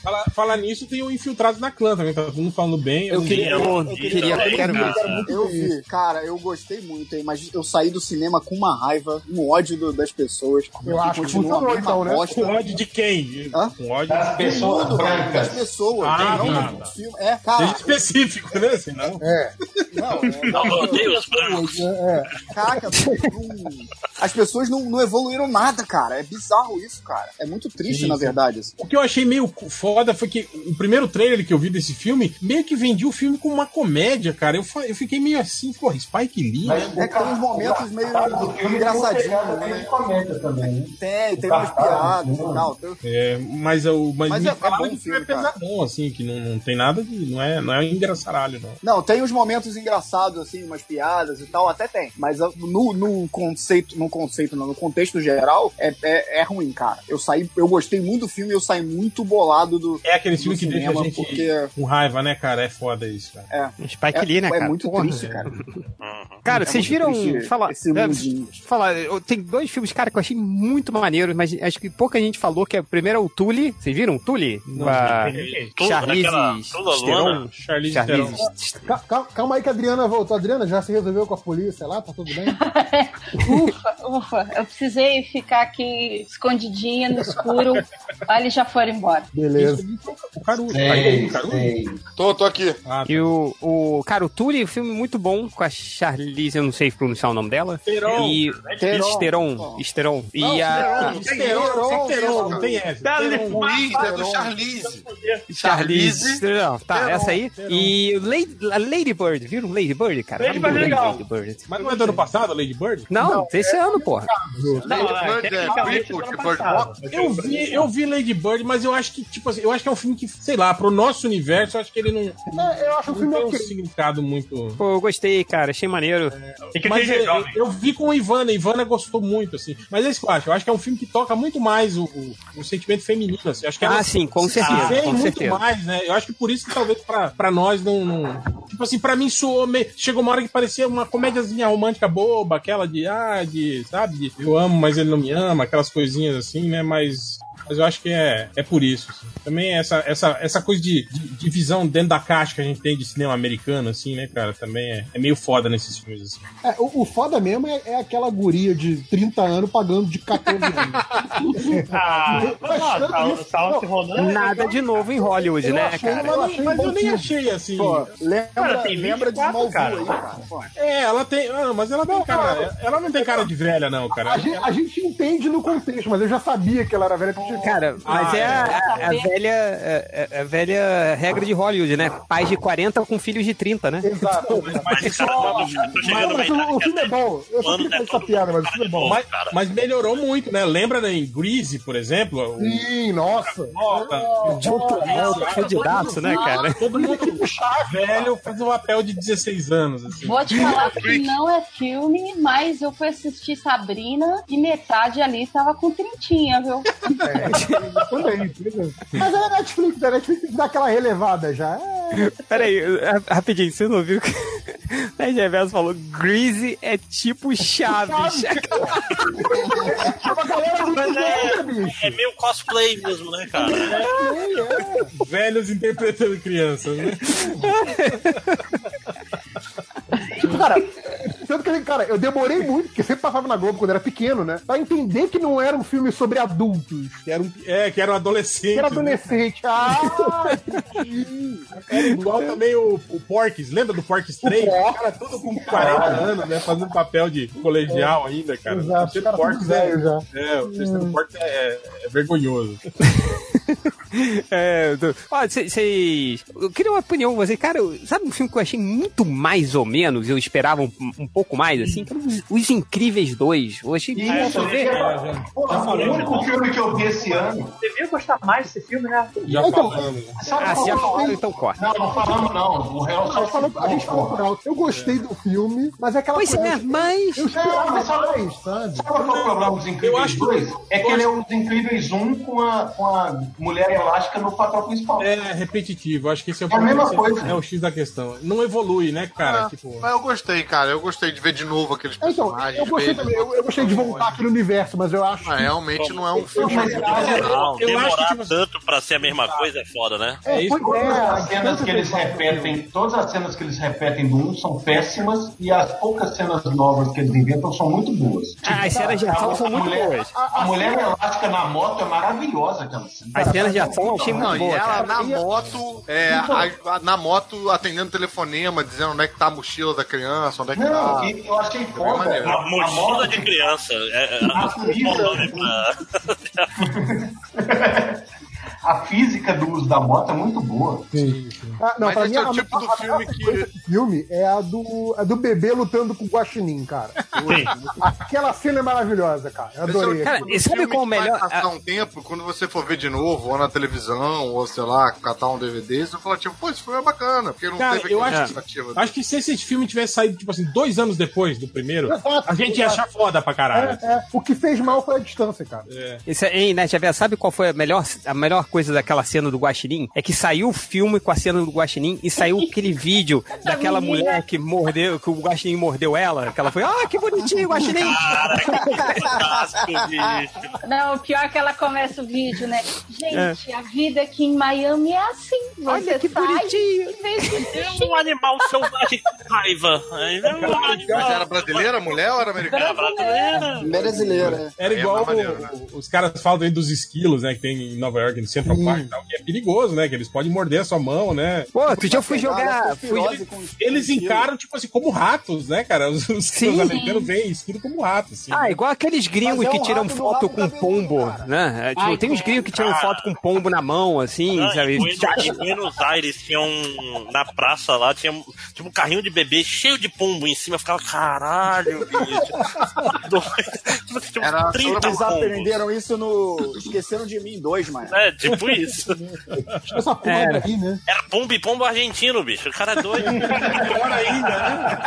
Fala, falar nisso, tem o infiltrado na clã também, tá todo mundo falando bem. Eu não queria- vi. eu queria- eu quero- Eu quero muito Eu vi, cara, eu gostei muito, hein, mas eu saí do cinema com uma raiva, um ódio do- das pessoas. Eu acho que funcionou, então, né? bosta. Com ódio de quem? Com ódio Das pessoas Do mundo, brancas. das pessoas. Ah, Não, tá, não, tá. filme- É, Ah. cara. Seja específico, né? Senão... É. Não, eu odeio os brancos. É. é, Caraca, não- as pessoas não, não evoluíram nada, cara. É bizarro isso, cara. É muito triste, Sim, na sim. verdade. assim. O que eu achei meio foda foi que o primeiro trailer que eu vi desse filme meio que vendia o filme como uma comédia, cara. Eu, fa- eu fiquei meio assim, porra, Spike Lee. Mas né? É que tem uns momentos meio engraçadinhos. né? Comenta também, né? Tem, tem umas piadas e tal. tem- É, mas eu, mas, Mas me é- é falaram bom que o filme, filme é pesadão, assim, que não, não tem nada de. Não é, não é engraçaralho, não. Não, tem uns momentos engraçados, assim, umas piadas e tal, até tem. Mas ah, no, no conceito, no conceito, não, no contexto geral, é, é, é ruim, cara. Eu saí, eu gostei muito do filme e eu saí muito bolado do. É aquele filme do que deixa a cinema, gente Porque, com raiva, né, cara? É foda isso, cara. é. Spike é, Lee, né, é cara? muito Porra. triste, cara. Hum. Cara, É vocês muito viram triste falar, esse né, mundinho. falar, eu- tem dois filmes, cara, que eu achei muito maneiro, mas acho que pouca gente falou que é, o primeiro é o Tully, vocês viram? Tully? Com a Tully, aquela- Charlize Tula Theron. Luna? Charlize Charlize Ca- ca- Calma aí que a Adriana voltou. Adriana, já se resolveu com a polícia lá? Tá tudo bem? Ufa, ufa, eu precisei ficar aqui escondidinha no escuro. Ah, eles já foram embora. Beleza. então, O Caruso. Sei, o Caruso? sei. Tô, tô aqui. E o, o. Cara, o Tully, um filme muito bom com a Charlize, eu não sei pronunciar o nome dela. Theron. E. Theron. Esteron. Esteron. E a. Teron, Teron, não tem um, essa. Teron. Luiz, é do Charlize. Charlize. Theron. Tá, Theron, essa aí. Theron. E Lady, a Lady Bird, viram? Lady Bird, cara. Lady Muito Bird é bom, legal. Lady Bird. Mas não é do ano passado, Lady Bird? Não, é esse ano, porra. Lady Bird é tecnicamente do prequel ano de Bird passado. Box? Eu vi, eu vi Lady Bird, mas eu acho que, tipo assim, eu acho que é um filme que, sei lá, pro nosso universo, eu acho que ele não. eu acho o filme tem um significado muito. Pô, eu gostei, cara. Achei maneiro. Mas é, eu, eu, eu vi com a Ivana, a Ivana gostou muito, assim. Mas é isso que eu acho. Eu acho que é um filme que toca muito mais o, o, o sentimento feminino, assim. Eu acho que Ah, ela sim, com se certeza, vê com muito certeza. mais, né? Eu acho que por isso que talvez pra, pra nós não, não- Tipo assim, pra mim soou meio. Chegou uma hora que parecia uma comédiazinha romântica boba, aquela de, ah, de, sabe? de eu amo, mas ele não me ama, aquelas coisinhas assim, né? Mas. Mas eu acho que é, é por isso. assim. Também essa, essa, essa coisa de, de, de visão dentro da caixa que a gente tem de cinema americano, assim, né, cara? Também é, é meio foda nesses filmes, assim. É, o, o foda mesmo é, é aquela guria de 30 anos pagando de 14 anos. Ah, Mas tirando não, isso, Salve não, Ronan. Nada de novo em Hollywood, Eu né, achei cara? uma- Mas, mas eu nem achei assim. Pô, lembra, Cara, tem lembra de 24, Smallville cara. aí, cara. Pô. É, ela tem. ah, mas ela tem cara. Ela não tem cara de velha, não, cara. A gente, a gente entende no contexto, mas eu já sabia que ela era velha. porque- Cara, mas Ah, é, a, é. a- a velha, é- é- a velha regra de Hollywood, né? Pais de 40 com filhos de 30, né? Exato. Mas, é cara, eu tô Mas, chegando numa o, o idade filme é bom. Eu só Mano, queria tá fazer essa todo piada, mas o filme é bom. Mas- Mas, mas melhorou muito, né? Lembra né, em Greasy, por exemplo? O Sim, nossa. Volta. é, Total, fudidaço, né, cara? Todo mundo velho faz um papel de 16 anos, assim. Vou te falar que não é filme, mas eu fui assistir Sabrina e metade ali tava com trintinha, viu? Também, entendeu? Mas é a Netflix, a Netflix dá aquela relevada já. É, Peraí, ra- rapidinho, vocês não ouviram que o Nerd Reverso falou Greasy é tipo Chaves. a galera do Mas é- cinema, bicho. É meio cosplay mesmo, né, cara? Velhos interpretando crianças, né? Cara, tanto que, cara, eu demorei muito, porque eu sempre passava na Globo quando era pequeno, né? Pra entender que não era um filme sobre adultos. Que era um, é, que era um adolescente. Que era né? adolescente. Ah, Era igual também o, o Porques. Lembra do Porques 3? O cara todo com 40 anos, né? Fazendo papel de colegial ainda, cara. Exato, O terceiro cara, tudo Porques é, velho já. é, o terceiro Porques é, é vergonhoso. É, do- ó, vocês. Eu queria uma opinião com vocês. Cara, eu- sabe um filme que eu achei muito mais ou menos? Eu esperava um, um pouco mais, assim? Que era os, os Incríveis 2. Eu achei. E isso, já, já, porra, o único filme que eu vi esse ano. Devia gostar mais desse filme, né? já falamos. Sabe Ah, se qual é foi? falado, então corta. Não, não falamos não. O Real a gente falou, a gente falou por alto. Eu gostei do filme, mas é aquela Pois coisa. é, mas. Eu esperava mais, sabe? é Sabe qual foi o problema dos Incríveis Eu acho que- 2? É que ele é um dos Incríveis 1 com a, com a mulher elástica no papel principal. É repetitivo, acho que esse é o É a mesma coisa. É o X da questão. Não evolui, né, cara? Ah, Tipo, Mas eu gostei, cara. Eu gostei de ver de novo aqueles É, Então, personagens. eu gostei deles. também, eu, eu gostei de voltar aquele universo, mas eu acho. Mas realmente não é um filme Mas- muito Não, original. demorar tanto pra ser a mesma coisa é foda, né? tipo assim- É, isso Todas as cenas que eles repetem, todas as cenas que eles repetem do 1 são péssimas e as poucas cenas novas que eles inventam são muito boas. Ah, as cenas de ação são muito mulher, boas. A, a mulher elástica na moto é maravilhosa, cara. As cenas de ação eu achei Não, muito e boa. ela cara. na moto, é, Então- a- a- na moto atendendo telefonema, dizendo onde é que tá a mochila da criança, onde é que Não, tá. e eu achei É foda. maneiro. A mochila de criança. É, é, A qual o nome pra- A física do uso da moto é muito boa. Ah, não, Mas pra esse mim, é a- o tipo a- do a- a filme melhor que- coisa do filme é a do, a do bebê lutando com o guaxinim, cara. Aquela cena é maravilhosa, cara. Eu adorei. Esse é o tipo aquilo. do filme que vai Passar um tempo, quando você for ver de novo, ou na televisão, ou sei lá, catar um DVD, você fala tipo, pô, esse filme é bacana, porque não Cara, teve eu aquela acho, que- expectativa. acho que se esse filme tivesse saído, tipo assim, dois anos depois do primeiro, Exato, a gente ia exato. achar foda pra caralho. É, é, o que fez mal foi a distância, cara. Isso é, hein, né, Xavier, sabe qual foi a melhor, a melhor coisa daquela cena do Guaxinim? É que saiu o filme com a cena do Guaxinim e saiu aquele vídeo daquela menina. mulher que mordeu, que o Guaxinim mordeu ela, que ela foi, ah, que bonitinho, Guaxinim! um Não, o pior é que ela começa o vídeo, né? Gente, a vida aqui em Miami é assim. Você Olha que sai bonitinho. e vem esse É um animal selvagem com raiva. É um Mas animal. era brasileira, a mulher ou era americana? Brasileira. Era É, igual mas maneiro, né? o- os caras falam aí dos esquilos, né? Que tem em Nova York, no Central Park e tal, que é perigoso, né? Que eles podem morder a sua mão, né? Pô, outro dia eu fui jogar. Ah, Fui, Eles encaram, tipo assim, como ratos, né, cara? Os, os- os Sim. americanos veem esquilo como ratos, assim. ah, igual aqueles gringos Mas é um que tiram rato do foto lado com pombo, né? É, tipo, Ai, tem uns gringos que tiram cara. foto com pombo na mão, assim, Não, sabe? em Buenos, em Buenos Aires tinha um. Na praça lá, tinha um- tipo um carrinho de bebê cheio de pombo em cima. Eu ficava, caralho, bicho. Doido. tipo, tinha uns Era- 30 Eles pombos. aprenderam isso no. Esqueceram de mim dois, mano. É, tipo isso. Essa porra Era. daí, né? Era pombo e pombo argentino, bicho. O cara é doido. Pior ainda, né?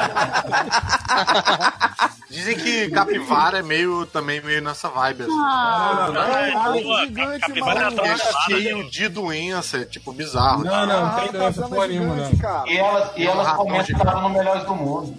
Dizem que capivara é meio também meio nessa vibe. Assim. Ah, Caralho, boa, gigante, capivara tá maluco. É atravessada, cheio de doença, é, tipo, bizarro. Não, não, não Ah, tem doença Amazonas porra nenhuma, não. gigante, cara. E elas, e elas Ratão começaram no Melhores do Mundo.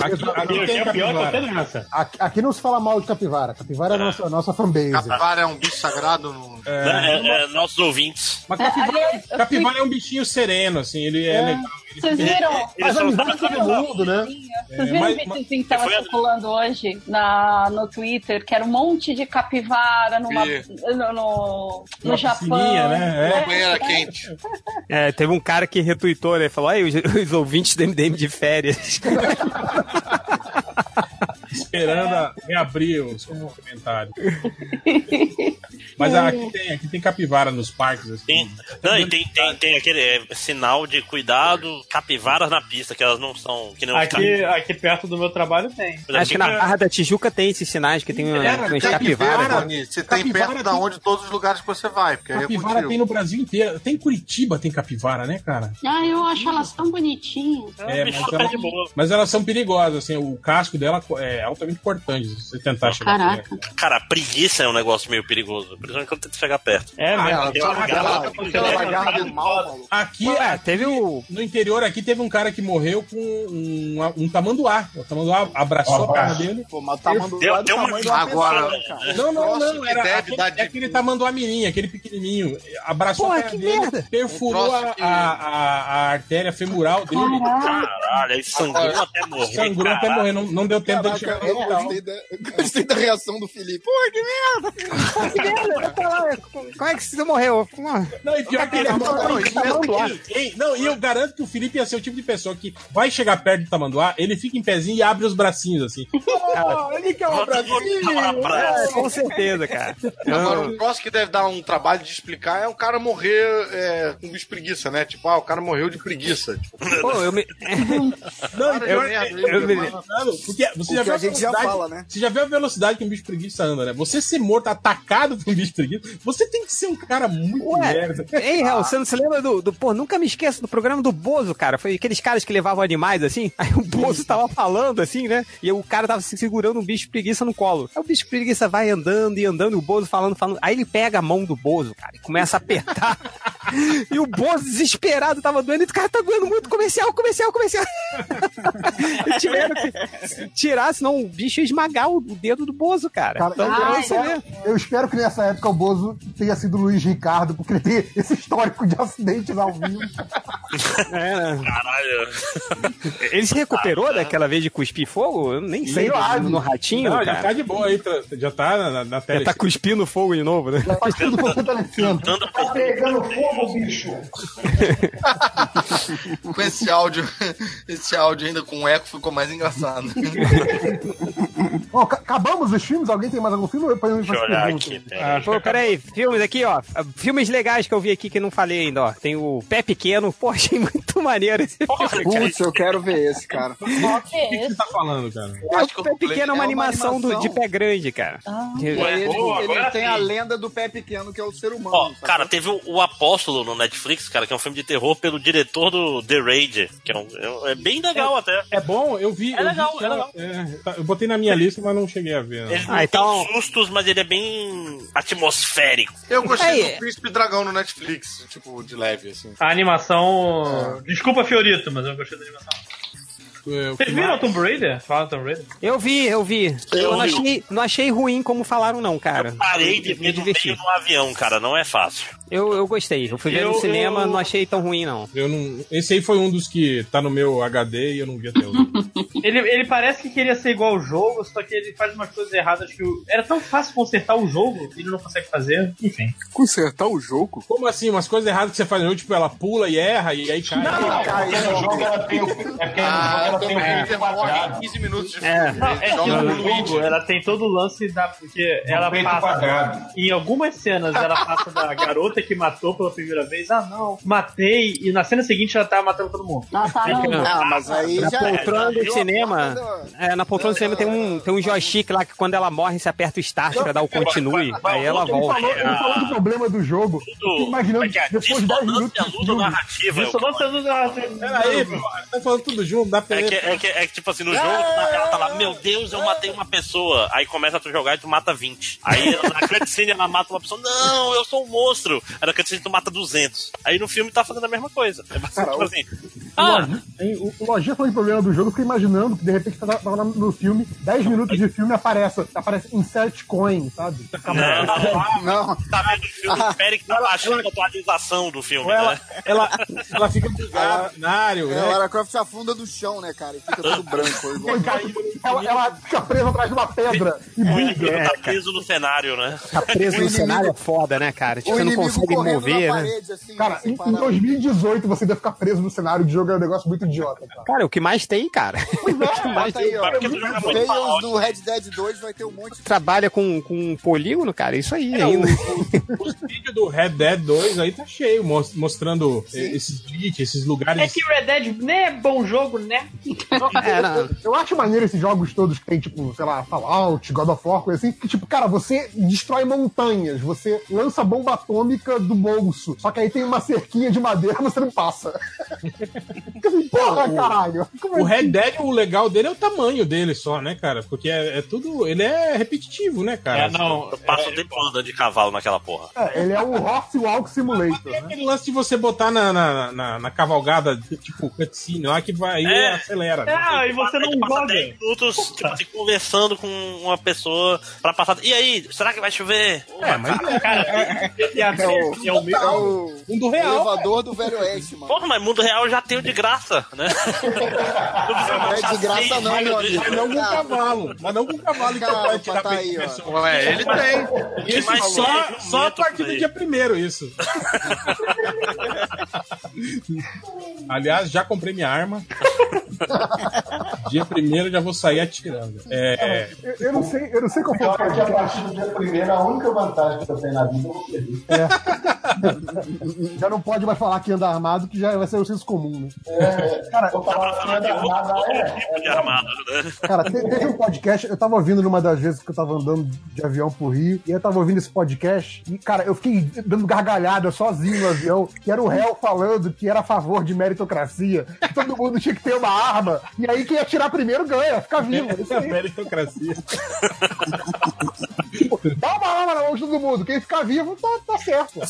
Aqui, aqui tem capivara. Aqui, aqui não se fala mal de capivara. Capivara é a nossa, nossa fanbase. Capivara é um bicho sagrado no. né? É, é, nossos ouvintes. Mas capivara, Aliás, eu capivara é um bichinho sereno, assim, ele é, legal. Vocês viram? Eles são amizade com todo mundo, né? Vocês viram mas- o videozinho que tava foi a- circulando hoje na, no Twitter, que era um monte de capivara numa, Vi. no, no, no Uma piscininha, Japão. né? É. Banheira quente. É, teve um cara que retuitou, né? Falou, aí os, os ouvintes do MDM de férias. esperando a- reabrir os comentários. Mas aqui tem, aqui tem capivara nos parques, assim. Tem, não, e tem, tem, tem aquele é, sinal de cuidado, capivaras na pista, que elas não são. Que não Aqui, aqui perto do meu trabalho tem. é Acho que na Barra da Tijuca tem esses sinais, que tem Era, uma- umas capivara, capivaras. Tony, você tem capivara perto tem- da onde todos os lugares que você vai, porque aí é Capivara contigo. tem no Brasil inteiro. Tem em Curitiba, tem capivara, né, cara? Ah, eu acho elas tão bonitinhas. É, bicho mas tá ela- de boa. Mas elas são perigosas, assim, o casco dela é altamente cortante, se você tentar chegar Caraca. perto. Cara, preguiça é um negócio meio perigoso. Principalmente quando tenta chegar perto. É, Ah, mas Ela, tá Tem um só uma uma garra- garra, aquela tem uma garra garra do mal, maluco. Aqui, Ah, é? a- teve o. no interior aqui, teve um cara que morreu com um, um tamanduá. O tamanduá abraçou a cara dele. Pô, mas tá mandando Deu- lá do deu uma- tamanho de uma agora- pessoa, né, cara. Não, não, troço não. que Era deve aquele, dar de- é aquele tamanduá mirim, aquele pequenininho. Abraçou Porra, a cara que dele, merda! perfurou Um a, troço que- a, a, a artéria femoral dele. Caralho, aí sangrou até morrer. Sangrou até caralho. morrer. Não, não deu tempo de chegar Caraca, no eu hospital. gostei da, gostei da reação do Felipe. Pô, que Como é que você morreu? Não, e pior que ele Não, isso mesmo que- Ei, não, e eu garanto que o Felipe ia ser o tipo de pessoa que vai chegar perto do tamanduá, ele fica em pezinho e abre os bracinhos assim. merda! Ele quer um abracinho! Um abraço. com certeza, cara. Então, Agora, o troço que deve dar um trabalho de explicar é o cara morrer é, com espreguiça, né? Tipo, ah, o cara morreu de preguiça. Tipo, Pô, eu me. Não, e Para pior de que- merda, eu me- Mano, porque você O já que viu a gente já velocidade- fala, né? Você já viu a velocidade que um bicho preguiça anda, né? Você ser morto, atacado por um bicho de preguiça. Você tem que ser um cara muito Ué, merda. Hein, Hel, você não se lembra do, do- Pô, nunca me esqueço do programa do Bozo, cara. Foi aqueles caras que levavam animais assim. Aí o Bozo tava falando assim, né? E o cara tava se segurando um bicho preguiça no colo. Aí o bicho preguiça vai andando e andando, e o Bozo falando, falando. Aí ele pega a mão do Bozo, cara, e começa a apertar. e o Bozo, desesperado, tava doendo. E o cara tá doendo muito. Comercial, comercial, comercial. Eles tiveram que tirar, senão o bicho ia esmagar o dedo do Bozo, cara. Cara, então, eu, pra eu você ver. espero, eu espero que nessa época o Bozo tenha sido o Luiz Ricardo, porque ele tem esse histórico de acidentes ao vivo. Caralho. Ele se recuperou daquela vez de cuspir fogo? Eu nem sei. lá, no, no ratinho? Não, já cara. tá de boa aí, tá- já tá na, na, na tela. Já tá cuspindo fogo de novo, né? Tá pegando fogo, bicho. Com esse áudio, esse áudio ainda com eco ficou mais engraçado. Bom, ca- acabamos os filmes? Alguém tem mais algum filme? Eu ponho pra Ah, pô, peraí, filmes aqui, ó. Filmes legais que eu vi aqui que não falei ainda, ó. Tem o Pé Pequeno, pô, achei muito maneiro esse filme. Putz, eu quero ver esse, cara. é O que você tá falando, cara? o Pé Pequeno é uma animação, do- de pé grande, cara. E Eu- ele, Boa, ele agora tem sim. a lenda do pé pequeno, que é o ser humano. Ó, cara, teve o, o Apóstolo no Netflix, cara, que é um filme de terror pelo diretor do The Raid, que é, um, é um- é bem legal até. É bom, eu vi. É eu vi legal, que é era- legal. é, tá, eu botei na minha lista, mas não cheguei a ver. Ele Não. não tem sustos, mas ele é bem atmosférico. Eu gostei Aí. do Príncipe Dragão no Netflix, tipo, de leve, assim. A animação. Desculpa, Fiorito, mas eu gostei da animação. Vocês viram o Tomb Raider? Fala Tomb Raider. Eu vi, eu vi. Eu, não, vi. achei, não achei ruim como falaram, não, cara. Parei é, de ver no meio de um avião, cara, não é fácil. Eu, eu gostei. Eu fui ver Eu- no cinema, eu- não achei tão ruim, não. Eu não. Esse aí foi um dos que tá no meu HD e eu não vi até hoje. Ele, ele parece que queria ser igual ao jogo, só que ele faz umas coisas erradas que o- era tão fácil consertar o jogo, ele não consegue fazer. Enfim. Consertar o jogo? Como assim? Umas coisas erradas que você faz no jogo, tipo, ela pula e erra e aí cai. Não, não, porque no jogo ela tem o. É porque Ah, no jogo ela Ah, tem o é. filho quadrado. 15 minutos de É. Não, é que no jogo ela tem todo o lance da. Porque ela peito passa. quadrado. Em algumas cenas ela passa da garota que matou pela primeira vez. Ah, não, matei. E na cena seguinte ela tá matando todo mundo. Ah, tá, não. Ah, mas aí na já- é. poltrona já do viu a cinema, é, na poltrona do cinema tem um, tem um joystick lá que quando ela morre, você aperta o start pra dar o continue, aí ela Ele falou, volta. ele falou Ah. do problema do jogo. Eu fico é imaginando, depois de 10 minutos. de filme, narrativa. é Isso, não sendo Peraí, pô, tá falando tudo junto, dá pra É que, é, que, é que, tipo assim, no jogo, ela tá lá, meu Deus, eu matei uma pessoa. Aí começa a tu jogar e tu mata 20. Aí na cutscene ela mata uma pessoa, não, eu sou um monstro. Aí na cutscene tu mata 200. Aí no filme tá fazendo a mesma coisa. É bastante tipo assim. Ah, Lojinha- hein, O o Lojinha falou de problema do jogo, eu fiquei imaginando que de repente tava tava lá no filme, 10 minutos de filme aparece, aparece insert coin, sabe? não, não. é, Tá vendo o filme? Espere que tá baixando a atualização do filme, né? Ela, ela fica bugada, É, cenário, o Lara Croft se afunda do chão, né, cara? E fica todo branco. igual- Ela, ela fica presa atrás de uma pedra e O buga. inimigo tá preso no cenário, né? Tá preso no cenário é foda, né, cara? um Tipo, O você não inimigo consegue correndo mover, na né? assim, Cara, em, em 2018 você deve ficar preso no cenário de jogo, é um negócio muito idiota, cara. Cara, o que mais tem, cara? Bota aí, ó. Porque tu joga muito Tails Fallout. do Red Dead 2 vai ter um monte Trabalha com, com polígono, cara, isso aí É, ainda. vídeo do Red Dead 2 aí tá cheio, mos- mostrando eh, esses glitch, esses lugares. É que Red Dead nem é bom jogo, né? É, Eu- eu, eu acho maneiro esses jogos todos que tem, tipo, sei lá, Fallout, God of War, coisa assim, que, tipo, cara, você destrói montanhas, você lança bomba atômica do bolso, só que aí tem uma cerquinha de madeira você não passa. Fica assim, Porra, caralho. Como O é que- Red Dead, o legal dele é o tamanho dele só, né, cara? Porque é, é tudo. Ele é repetitivo, né, cara? É, não. Eu passo o tempo andando de cavalo naquela porra. É, ele é o Horse Walk Simulator, né? Aquele lance de você botar na, na, na- na cavalgada, tipo, cutscene lá, que vai aí É. acelera. né? Ah, e você não passa 10 minutos tipo, assim, conversando com uma pessoa pra passar. E aí, será que vai chover? É, mas cara, cara, e a- É o- é o meu- é o- Um Mundo real. elevador do Velho Oeste, mano. Porra, mas mundo real já tem o de graça, né? Não é de graça, não, meu amigo. Mas não com cavalo. Mas não com cavalo que Capa, vai tirar tá aí, ó. pessoa. Ué, ele tem. Isso Mas só, é tem só a partir do aí. dia primeiro, isso. Aliás, já comprei minha arma. dia primeiro já vou sair atirando. Então, É, Eu, eu não sei, eu não sei qual foi o Porque a podcast. partir do dia primeiro, a única vantagem que eu tenho na vida é você. É. já não pode mais falar que anda armado, que já vai ser o senso comum, né? É, cara, eu tava falando de armada, é. de armado, né? Cara, te- teve um podcast, eu tava ouvindo numa das vezes que eu tava andando de avião pro Rio, e eu tava ouvindo esse podcast, e, cara, eu fiquei dando gargalhada sozinho no avião, que era o réu falando que era a favor de meritocracia, que todo mundo tinha que ter uma arma, e aí quem atirar primeiro ganha, fica vivo. Isso aí. meritocracia. Tipo, Dá uma arma na mão de todo mundo, quem ficar vivo tá, tá certo.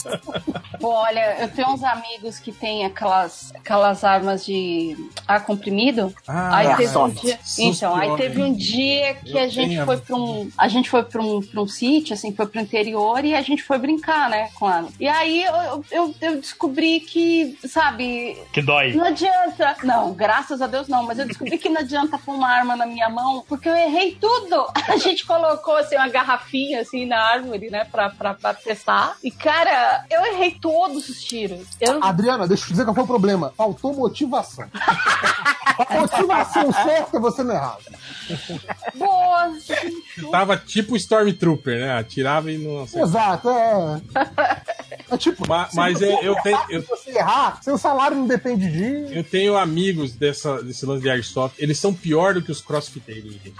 Pô, olha, eu tenho uns amigos que têm aquelas, aquelas armas de ar comprimido. Ah, aí teve um garçom. dia, Susto então, aí homem. teve um dia que Eu a gente tenho. foi pra um, a gente foi para um, pra um sítio, assim, foi pro interior e a gente foi brincar, né, com ela. E aí eu, eu, eu descobri que, sabe, Que dói. não adianta. Não, graças a Deus não, mas eu descobri que não adianta pôr uma arma na minha mão, porque eu errei tudo. A gente colocou assim uma garrafinha assim na árvore, né, pra, pra, pra testar. E cara, eu errei todos os tiros. Eu Adriana, deixa eu te dizer qual foi o problema. Faltou motivação. A motivação certa, você não é errava. Boa. Tava tipo Stormtrooper, né? Atirava e não acertava. Exato, é. É tipo. Ma- se mas você é, eu errar, tenho- eu- Se você errar, seu salário não depende de. Eu tenho amigos dessa, desse lance de airsoft. Eles são pior do que os crossfiteiros. gente.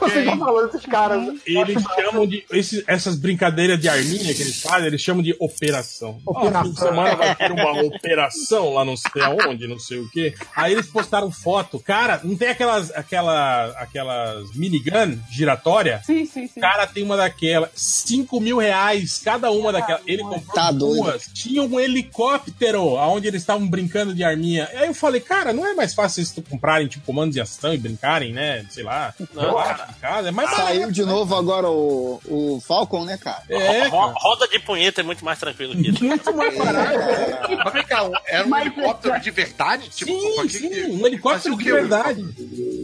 Você já falou desses tá caras. Eles chamam de. esses- essas brincadeiras de arminha que eles fazem, eles chamam de operação. Ó, Operação. fim de semana vai ter uma operação lá não sei aonde, não sei o quê. Aí eles postaram foto. Cara, não tem aquelas, aquela, aquelas minigun giratória? Sim, sim, sim. Cara, tem uma daquela. 5 mil reais cada uma daquela. Ele comprou duas. Tinha um helicóptero onde eles estavam brincando de arminha. Aí eu falei, cara, não é mais fácil eles comprarem, tipo, comandos de ação e brincarem, né? Sei lá. Não, lá cara. de casa. É Ah, mais Saiu de novo agora o, o Falcon, né, cara? Ah. É, Ro- Roda de punheta é muito mais tranquilo que isso. Muito mais Mas vem cá, era um helicóptero de verdade? Tipo, é Sim, que- sim, um helicóptero de verdade.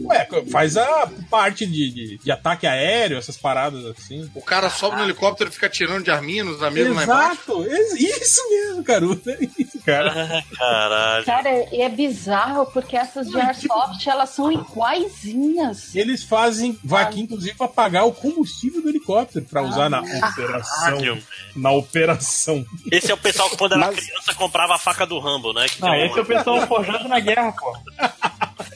Ué, faz a parte de, de, de ataque aéreo, essas paradas assim. O cara sobe no helicóptero e fica tirando de arminha nos amigos lá embaixo. Exato, ex- isso mesmo, garoto. É isso, cara. Caralho. Cara, e é bizarro porque essas de airsoft, elas são iguaizinhas. Eles fazem vaquinha, inclusive, pra pagar o combustível do helicóptero pra usar na Ah, operação. Na operação. Esse é o pessoal que quando era criança comprava a faca do Rambo, né? Que Não, tem esse é o pessoal forjado na guerra, pô.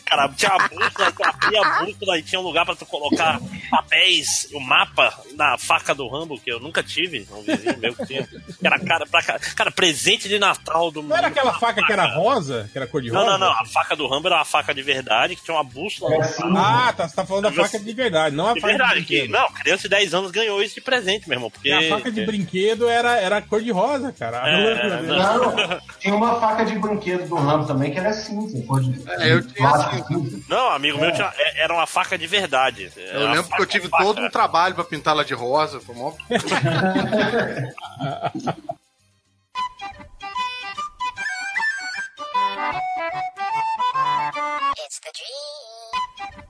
Cara, tinha a bússola, tu abria a bússola e tinha um lugar pra tu colocar papéis, o mapa na faca do Rambo, que eu nunca tive, um vizinho meu que tinha. Que era cara, pra, ca- cara, presente de Natal do Não era aquela faca que era rosa, que era cor de Não, rosa? Ah, não, não. A faca do Rambo era uma faca de verdade, que tinha uma bússola. Ah, tá, você tá falando da faca de verdade, não a de faca verdade. de Que, brinquedo. não, criança de 10 anos ganhou isso de presente, meu irmão. Porque... Porque a faca de brinquedo era, era cor de rosa, cara. A É, rosa- Não, tinha uma faca de brinquedo do Rambo também que era cinza. Pode... É, eu tinha assim. Não, amigo meu, tinha- é- era uma faca de verdade. Eu lembro que eu tive todo um trabalho pra pintá-la de rosa. Foi mó... It's the dream.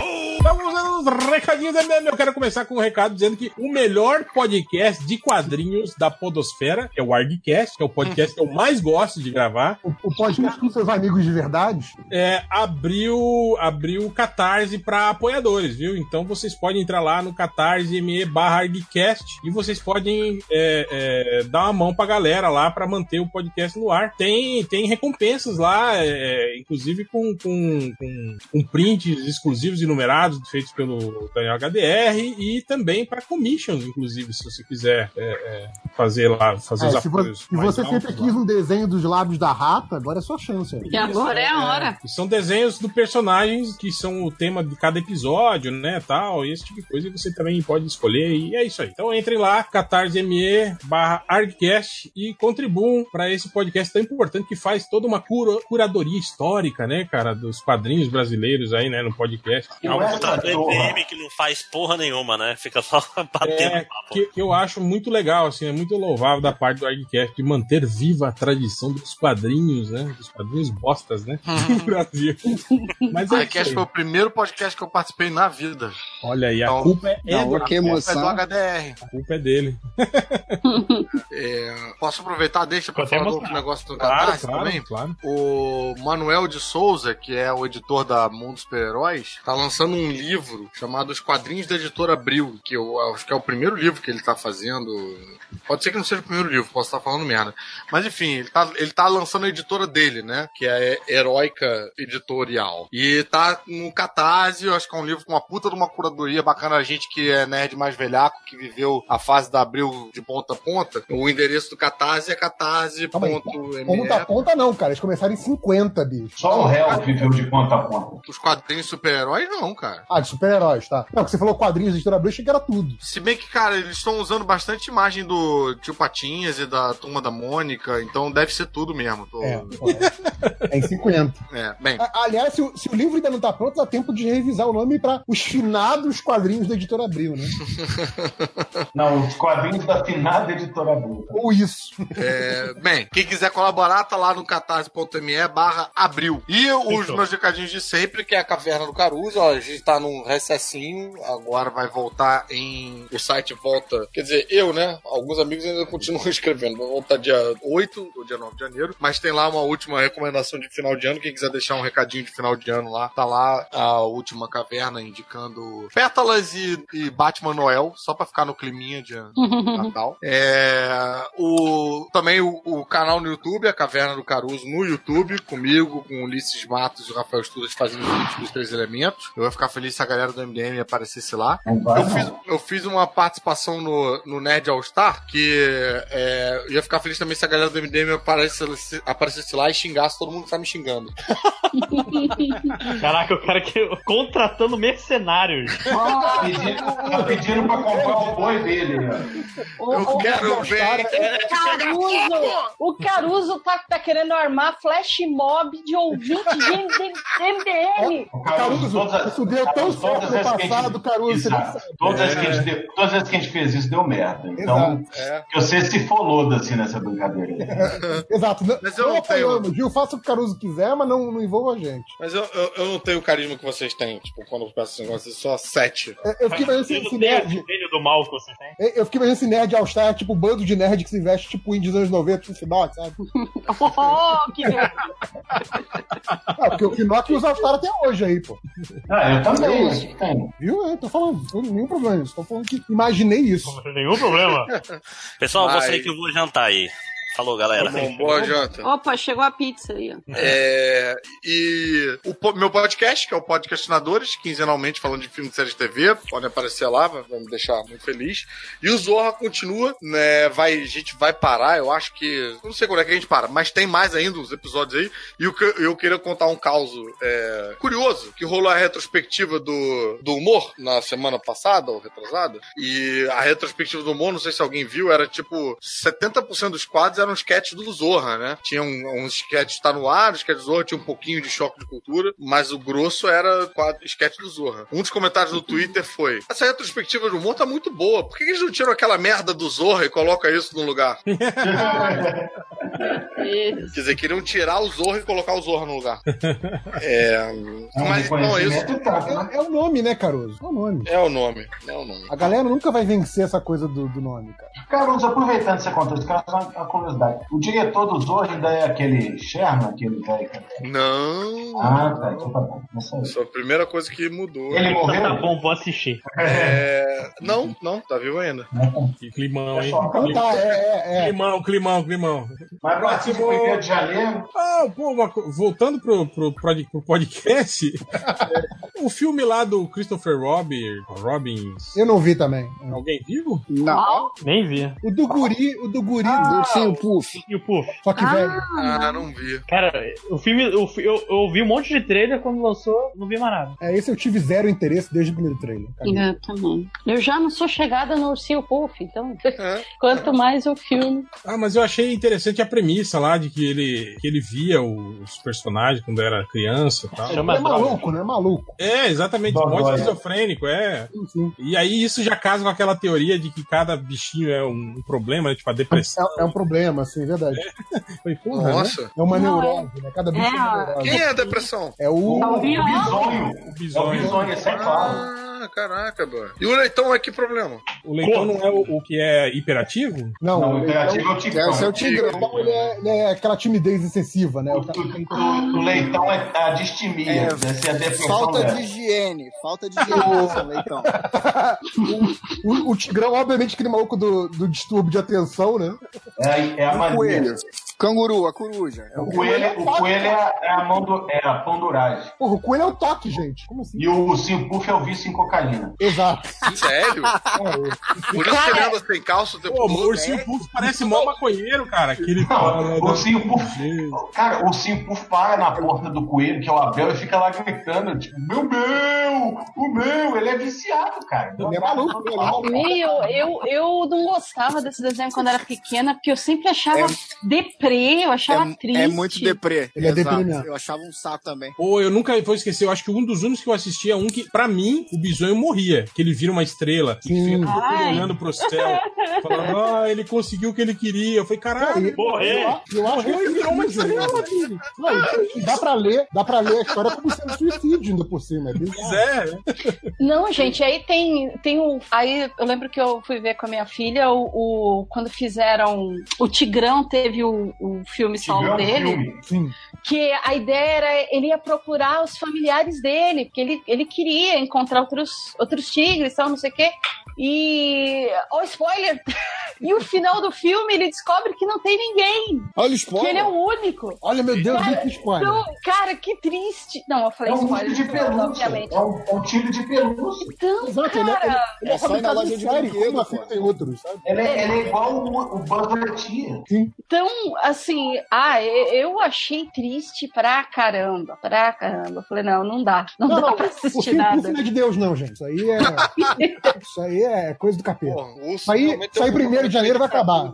Então, Vamos aos recadinhos da MM. Eu quero começar com um recado dizendo que o melhor podcast de quadrinhos da Podosfera é o Argcast, que é o podcast que eu mais gosto de gravar. O, o podcast com seus amigos de verdade. É, abriu abriu o Catarse para apoiadores, viu? Então vocês podem entrar lá no catarse.me barra Argcast e vocês podem é, é, dar uma mão pra galera lá para manter o podcast no ar. Tem, tem recompensas lá, é, inclusive com, com, com, com prints exclusivos e numerados feitos pelo Daniel HDR e também para commissions, inclusive, se você quiser é, é, fazer lá, fazer os É, se você, apoios. se mais você altos sempre lá. quis um desenho dos lábios da rata, agora é sua chance. ó. E agora é a hora. E São desenhos do personagens que são o tema de cada episódio, né, tal, esse tipo de coisa, e você também pode escolher, e é isso aí. Então entrem lá, catarse.me barra Argcast e contribuam para esse podcast tão importante que faz toda uma cura- curadoria histórica, né, cara, dos quadrinhos brasileiros aí, né, no podcast. um é Ao contrário um do MDM um que não faz porra nenhuma, né? Fica só um batendo É, papo. que, que eu acho muito legal, assim, é muito louvável da parte do Argcast de manter viva a tradição dos quadrinhos, né? Dos quadrinhos bostas, né? Do Brasil. Mas O é isso aí. Highcast Uhum. foi o primeiro podcast que eu participei na vida. Olha aí, a culpa é, Não, do- a culpa é do HDR. A culpa é dele. É, posso aproveitar, deixa pra Pode falar do mostrar. outro negócio do Claro, Catarse claro, também? claro. O Manuel de Souza, que é o editor da Mundo Super-Heróis, tá lançando um um livro chamado Os Quadrinhos da Editora Abril, que eu acho que é o primeiro livro que ele tá fazendo. Pode ser que não seja o primeiro livro, posso estar falando merda. Mas enfim, ele tá, ele tá lançando a editora dele, né? Que é a Heroica Editorial. E tá no Catarse, eu acho que é um livro com uma puta de uma curadoria bacana. A gente que é nerd mais velhaco, que viveu a fase da Abril de ponta a ponta. O endereço do Catarse é Calma aí, catarse.me. Ponta a ponta não, cara. Eles começaram em 50, bicho. Só o réu viveu de ponta a ponta. Os quadrinhos super-heróis, não, cara. Ah, de super-heróis, tá. Não, que você falou quadrinhos de história bruxa, achei que era tudo. Se bem que, cara, eles estão usando bastante imagem do Tio Patinhas e da Turma da Mônica, então deve ser tudo mesmo. Tô- É, É em 50. É, bem. A- Aliás, se o, se o livro ainda não tá pronto, dá tempo de revisar o nome pra os finados quadrinhos da editora Abril, né? Não, os quadrinhos da finada editora Abril. Ou isso. É, bem, quem quiser colaborar, tá lá no catarse.me barra abril. E os meus recadinhos de sempre, que é a Caverna do Caruso, ó, a gente tá num recessinho, agora vai voltar em... o site volta, quer dizer, eu, né, alguns amigos ainda continuam escrevendo, vai voltar dia 8 ou dia 9 de janeiro, mas tem lá uma última recomendação de final de ano, quem quiser deixar um recadinho de final de ano lá, tá lá a última caverna indicando Pétalas e, e Batman Noel, só pra ficar no climinha de Natal. É, o, também o, o canal no YouTube, a Caverna do Caruso, no YouTube, comigo, com o Ulisses Matos e o Rafael Estudas fazendo vídeos dos três elementos. Eu ia ficar feliz se a galera do MDM aparecesse lá. É um Eu fiz, eu fiz uma participação no, no Nerd All Star, que é, eu ia ficar feliz também se a galera do MDM aparecesse, aparecesse lá e xingasse todo mundo que tá me xingando. Caraca, o cara que contratando mercenários. Tá pedindo pra comprar o boi dele, né? O- o- quero ver. É, Caruso, o Caruso tá, tá querendo armar flash mob de ouvinte de MDM. Caruso, todas, isso deu tão certo no todas as que a gente- passado, Caruso. você não Exato. sabe. É. Todas, as que a gente deu- todas as que a gente fez isso deu merda. Então, que você se foloda assim nessa brincadeira. Exato. Não, eu não não tenho- apoiamos, viu? Faça o que o Caruso quiser, mas não, não envolva a gente. Mas eu, eu, eu não tenho o carisma que vocês têm, tipo, quando eu peço esse negócio, é só sete. É, Eu fiquei imaginando assim, esse, esse né? né? nerd. é, Filho do assim. mal que você tem. Eu eu fiquei imaginando esse nerd all-star, tipo, um bando de nerd que se veste tipo índios dos anos 90, esse Knock, sabe? Oh, que delícia. Ah, porque o Knock usa all-star até hoje aí, pô. Ah, eu também, eu uso. também. Viu? É, tô falando, tô- nenhum problema nisso. Tô falando que imaginei isso. Nenhum problema. Pessoal, Vai. vou sair que eu vou jantar aí. Falou, galera. Tá bom, boa janta. Opa, chegou a pizza aí. ó. É, e o po- meu podcast, que é o Podcastinadores, quinzenalmente falando de filme de série de TV, pode aparecer lá, vai vai me deixar muito feliz. E o Zorra continua, né? Vai, a gente vai parar, eu acho que. eu Não sei quando é que a gente para, mas tem mais ainda os episódios aí. E o que eu- eu queria contar um caos é, curioso, que rolou a retrospectiva do, do humor na semana passada, ou retrasada. E a retrospectiva do humor, não sei se alguém viu, era tipo 70% dos quadros eram sketches do Zorra, né? Tinha um, um sketch que tá no ar, o sketch do Zorra tinha um pouquinho de choque de cultura, mas o grosso era quadro, sketch do Zorra. Um dos comentários do Twitter foi: Essa retrospectiva do humor tá muito boa, por que que eles não tiram aquela merda do Zorra e colocam isso no lugar? É Quer dizer, queriam tirar o Zorra e colocar o Zorra no lugar. É, um mas não é isso. É, é o nome, né, Caruso? É o nome. É o nome, é o nome. A galera nunca vai vencer essa coisa do, do nome, cara. Caruso, aproveitando esse contexto, cara, só uma curiosidade. O diretor do Zorro ainda é aquele Sherman, aquele velho. cara? é- Não. Ah, tá, então tá bom. Não sei. Isso é a primeira coisa que mudou. Ele morreu? Tá bom, vou assistir. É... Não, não, tá vivo ainda. Que climão, hein? Então tá, é, é, é. Climão, climão, climão. Mas Brasil foi Rio de Janeiro. Ah, pô, uma co- voltando pro, pro, prod- pro podcast, é, o filme lá do Christopher Robin, Robbins, Eu não vi também. alguém vivo? Não. Nem vi. O do guri, o do guri. Do ursinho Puff. E o Puff? Só que velho. Ah, não vi. Cara, o filme, eu, eu, eu ouvi um monte de trailer quando lançou, não vi mais nada. É, esse eu tive zero interesse desde o primeiro trailer. cara. Eu também. Eu já não sou chegada no Ursinho Puff, então. É. Quanto mais o filme. Ah, mas eu achei interessante a premissa lá de que ele, que ele via o- os personagens quando era criança e tal. é maluco, né? Maluco. É, exatamente, um monte de Dodói. esquizofrênico, é. E aí isso já casa com aquela teoria de que cada bichinho é um problema, né? tipo a depressão. É, é um problema, assim, é verdade. Foi, porra, né? Nossa. É uma Não, é. neurose, né? Cada bicho é, uma É, neurose. Quem é a depressão? É o. Tá ouvindo? Bisonho. É o Bisonho. Bisonho, isso é claro. Ah, caraca, mano. E o leitão é que problema? O leitão não é o, o que é hiperativo? Não, Não, o imperativo é o tigrão. Esse é o tigrão. Então ele é, ele é aquela timidez excessiva, É né? O cara tem que- O leitão é a distimia. É, deve ser a depressão Falta dela. de higiene. Falta de higiene, Nelson Leitão. o, o tigrão, obviamente, aquele maluco do, do distúrbio de atenção, né? É, é a O coelho. mania. Canguru, a coruja. É O coelho, o coelho é, a, é a mão do, é a panduragem. Porra, o coelho é o toque, gente. Como assim? E o ursinho puff é o vício em cocaína. Exato. Sério? Por isso que ele anda sem calça o tempo Pô, o todo. É, ursinho puff parece mó maconheiro, cara. Aquele... Não, o ursinho puff. Cara, o ursinho puff para na porta do coelho, que é o Abel, e fica lá gritando, tipo, meu, meu, o meu, ele é viciado, cara. Ele é maluco, ele é Meu, eu, eu não gostava desse desenho quando era pequena, porque eu sempre achava deprê, eu achava triste. É muito deprê. Ele é Exato. deprimido. Eu achava um saco também. Pô, eu nunca vou esquecer. Eu acho que um dos únicos que eu assisti é um que, pra mim, o bisonho morria. Que ele vira uma estrela. E fica todo Ai. olhando pro céu. Falando, ah, ele conseguiu o que ele queria. Eu falei, caralho. Eu, eu acho que ele virou uma estrela, filho. Não, e dá pra ler, dá pra ler a história como sendo suicídio ainda por cima. É bizarro. Não, gente, aí tem, tem o. Aí eu lembro que eu fui ver com a minha filha o, o- quando fizeram. O Tigrão teve o, o filme solo Tigrão, dele. filme. Sim. Que a ideia era ele ia procurar os familiares dele, porque ele, ele queria encontrar outros, outros tigres, tal, não sei o quê. E. Ó, spoiler! E o final do filme ele descobre que não tem ninguém. Olha o Que spoiler. ele é o único. Olha, meu Deus, Cara, muito spoiler. não, cara, que triste. Não, eu falei É um tiro spoiler, de pelúcia. obviamente. É um, é um tiro de pelúcia. Então, Exato, ele é, ele, cara. ele é fabricado em série, como assim tem outros, sabe? Ele é, ele é igual o, o Buzz Lightyear. Então, assim, ah, e- eu achei triste pra caramba, pra caramba. Eu Falei, não, não dá, não, dá pra o assistir filme nada. não é de Deus, não, gente. Isso aí é. isso aí é coisa do capeta. isso aí, realmente isso aí é um- primeiro de janeiro vai acabar.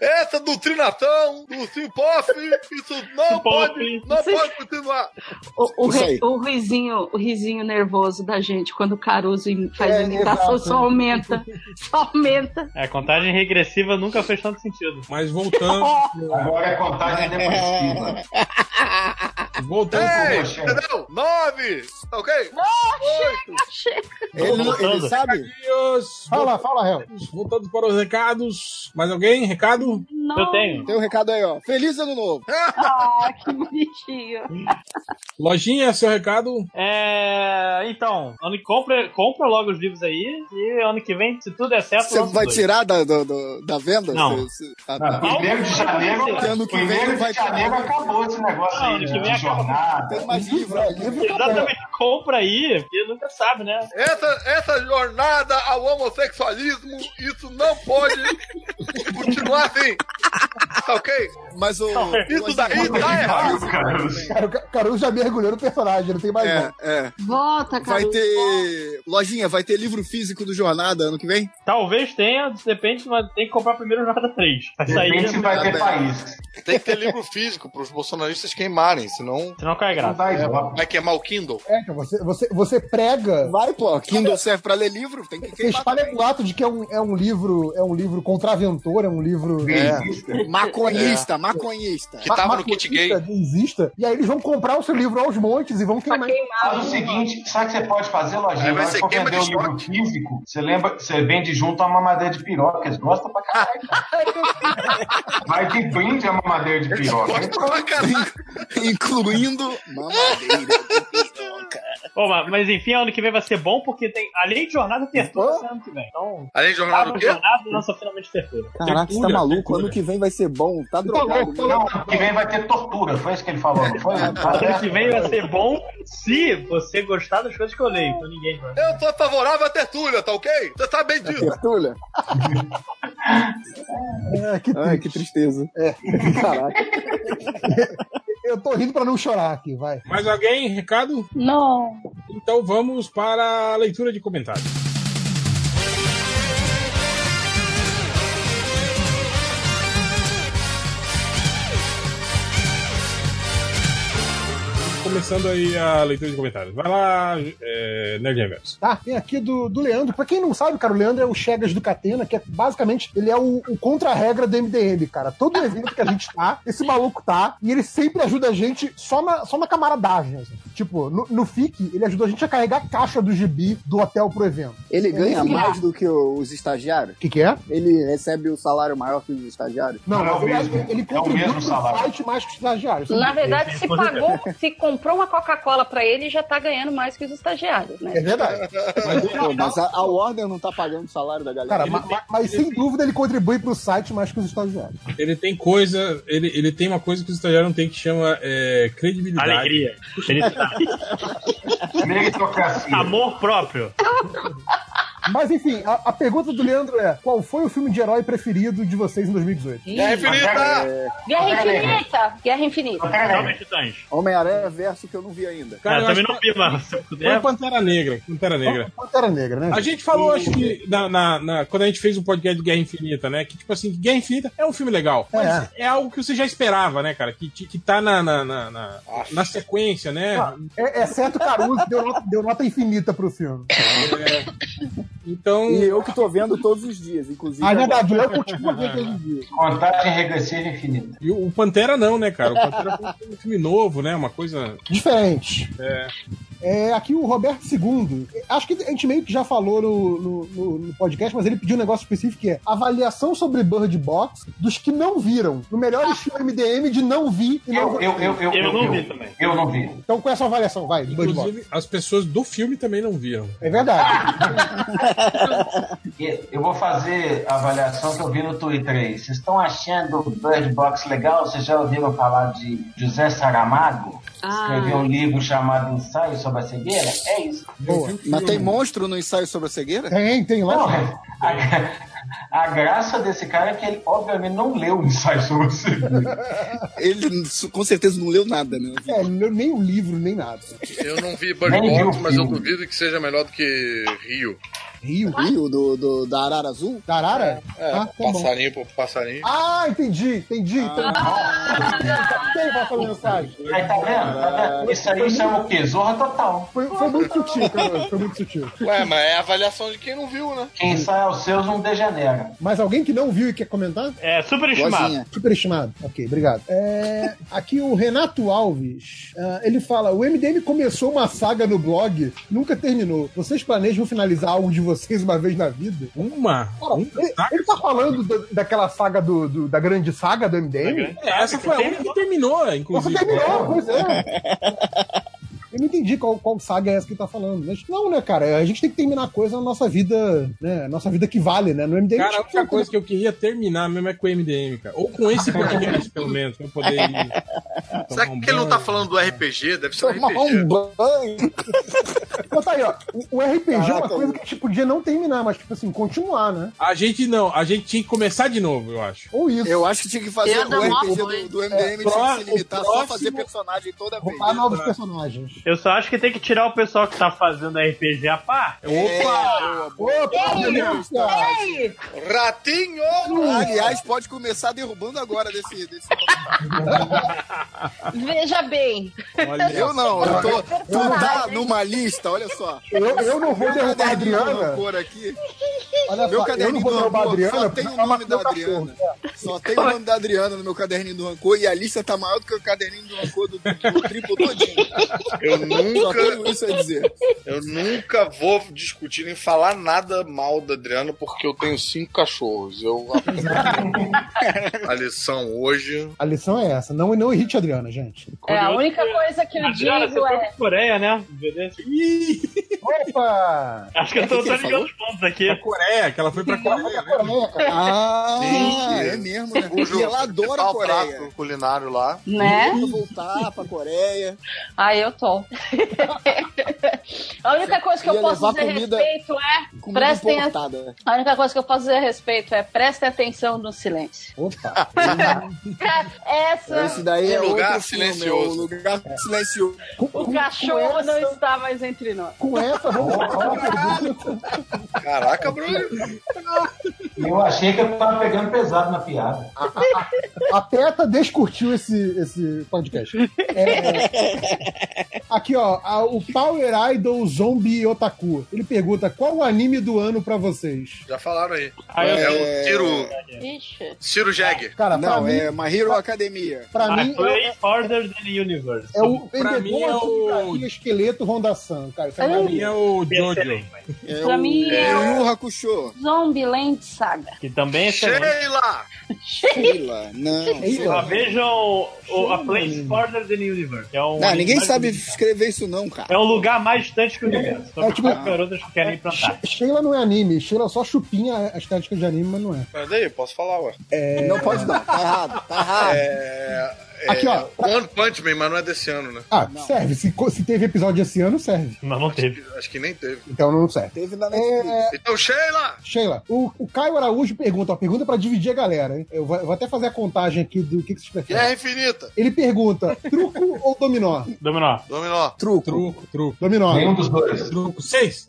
Essa do Trinatão, do Simpoff, isso não pode, não pode continuar. O, o, Isso é ri- aí. o risinho, o risinho nervoso da gente quando o Caruso im- faz É, imitação exato. só aumenta, só aumenta. É, contagem regressiva nunca fez tanto sentido. Mas voltando. Agora é contagem depressiva. Então, Voltando Ei, entendeu? Nove, tá ok? Oito. Voltando. Recadinhos. Fala, fala, Real. Voltando para os recados. Mais alguém? Recado? Não. Eu tenho. Tem um recado aí, ó. Feliz ano novo. Ah, que bonitinho. Lojinha, seu recado? É. Então, ano que compra, compra logo os livros aí. E ano que vem, se tudo der certo, Você lança vai dois. tirar da, do- do- da venda? Não. Você- você- ah, Ah, tá. Primeiro de janeiro, Ano que vem primeiro não vai de janeiro ter. acabou esse negócio Não, aí, ano de, que vem de acaba. jornada. Tem mais livro, ó, livro Exatamente, compra aí, porque nunca sabe, né? Essa, essa jornada ao homossexualismo, isso não pode continuar assim. Tá ok? Mas o. Isso daí tá errado. Cara, o Ca- Caruso já mergulhou no personagem, não tem mais É, nada. é. Volta, Vai Caruso. ter. Lojinha, vai ter livro físico do Jornada ano que vem? Talvez tenha, depende, mas tem que comprar primeiro o Jornada 3. Vai é sair. Depende se vai ter país. Tem que ter livro físico pros bolsonaristas queimarem, senão. Senão cai graça. É, vai queimar o Kindle? É, então, você, você, você prega. Vai, pô. Kindle serve pra ler livro, tem que Você queimar. espalha o ato de que é um, é um livro, é um livro contraventor, é um livro. Maconhista, maconhista. Ma- maconista, gaysista, E aí eles vão comprar o seu livro aos montes e vão queimar. Faz o seguinte, sabe o que você pode fazer, Aí Lojinha? vai Na hora ser que for queima vender de o livro físico, você, lembra, você vende junto a mamadeira de piroca, eles gostam pra caralho. Vai de brinde a mamadeira de piroca. Incluindo mamadeira. Pô, mas, mas enfim, ano que vem vai ser bom, porque tem. Além de jornada, tertura esse ano que vem. Então. Além de jornada, acaba o a quê? jornada lança finalmente tertura. Caraca, você tá maluco? Ano que vem vai ser bom, tá drogado. Não, ano que vem vai ter tortura, foi isso que ele falou, não foi? É, Tá Ano que vem vai ser bom se você gostar das coisas que eu leio. Então ninguém vai. Eu tô favorável à tertúlia, tá ok? Você sabe bem disso. Tertulha? É, que Ai, que tristeza. É. Caraca. Eu tô rindo pra não chorar aqui, vai. Mais alguém? Recado? Não. Então vamos para a leitura de comentários. Começando aí a leitura de comentários. Vai lá, é, Nerd Reverso. Tá, tem aqui do, do Leandro. Pra quem não sabe, cara, o Leandro é o Chegas do Catena, que é basicamente ele é o, o contra-regra do MDM, cara. Todo evento que a gente tá, esse maluco tá, e ele sempre ajuda a gente só na, só na camaradagem. assim. Tipo, no, no FIC, ele ajudou a gente a carregar a caixa do gibi do hotel pro evento. Ele ganha Esse- mais do que o- os estagiários? O que, que é? Ele recebe o salário maior que os estagiários? Não, é mas ele, ele, ele contribui pro site mais que os estagiários. Na verdade, se pagou, se comprou uma Coca-Cola pra ele, já tá ganhando mais que os estagiários, né? É verdade. Pô, mas a, a Warner não tá pagando o salário da galera. Cara, ma- ma- mas sem dúvida ele contribui pro site mais que os estagiários. Ele tem coisa, ele, ele tem uma coisa que os estagiários não tem que chama é, credibilidade. Alegria. Ele... Tá Amor próprio. Mas enfim, a, a pergunta do Leandro é: qual foi o filme de herói preferido de vocês em 2018? Guerra Infinita! Guerra Infinita! Guerra Infinita. É. Homem-Aranha verso que eu não vi ainda. É, Cara, eu também não vi, mano. Se É. Foi Pantera Negra, Pantera Negra. Pantera Negra, né? A gente falou, acho que, na, na- na- quando a gente fez o podcast de Guerra Infinita, né? Que, tipo assim, Guerra Infinita é um filme legal. Mas é, algo que você já esperava, né, cara? Que, que tá na, na, na, na- na sequência, né? Ah, é, exceto Caruso, deu nota, deu nota infinita pro filme. É. Então. E eu que tô vendo todos os dias, inclusive. Ah, é agora. verdade, o Léo continua vendo todos os dias. Contagem regressiva infinita. E o Pantera não, né, cara? O Pantera foi um filme novo, né? Uma coisa. Diferente. É. É, aqui o Roberto II. Acho que a gente meio que já falou no, no- no- no podcast, mas ele pediu um negócio específico que é avaliação sobre Bird Box dos que não viram. O melhor estilo MDM de não vi e não Eu, eu, eu, eu, também. Eu não vi. Então com essa avaliação, vai, Bird Box. Inclusive, as pessoas do filme também não viram. É verdade. E Eu vou fazer a avaliação que eu vi no Twitter aí. Vocês estão achando o Bird Box legal? Vocês já ouviram falar de José Saramago? Escreveu um livro chamado Ensaio sobre a Cegueira? É isso. Boa. Mas tem monstro no ensaio sobre a cegueira? Tem, tem Não, a, a graça desse cara é que ele, obviamente, não leu o ensaio sobre a cegueira. Ele su- com certeza não leu nada, né? É, ele leu nem o livro, nem nada. Eu não vi Bird Nem vi Box, o mas eu filme. duvido que seja melhor do que Rio. Rio? Rio, do, do- da Arara Azul? Da Arara? É, Ah, tá bom. passarinho por passarinho. Ah, entendi, entendi. Quem vai fazer mensagem? Aí tá vendo? Tá Ah. vendo? Isso aí chama o quê? Zorra total. Foi, foi muito sutil, cara. Foi muito sutil. Ué, mas é a avaliação de quem não viu, né? Quem sai aos seus não degenera. Mas alguém que não viu e quer comentar? É, superestimado. Boazinha. Superestimado. Ok, obrigado. É, aqui o Renato Alves, ah, ele fala, o MDM começou uma saga no blog, nunca terminou. Vocês planejam finalizar algo de vocês uma vez na vida? Uma? Um. Cara, ele, ele tá falando da- daquela saga do, do- da grande saga do MDM? É, essa foi a única que terminou, inclusive. Nossa, terminou, pois é. Eu não entendi qual, qual saga é essa que tá falando. Mas não, né, cara? A gente tem que terminar a coisa na nossa vida, né? A Nossa vida que vale, né? No MDM. Cara, a única coisa que eu queria terminar mesmo é com o MDM, cara. Ou com esse podcast, pelo menos, pra eu poder ir. um Será que ele não tá falando do RPG? Deve ser um Tomar RPG. um banho. Mas tá aí, ó. O- O RPG é uma Caraca, coisa que a gente podia não terminar, mas, tipo assim, continuar, né? A gente não, a gente tinha que começar de novo, eu acho. Ou isso. Eu acho que tinha que fazer Piada o mó RPG ruim. do, do MDM, É, tinha pró- que se limitar o só a próximo- fazer personagem toda vez. Roubar novos personagens. Eu só acho que tem que tirar o pessoal que tá fazendo RPG a par. É, Opa! É Opa! um Ratinho! Aliás, pode começar derrubando agora desse. desse... Veja bem. eu não, eu tô. Tu tá numa lista, olha só. Eu- eu não vou Meu derrubar a caderninho Adriana. do rancor aqui. meu Olha só, eu não caderninho vou do derrubar a rancor Adriana só tem o pra nome matar da o cachorro. Adriana. Só tem o nome da Adriana no meu caderninho do rancor e a lista tá maior do que o caderninho do rancor do, do triplo todinho. Eu Só nunca. tenho isso a dizer. Eu nunca vou discutir nem falar nada mal da Adriana, porque eu tenho cinco cachorros. Eu A lição hoje. A lição é essa. Não, não irrite a Adriana, gente. É, a única coisa que eu Adriana, você digo foi é. pra Coreia, né? Opa! Acho que eu tô, tô ligando os pontos aqui. Coreia, que ela foi pra Coreia. né? Ah, Gente, é mesmo, né? cujo E ela adora a principal Coreia. prato tá culinário lá. Né? Voltar pra Coreia. Ah, eu tô. A única coisa que Ia eu posso levar dizer a comida- respeito é. comida Prestem a... importada, né? a única coisa que eu posso dizer a respeito é prestem atenção no silêncio. Opa! Essa. Esse daí um é Um o outro filme, o lugar silencioso. O cachorro não está mais entre nós. Com essa, vamos Caraca, Bruno. Eu achei que eu tava pegando pesado na piada. A Peta descurtiu esse, esse podcast. É, aqui, ó, a- o Power Idol Zombie Otaku. Ele pergunta: qual o anime do ano pra vocês? Já falaram aí. Ah, eu é sei. o Ciro. Ixi. Ciro Jagger. Cara, pra Não, mim, é My Hero Academia. Pra I mim, play é, Order than the Universe. é o Pra mim é vendedor o- de Brasília esqueleto Honda San, cara. Isso é Pra mim maravilhoso. é o Jojo. É Pra mim é- Yu Yu Hakusho. é. Zombieland Saga. Que também é excelente. Sheila! Sheila, não. Só Sheila. vejam o, a Place Farther Than the Universe. que É um Não, ninguém animal- sabe escrever isso não, cara. É um lugar mais distante que o universo. Sobre É tipo- quatro garotas que querem ir pra Antártica. Sheila não é anime, Sheila só chupinha as táticas de anime, mas não é. Mas aí, posso falar, ué. Não pode não, tá errado, tá errado. É, é, Aqui, ó. One Punch Man, mas não é desse ano, né? Ah, serve. Se, co- se teve episódio esse ano, serve. Mas não teve. Acho que nem teve. Então não serve. Teve na É, Então, Sheila! Sheila, o, o Caio Araújo pergunta, ó, pergunta pra dividir a galera, hein? Eu vou, eu vou até fazer a contagem aqui do que, que vocês preferem. Guerra Infinita! Ele pergunta, truco ou dominó? Dominó. Dominó. Truco. Truco, truco. Dominó. Nenhum dos dois. Truco. Seis.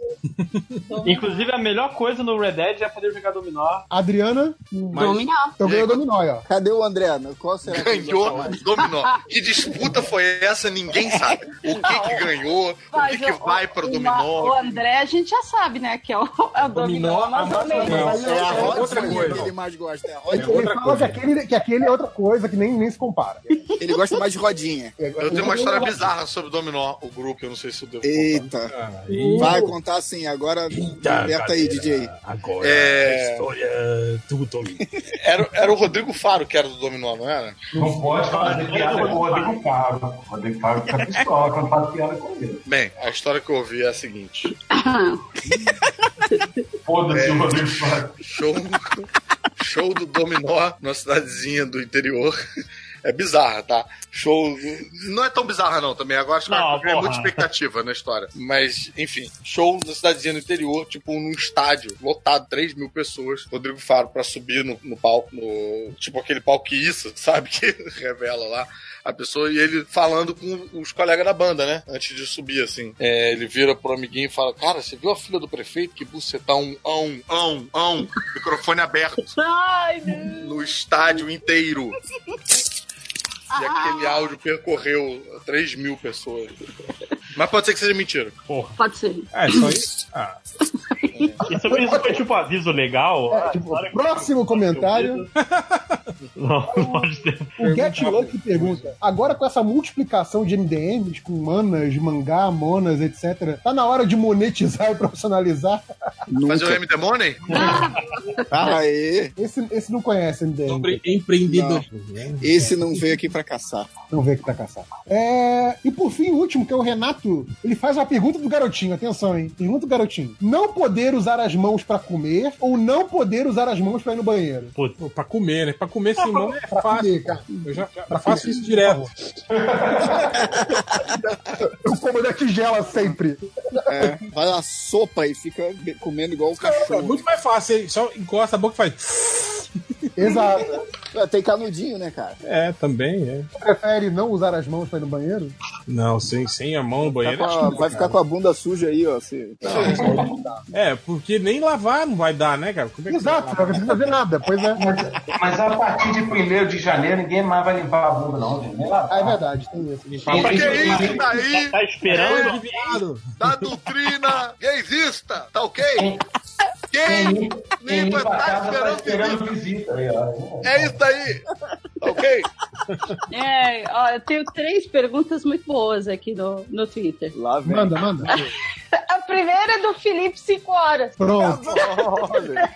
Inclusive, a melhor coisa no Red Dead é poder jogar dominó. Ah, Adriana? Dominó. Então ganhou dominó, aí, ó. Cadê o André? Qual será que é? ele vai Ganhou falar? dominó. Que disputa foi essa? Ninguém sabe. O que que ganhou? O que é que vai para o O dominó? André, a gente já sabe, né? Que é o, é o dominó. Amazonense. É a É roda outra que coisa. ele mais gosta. é a Ele, roda. ele fala que aquele, que aquele é outra coisa que nem, nem se compara. Ele gosta mais de rodinha. É. Eu tenho uma história bizarra sobre dominó, o grupo, eu não sei se eu devo contar. Eita. Ah, Vai contar assim, agora aperta aí, DJ. Agora, É. a história do Dominó. Era, era o Rodrigo Faro que era do dominó, não era? Não pode fazer piada com o Rodrigo Faro. O Rodrigo tá Faro fica pistola quando faz piada com ele. Bem, a história que eu ouvi é a seguinte. Ah, Foda-se o Rodrigo Faro. Show, show do Dominó numa cidadezinha do interior. É bizarra, tá? Show. Não é tão bizarra, não, também. Agora acho que Não, é porra. muita expectativa na história. Mas, enfim, show na cidadezinha do interior, tipo num estádio lotado, 3 mil pessoas. Rodrigo Faro pra subir no, no palco, no- tipo aquele palco que isso, sabe? Que revela lá a pessoa e ele falando com os colegas da banda, né? Antes de subir, assim. É, ele vira pro amiguinho e fala: Cara, você viu a filha do prefeito que bucetão, um, ão, ão, ão, microfone aberto Ai, Deus. no estádio inteiro. E Ah. aquele áudio percorreu 3 mil pessoas. Mas pode ser que seja mentira. Pode ser. É, só isso. Ah, E sobre isso foi tipo um aviso legal. É, tipo, próximo comentário, Não, não pode ter. o Get Lucky pergunta: agora com essa multiplicação de MDMs, com manas, mangá, monas, etc., tá na hora de monetizar e profissionalizar? um Fazer o MD Money? Aê, Esse, esse não conhece MDM. sobre empreendedorismo. esse não veio aqui pra caçar. Não vê que tá caçado. É, E por fim, o último, que é o Renato, ele faz uma pergunta do garotinho. Atenção, hein? Pergunta do garotinho. Não poder usar as mãos pra comer ou não poder usar as mãos pra ir no banheiro? Pô, pra comer, né? Pra comer sem mão é Ah, Pra fácil. comer, cara. Eu já já faço isso direto. Eu como da tigela sempre. É, faz uma sopa e fica be- comendo igual o É cachorro. muito mais fácil, hein? Só encosta a boca e faz. Exato. É, Tem canudinho, né, cara? É, também, é. Prefere não usar as mãos pra ir no banheiro? Não, sem, sem a mão no Tá banheiro. é com a- acho que não, vai ficar cara. com a bunda suja aí, ó. assim. se- É, porque nem lavar não vai dar, né, cara? Como é que Exato, não precisa fazer nada. Pois é. Mas a partir de 1 de janeiro, ninguém mais vai limpar a bunda, não, gente. Nem Ah, é lavar. verdade, tem isso. Pra que isso daí? Tá esperando? Viado. Da doutrina gaysista, tá ok? Quem Quem quem limpa limpa a É. tá casa tá esperando visita. esperando visita. Aí, ó. É isso daí, tá ok? É, ó, eu tenho três perguntas muito boas aqui no, no Twitter. Lá vem. Manda, manda. A primeira é do Felipe Cinco Horas. Pronto. Olha,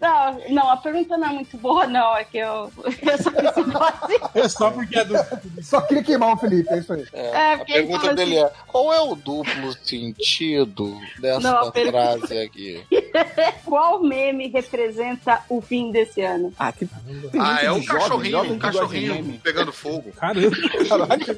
Não, não, a pergunta não é muito boa, não. É que eu, eu só me sinto assim. É só porque é do. Só queria queimar o Felipe, é isso aí. É, a porque ele pergunta fala assim- dele é: qual é o duplo sentido dessa Não, a pergunta- frase aqui? assim, é. Qual meme representa o fim desse ano? Ah, que Ah, é o jovem, cachorrinho, jovem o que gosta de cachorrinho meme. pegando fogo. Caramba. Caralho,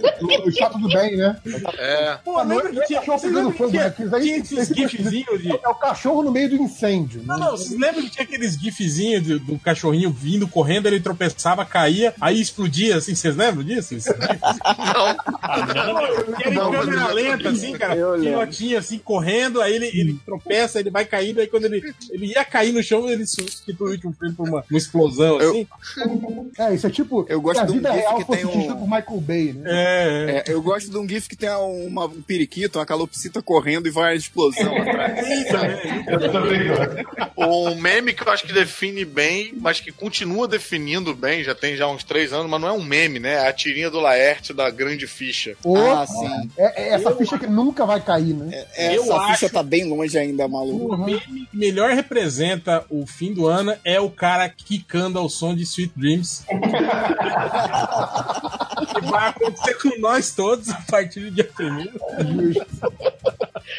tá tudo bem, né? É. Tá Pô, lembra que tinha, Cachorro vocês pegando lembram fogo, que tinha, né? Isso aí- tinha esses gifzinhos de... É o cachorro no meio do incêndio. Não, não, vocês lembram que tinha aqueles gifzinhos de- do cachorrinho vindo, correndo, ele tropeçava, caía, aí explodia, assim, vocês lembram disso? Esses gifs? Era em Não, câmera mas- lenta, assim, cara, Eu lembro. pilotinho, assim, correndo, aí ele, ele tropeça, ele vai caindo, aí quando ele, ele ia cair no chão, ele substitui o último filme por uma, uma explosão, assim. É, isso é tipo. Eu gosto a de um vida gif real que fosse tem um- dirigida por Michael Bay, né? É, eu gosto de um GIF que tem uma, um periquito, uma calopsita correndo e vai a explosão atrás. Um meme que eu acho que define bem, mas que continua definindo bem, já tem já uns três anos, mas não é um meme, né? É a tirinha do Laerte da grande ficha. Ou- É, é essa ficha que nunca vai cair, né? Essa Eu ficha tá bem longe ainda, maluco. O meme que melhor representa o fim do ano é o cara quicando ao som de Sweet Dreams. que vai acontecer com nós todos a partir do dia 1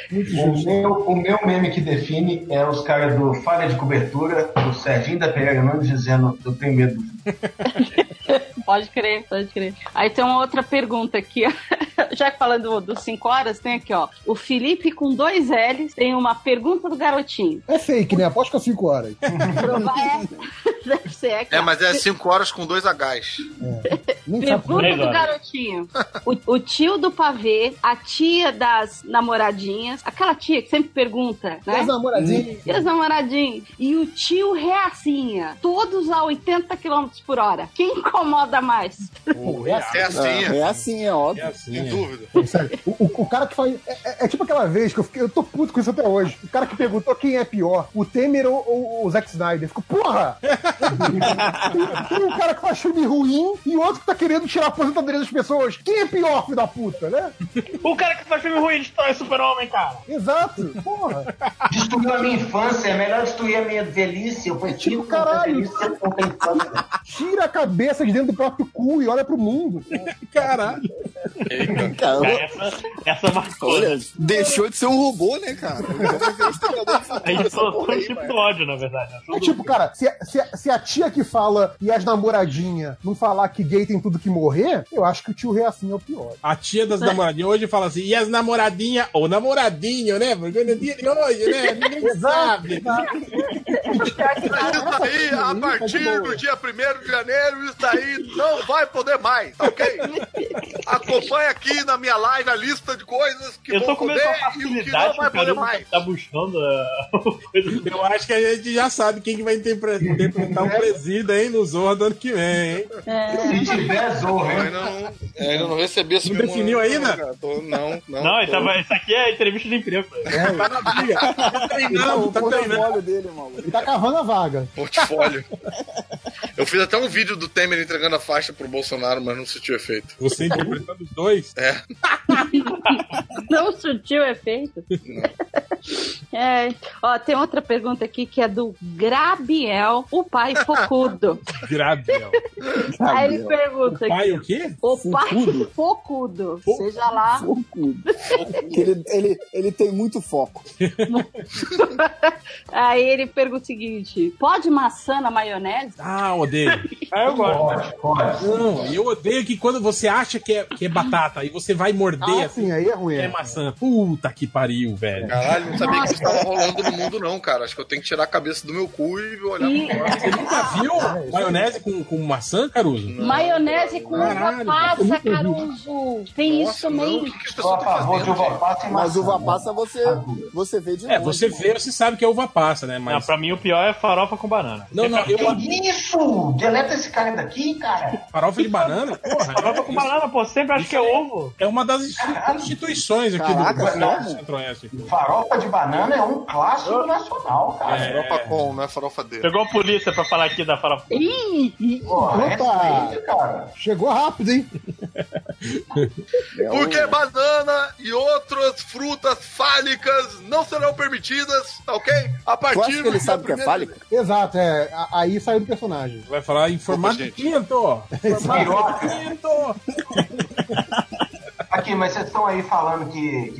O meu, o meu meme que define é os caras do Falha de Cobertura, do Serginho da Pereira Nunes dizendo: Eu tenho medo. Pode crer, pode crer. Aí tem uma outra pergunta aqui. ó. Já que falando dos 5 horas, tem aqui, ó. O Felipe com dois L's tem uma pergunta do garotinho. É fake, né? Aposto que é 5 horas. É, deve ser, é, É, claro. mas é cinco horas com dois Hs. Pergunta Três do horas. garotinho. O, o tio do pavê, a tia das namoradinhas, aquela tia que sempre pergunta, né? E as namoradinhas? E as namoradinhas. E o tio reacinha, todos a 80 km por hora. Quem incomoda mais? É assim, é Ah, assim, é, óbvio. Sem dúvida. Sério, o, o- o cara que faz. É, é- é tipo aquela vez que eu fiquei. Eu tô puto com isso até hoje. O cara que perguntou quem é pior, o Temer ou, ou o Zack Snyder. Ficou, porra! tem, tem um cara que faz filme ruim e outro que tá querendo tirar a aposentadoria das pessoas. Quem é pior, filho da puta, né? O cara que faz filme ruim destrói o super-homem, cara. Exato, porra. Destruiu a minha infância, é melhor destruir a minha velhice. Eu prefiro Tipo, caralho. ter velhice do que eu ter infância. Tira a cabeça de dentro do próprio cu e olha pro mundo. Caralho. essa, marcou. Olha, deixou de ser um robô, né, cara? A gente soltou um tipo de ódio, na verdade. É tipo, cara, se, se- se a tia que fala e as namoradinhas não falar que gay tem tudo que morrer, eu acho que o tio Reacinho é o pior. A tia das namoradinhas hoje fala assim, e as namoradinhas, ou namoradinho, né? Porque no dia de hoje, né? Ninguém sabe. Tá Isso aí, a partir do dia 1 de janeiro, isso aí não vai poder mais, tá ok? Acompanha aqui na minha live a lista de coisas que eu tô vão com medo da poder e o que não facilidade que vai o poder cara mais. tá buscando a coisa. Eu acho que a gente já sabe quem que vai interpre- interpretar o presida, hein, no Zorra do ano que vem, hein? É. Se tiver zorro, Eu hein? ainda não, é, eu ainda não recebi esse Não meu definiu momento, ainda? Ah, cara. Tô- não, não. Não, ele tô- tava- isso aqui é entrevista de emprego. Tá na briga. Tá treinando, tá treinando. dele, maluco. Ele tá cavando a vaga. Portfólio. Eu fiz até um vídeo do Temer entregando a faixa pro Bolsonaro, mas não surtiu efeito. Você interpretando os dois? É. Não surtiu efeito. É. Ó, tem outra pergunta aqui que é do Grabiel, o pai focudo. Grabiel. Aí ele pergunta O pai aqui. o quê? O pai Focudo? focudo, seja lá. Que Ele, ele, ele tem muito foco. Aí ele pergunta o seguinte: pode maçã na maionese? Ah, odeio. Ah, eu gosto. Pode, pode. Não, e eu odeio que quando você acha que é, que é batata e você vai morder Ah, assim, sim, aí é ruim. é é. maçã. Puta que pariu, velho. Caralho, não sabia que isso estava rolando no mundo, não, cara. Acho que eu tenho que tirar a cabeça do meu cu e olhar E- pra fora. Você nunca viu maionese com, com maçã, Caruso? Maionese com uva Caralho, passa, velho. caruso. Tem isso também. Sou a favor de uva passa e Mas maçã. uva passa você, você vê de É, novo. você vê, você sabe que é uva passa, né? Não, Mas. pra mim o pior é farofa com banana. Não, é não, eu. Que isso? Deleta esse cara daqui, cara. Farofa de banana? Porra. Farofa com banana, pô, sempre acho que é ovo. É uma das instituições aqui Caraca, do sério? Centro-Oeste. Farofa Farofa de banana é um clássico nacional, cara. É farofa com, não é farofa dele. Pegou a polícia pra falar aqui da farofa. Ih, ih, Porra, é opa! isso aí, cara. Chegou rápido, hein? Porque é banana e outras frutas fálicas não serão permitidas, tá ok? A partir acha que ele do sabe o que é dia fálico? Exato, é. a- Aí saiu do personagem. Vai falar em formato gente. quinto. Formato quinto. Aqui, mas vocês estão aí falando que,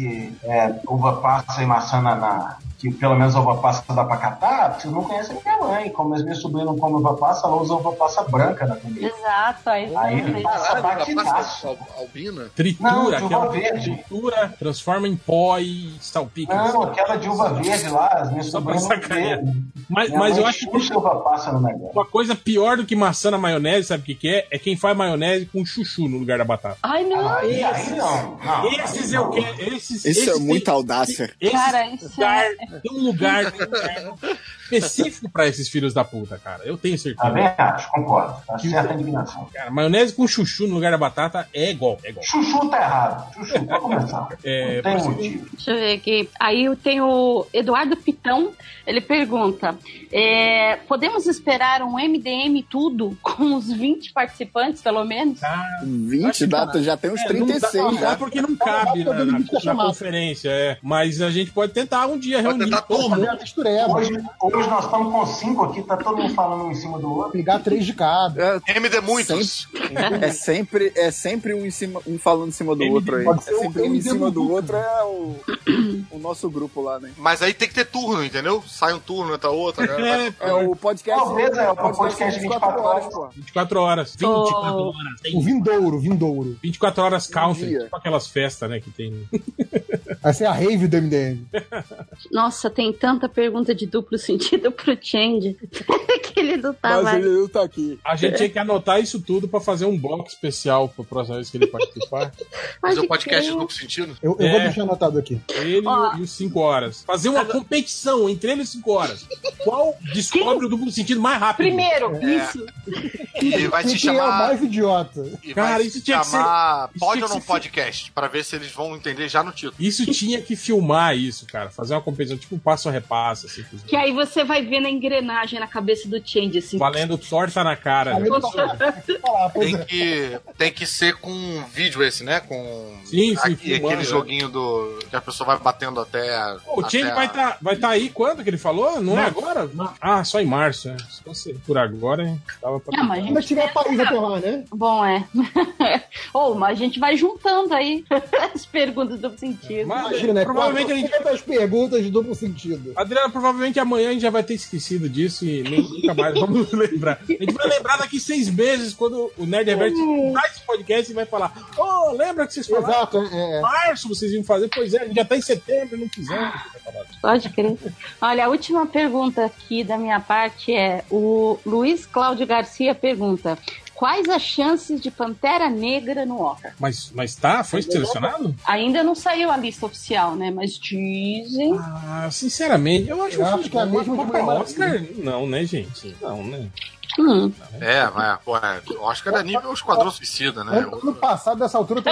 que é, uva passa e maçã na- na. Que pelo menos a uva passa dá pra catar, vocês não conhecem minha mãe. Como as minhas sobrinhas não comem uva passa, ela usa uva passa branca na comida. Exato, é aí Aí ele passa Tá Caralho, ela batidaço. passa al- albina? Tritura, Não, de aquela uva verde. tritura, transforma em pó e salpica. Não, aquela de uva verde lá, as minhas Só pra sobrinhas não sacanear. comem. Mas, Minha mas mãe é eu acho que chuta a uva passa no negócio. uma coisa pior do que maçã na maionese, sabe o que, que é? É quem faz maionese com chuchu no lugar da batata. Ai, não. Aí, aí não. não esses é eu aí não. quero. Esses, Isso esses é muita audácia. Tem, esses Cara, tem isso lugar, é- tem um lugar, tem um lugar específico pra esses filhos da puta, cara. Eu tenho certeza. Também Tá acho, concordo. Tá certa a indignação. Cara, maionese com chuchu no lugar da batata é igual, é igual. Chuchu tá errado. Chuchu, pra começar. É, não tem por isso- motivo. Deixa eu ver aqui. Aí tem o Eduardo Pitão, ele pergunta: é, podemos esperar um MDM tudo com uns 20 participantes, pelo menos? Ah, 20 dá, já tem uns é, não dá- 36 né? não, é já. porque não cabe dá na, pra na- ninguém na chamar. conferência, é. Mas a gente pode tentar um dia Pode reunir. tentar Tá todo turno. Fazer a textureba, Hoje, hoje nós estamos com cinco aqui, tá todo mundo falando um em cima do outro. pegar três de cada. É, MD muitos. É sempre, é sempre um, em cima, um falando em cima do outro aí. pode É ser um sempre um em MD cima do do outro, é o, o nosso grupo lá, né? Mas aí tem que ter turno, entendeu? Sai um turno, entra outro. a galera vai- É o podcast. Talvez, é, o podcast 24 horas, pô. 24 horas, 24 horas. O vindouro, o vindouro. Um 24 horas country, dia. tipo aquelas festas, né, que tem. Vai ser a rave do MDM. Nossa, tem tanta pergunta de duplo sentido pro Change que ele não tá Mas mais. ele não tá aqui. A gente tinha que anotar isso tudo pra fazer um bloco especial pra próxima vez que ele participar. Fazer o Pode podcast crer. duplo sentido? Eu, eu vou É. deixar anotado aqui. Ele e o- e os 5 horas. Fazer uma competição entre eles e 5 horas. Qual descobre o duplo sentido mais rápido? Primeiro, É. isso. E vai Quem se que é o chamar. mais idiota? E vai Cara, se isso tinha que ser- chamar isso Pode tinha ou que não ser- podcast? Pra ver se eles vão entender já no título. Isso tinha que filmar isso, cara. Fazer uma competição, tipo um passo a repassa, assim. com os- Que é aí você vai vendo a engrenagem na cabeça do Change, assim. Valendo torta na cara. né? Valendo Ah, pois Tem é. que, tem que ser com um vídeo esse, né? Com Sim, sim, aqui, filmando, aquele é. joguinho do que a pessoa vai batendo até. a- Pô, o Change até a- vai estar vai tá aí quando que ele falou? Não é agora? Ah, só em março, é. Se fosse por agora, hein? Tava pra... Não, É, mas a gente Ainda tiver país até lá, né? Bom, é. Ou, mas a gente vai juntando aí as perguntas do sentido. Mas, Imagina, é provavelmente a gente 450 as perguntas de duplo sentido. Adriana, provavelmente amanhã a gente já vai ter esquecido disso e nem- nunca mais vamos lembrar. A gente vai lembrar daqui seis meses, quando o Hum. Nerd Revert faz esse podcast e vai falar: Ô, lembra que vocês falaram Exato, é. em é. março, vocês iam fazer? Pois é, a gente já tá em setembro, não fizemos. Pode crer. Olha, a última pergunta aqui da minha parte é: o Luiz Cláudio Garcia pergunta. Quais as chances de Pantera Negra no Oscar? Mas, mas tá? Foi é selecionado? Ainda não saiu a lista oficial, né? Mas dizem. Ah, sinceramente, eu acho, Eu acho que é a mesma Mas de pra Mulher Oscar. Não, né, gente? Não, né? Hum. É, mas, pô, é, o Oscar é nível Esquadrão Suicida, né? Ano, ano Ah, passado, dessa altura, tá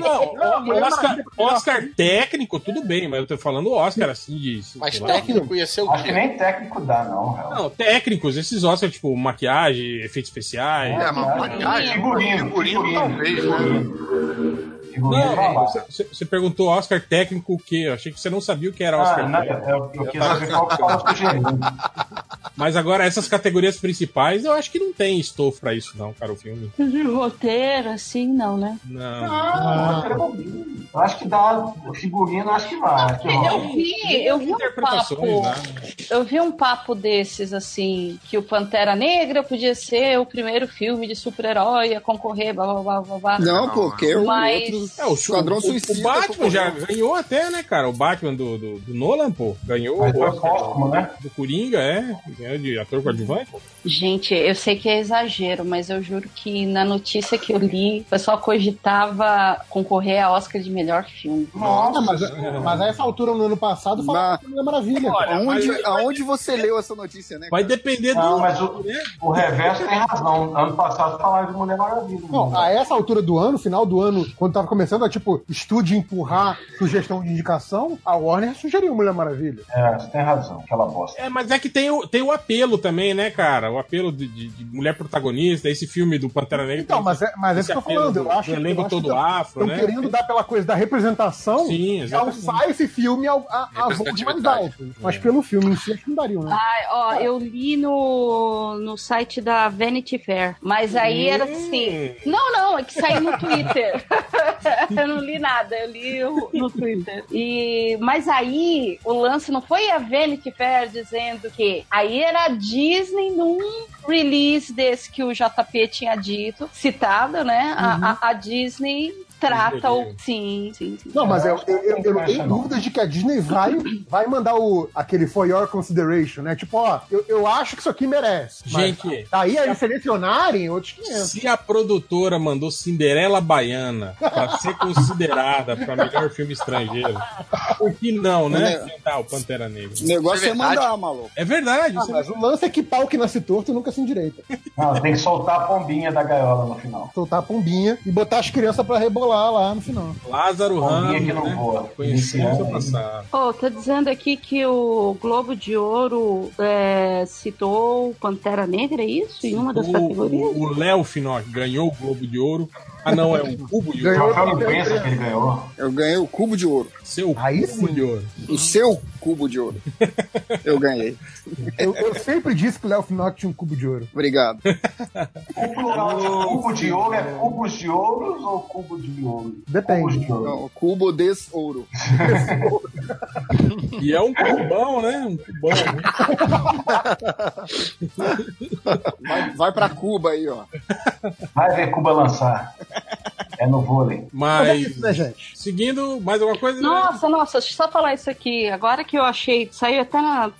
Não, todo não, Mulher Oscar, Maravilha Oscar técnico, tudo bem, mas eu tô falando Oscar assim de. sei Mas lá. técnico ia ser o Acho que quê? nem técnico dá, não. Real. Não, técnicos, esses Oscar, tipo, maquiagem, efeitos especiais. É, mas maquiagem, Figurino, figurino talvez, né? Figurino Não, não, dá. você- você você perguntou Oscar técnico o quê? Eu achei que você não sabia o que é um era Oscar Ah, não, técnico. eu, eu quis saber qual é que tava sugerindo. Mas agora, essas categorias principais, eu acho que não tem estofo pra isso, não, cara, o filme. De roteiro, assim, não, né? Não. Ah, eu quero ouvir. Eu acho que dá. Figurino, eu acho que vai. acho que rola. Eu vi, eu vi um Interpretações, papo. né? Eu vi um papo desses, assim, que o Pantera Negra podia ser o primeiro filme de super-herói a concorrer, blá blá blá blá blá. Não, Não, porque o Mas- outro É, o, Esquadrão o, Suicida o Batman já concorreu. ganhou até, né, cara? O Batman do, do, do Nolan, pô, ganhou Mas o foi Oscar póstumo, né? do Coringa, é, ganhou de ator coadjuvante. Gente, eu sei que é exagero, mas eu juro que na notícia que eu li, o pessoal cogitava concorrer a Oscar de melhor filme. Ah, mas, mas a essa altura, no ano passado, Mas- falava que Mulher Maravilha. cara. Aonde, Mas- aonde você leu essa notícia, né? Vai cara? depender do... Não, mas o, né? o reverso tem razão. Ano passado falaram de Mulher Maravilha. né? Não, a essa altura do ano, final do ano, quando tava começando a, tipo, estude empurrar sugestão de indicação, a Warner sugeriu Mulher Maravilha. É, você tem razão, aquela bosta. É, mas é que tem o, tem o apelo também, né, cara? O apelo de, de- de mulher protagonista, esse filme do Pantera Negra. Então, tem mas é, mas é isso esse que eu tô apelo falando. do- Eu acho do elenco eu acho todo que tão- afro, tão né? querendo dar pela coisa da representação é um Sim, e alçar esse filme ao, a, a voz mais alto. Mas pelo filme em si, acho que não daria, né? Ai, ó, eu li no, no site da Vanity Fair, mas aí era assim. Não, não, é que saiu no Twitter. eu não li nada, eu li o- no Twitter. E, mas aí o lance não foi a Vanity Fair dizendo que. Aí era a Disney num release desse que o JP tinha dito, citado, né? A- A, a Disney trata o. Sim, sim, sim. Não, mas eu, eu, eu- eu não tenho dúvidas de que a Disney vai, vai mandar o, aquele For Your Consideration, né? Tipo, ó, eu, eu acho que isso aqui merece. Mas tá Gente, Daí eles selecionarem outros 500. Se a produtora mandou Cinderela Baiana pra ser considerada pra melhor filme estrangeiro, por que não, né? Tá, o Pantera Negra. O negócio é verdade. mandar, maluco. É verdade. Ah, mas o lance é que pau que nasce torto nunca se endireita. Não, tem que soltar a pombinha da gaiola no final. Soltar a pombinha e botar as crianças pra rebolar lá no final. Lázaro Pombinha Ramos, que não né? voa. Conhecido no seu passado. Ó, tá dizendo aqui que o Globo de Ouro é, citou o Pantera Negra, é isso? Em uma das O- categorias? O o Léo Finock ganhou o Globo de Ouro. Ah, não, é um Cubo de Ganhou Ouro. Rafael também. né? Proença que ele ganhou. Eu ganhei o cubo de ouro. Seu Aí cubo sim. de ouro. Uhum. O seu cubo de ouro. Eu ganhei. Eu, eu sempre disse que o Léo Finock tinha um cubo de ouro. Obrigado. O plural de cubo de ouro é cubos de ouros ou cubo de ouro? Depende. Não, cubo des ouro. E é um cubão, né? Um cubão. Vai, vai pra Cuba aí, ó. Vai ver Cuba lançar. É no vôlei. Mas, né, gente? seguindo, mais alguma coisa? né? Nossa, nossa, deixa eu só falar isso aqui. Agora que eu achei, saiu até na.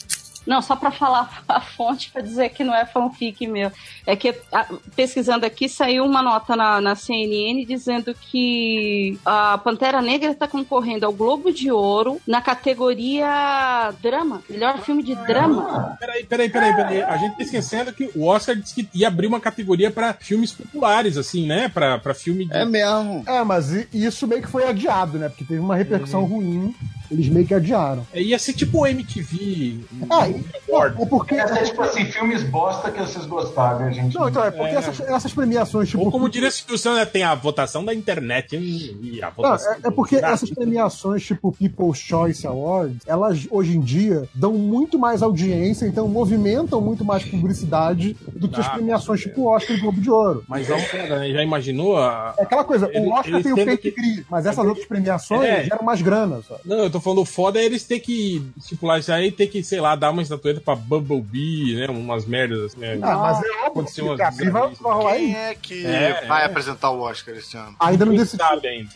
Não, só pra falar a fonte, pra dizer que não é fanfic meu. É que, a- pesquisando aqui, saiu uma nota na, na CNN dizendo que a Pantera Negra tá concorrendo ao Globo de Ouro na categoria drama. Melhor filme de drama. Peraí, peraí, peraí, peraí. A gente tá esquecendo que o Oscar disse que ia abrir uma categoria pra filmes populares, assim, né? Pra, pra filme de. É mesmo. É, mas i- isso meio que foi adiado, né? Porque teve uma repercussão ruim, eles meio que adiaram. É, Ia ser tipo o MTV. Ah, e- Award. é porque. Essa é tipo assim, filmes bosta que vocês gostaram, né, gente? Não, então é porque É. essas, essas premiações, tipo. Ou como diria Silvio Santos, né? Tem a votação da internet hein? e a Não, votação. é, é porque da- essas premiações, tipo People's Choice Awards, elas hoje em dia dão muito mais audiência, então movimentam muito mais publicidade do que as Ah, premiações tipo Oscar e Globo de Ouro. Mas é um cara, né? já imaginou a. É aquela coisa, Ele- o Oscar ele tem o tendo fake que- gris, mas essas outras premiações É. geram mais grana, só. Não, eu tô falando o foda é eles ter que tipo, estipular isso aí, ter que, sei lá, dar uma estatueta pra Bumblebee, né? Umas merdas assim. né? Ah, mas é óbvio Aconteceu né? que umas a Pri vai- bizarrices. vai rolar Quem aí. é que É, vai é. apresentar o Oscar esse ano? Ainda não Quem decidi. sabe ainda.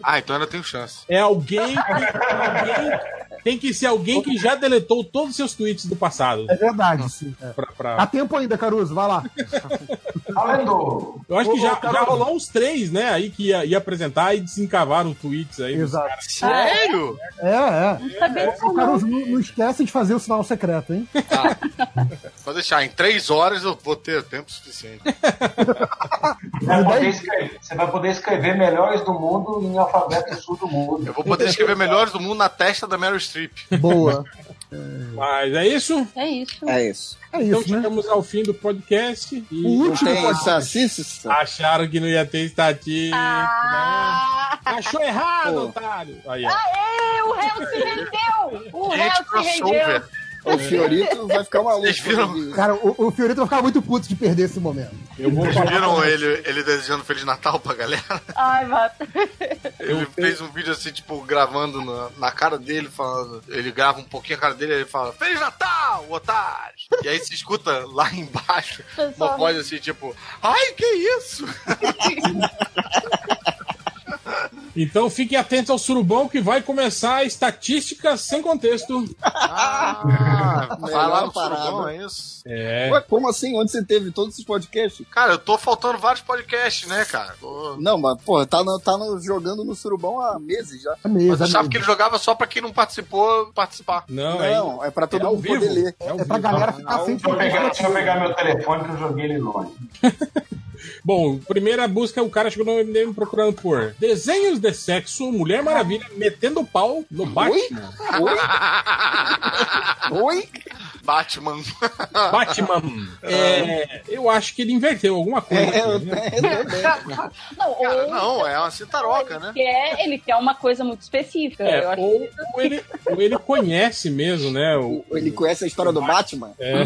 Ah, então ainda tenho chance. É alguém, alguém- Tem que ser alguém que já deletou todos os seus tweets do passado. É verdade, sim. é. Pra, pra- Há tempo ainda, Caruso, vai lá. Alendo! Eu acho que Ô, já, ô, Carol. já rolou uns três, né? Aí que ia, ia apresentar e desencavaram tweets aí. dos Exato. caras. Sério? É, é. Não sabia disso, Ô, Caruso, não, não esquece de fazer o sinal secreto, hein? Pode deixar, em três horas eu vou ter tempo suficiente. Você vai poder escrever- Você vai poder escrever melhores do mundo em alfabeto sul do mundo. Eu vou poder escrever melhores do mundo na testa da Meryl Streep. Boa. Mas é isso? É isso. É isso. É Então isso, né? Uhum. chegamos ao fim do podcast. E O último Tem podcast. sacices? acharam que não ia ter estatística. né? Achou errado, Pô. otário. Aí, ó. Aê, o réu se rendeu! O réu Gente, se rendeu! crossover. O Fiorito vai ficar maluco. Vocês viram? Cara, o, o Fiorito vai ficar muito puto de perder esse momento. Eu vou Vocês falar. viram ele, ele desejando Feliz Natal pra galera? Ai, mata. Ele fez um vídeo assim, tipo, gravando na, na cara dele, falando. Ele grava um pouquinho a cara dele e ele fala: Feliz Natal, otário! E aí se escuta lá embaixo uma voz assim, tipo, ai, que isso? Então fiquem atentos ao surubão que vai começar a estatística sem contexto. Ah, Vai lá melhor no surubão, parada. é isso? É. Ué, como assim? Onde você teve todos esses podcasts? Cara, eu tô faltando vários podcasts, né, cara? Tô- Não, mas, porra, tá, no- tá no- jogando no surubão há meses já. É Mas mesmo, eu é achava mesmo. que ele jogava só pra quem não participou participar. Não, é. Não, é pra todo é ao mundo poder vivo. ler. É ao É pra vivo. galera ficar sem Deixa eu, pegar, deixa eu pegar meu telefone que eu joguei ele longe. Bom, primeira busca, o cara chegou no MDM procurando por desenhos de sexo, Mulher Maravilha, metendo pau no Batman. Oi? Oi? Batman. Batman. É, eu acho que ele inverteu alguma coisa. É, eu- né? Não, Cara, ou- não, é uma cintaroca, né? Que é, ele quer uma coisa muito específica. É, eu acho ou, que- ou ele, ou ele conhece mesmo, né? O, Ele conhece a história do Batman? É.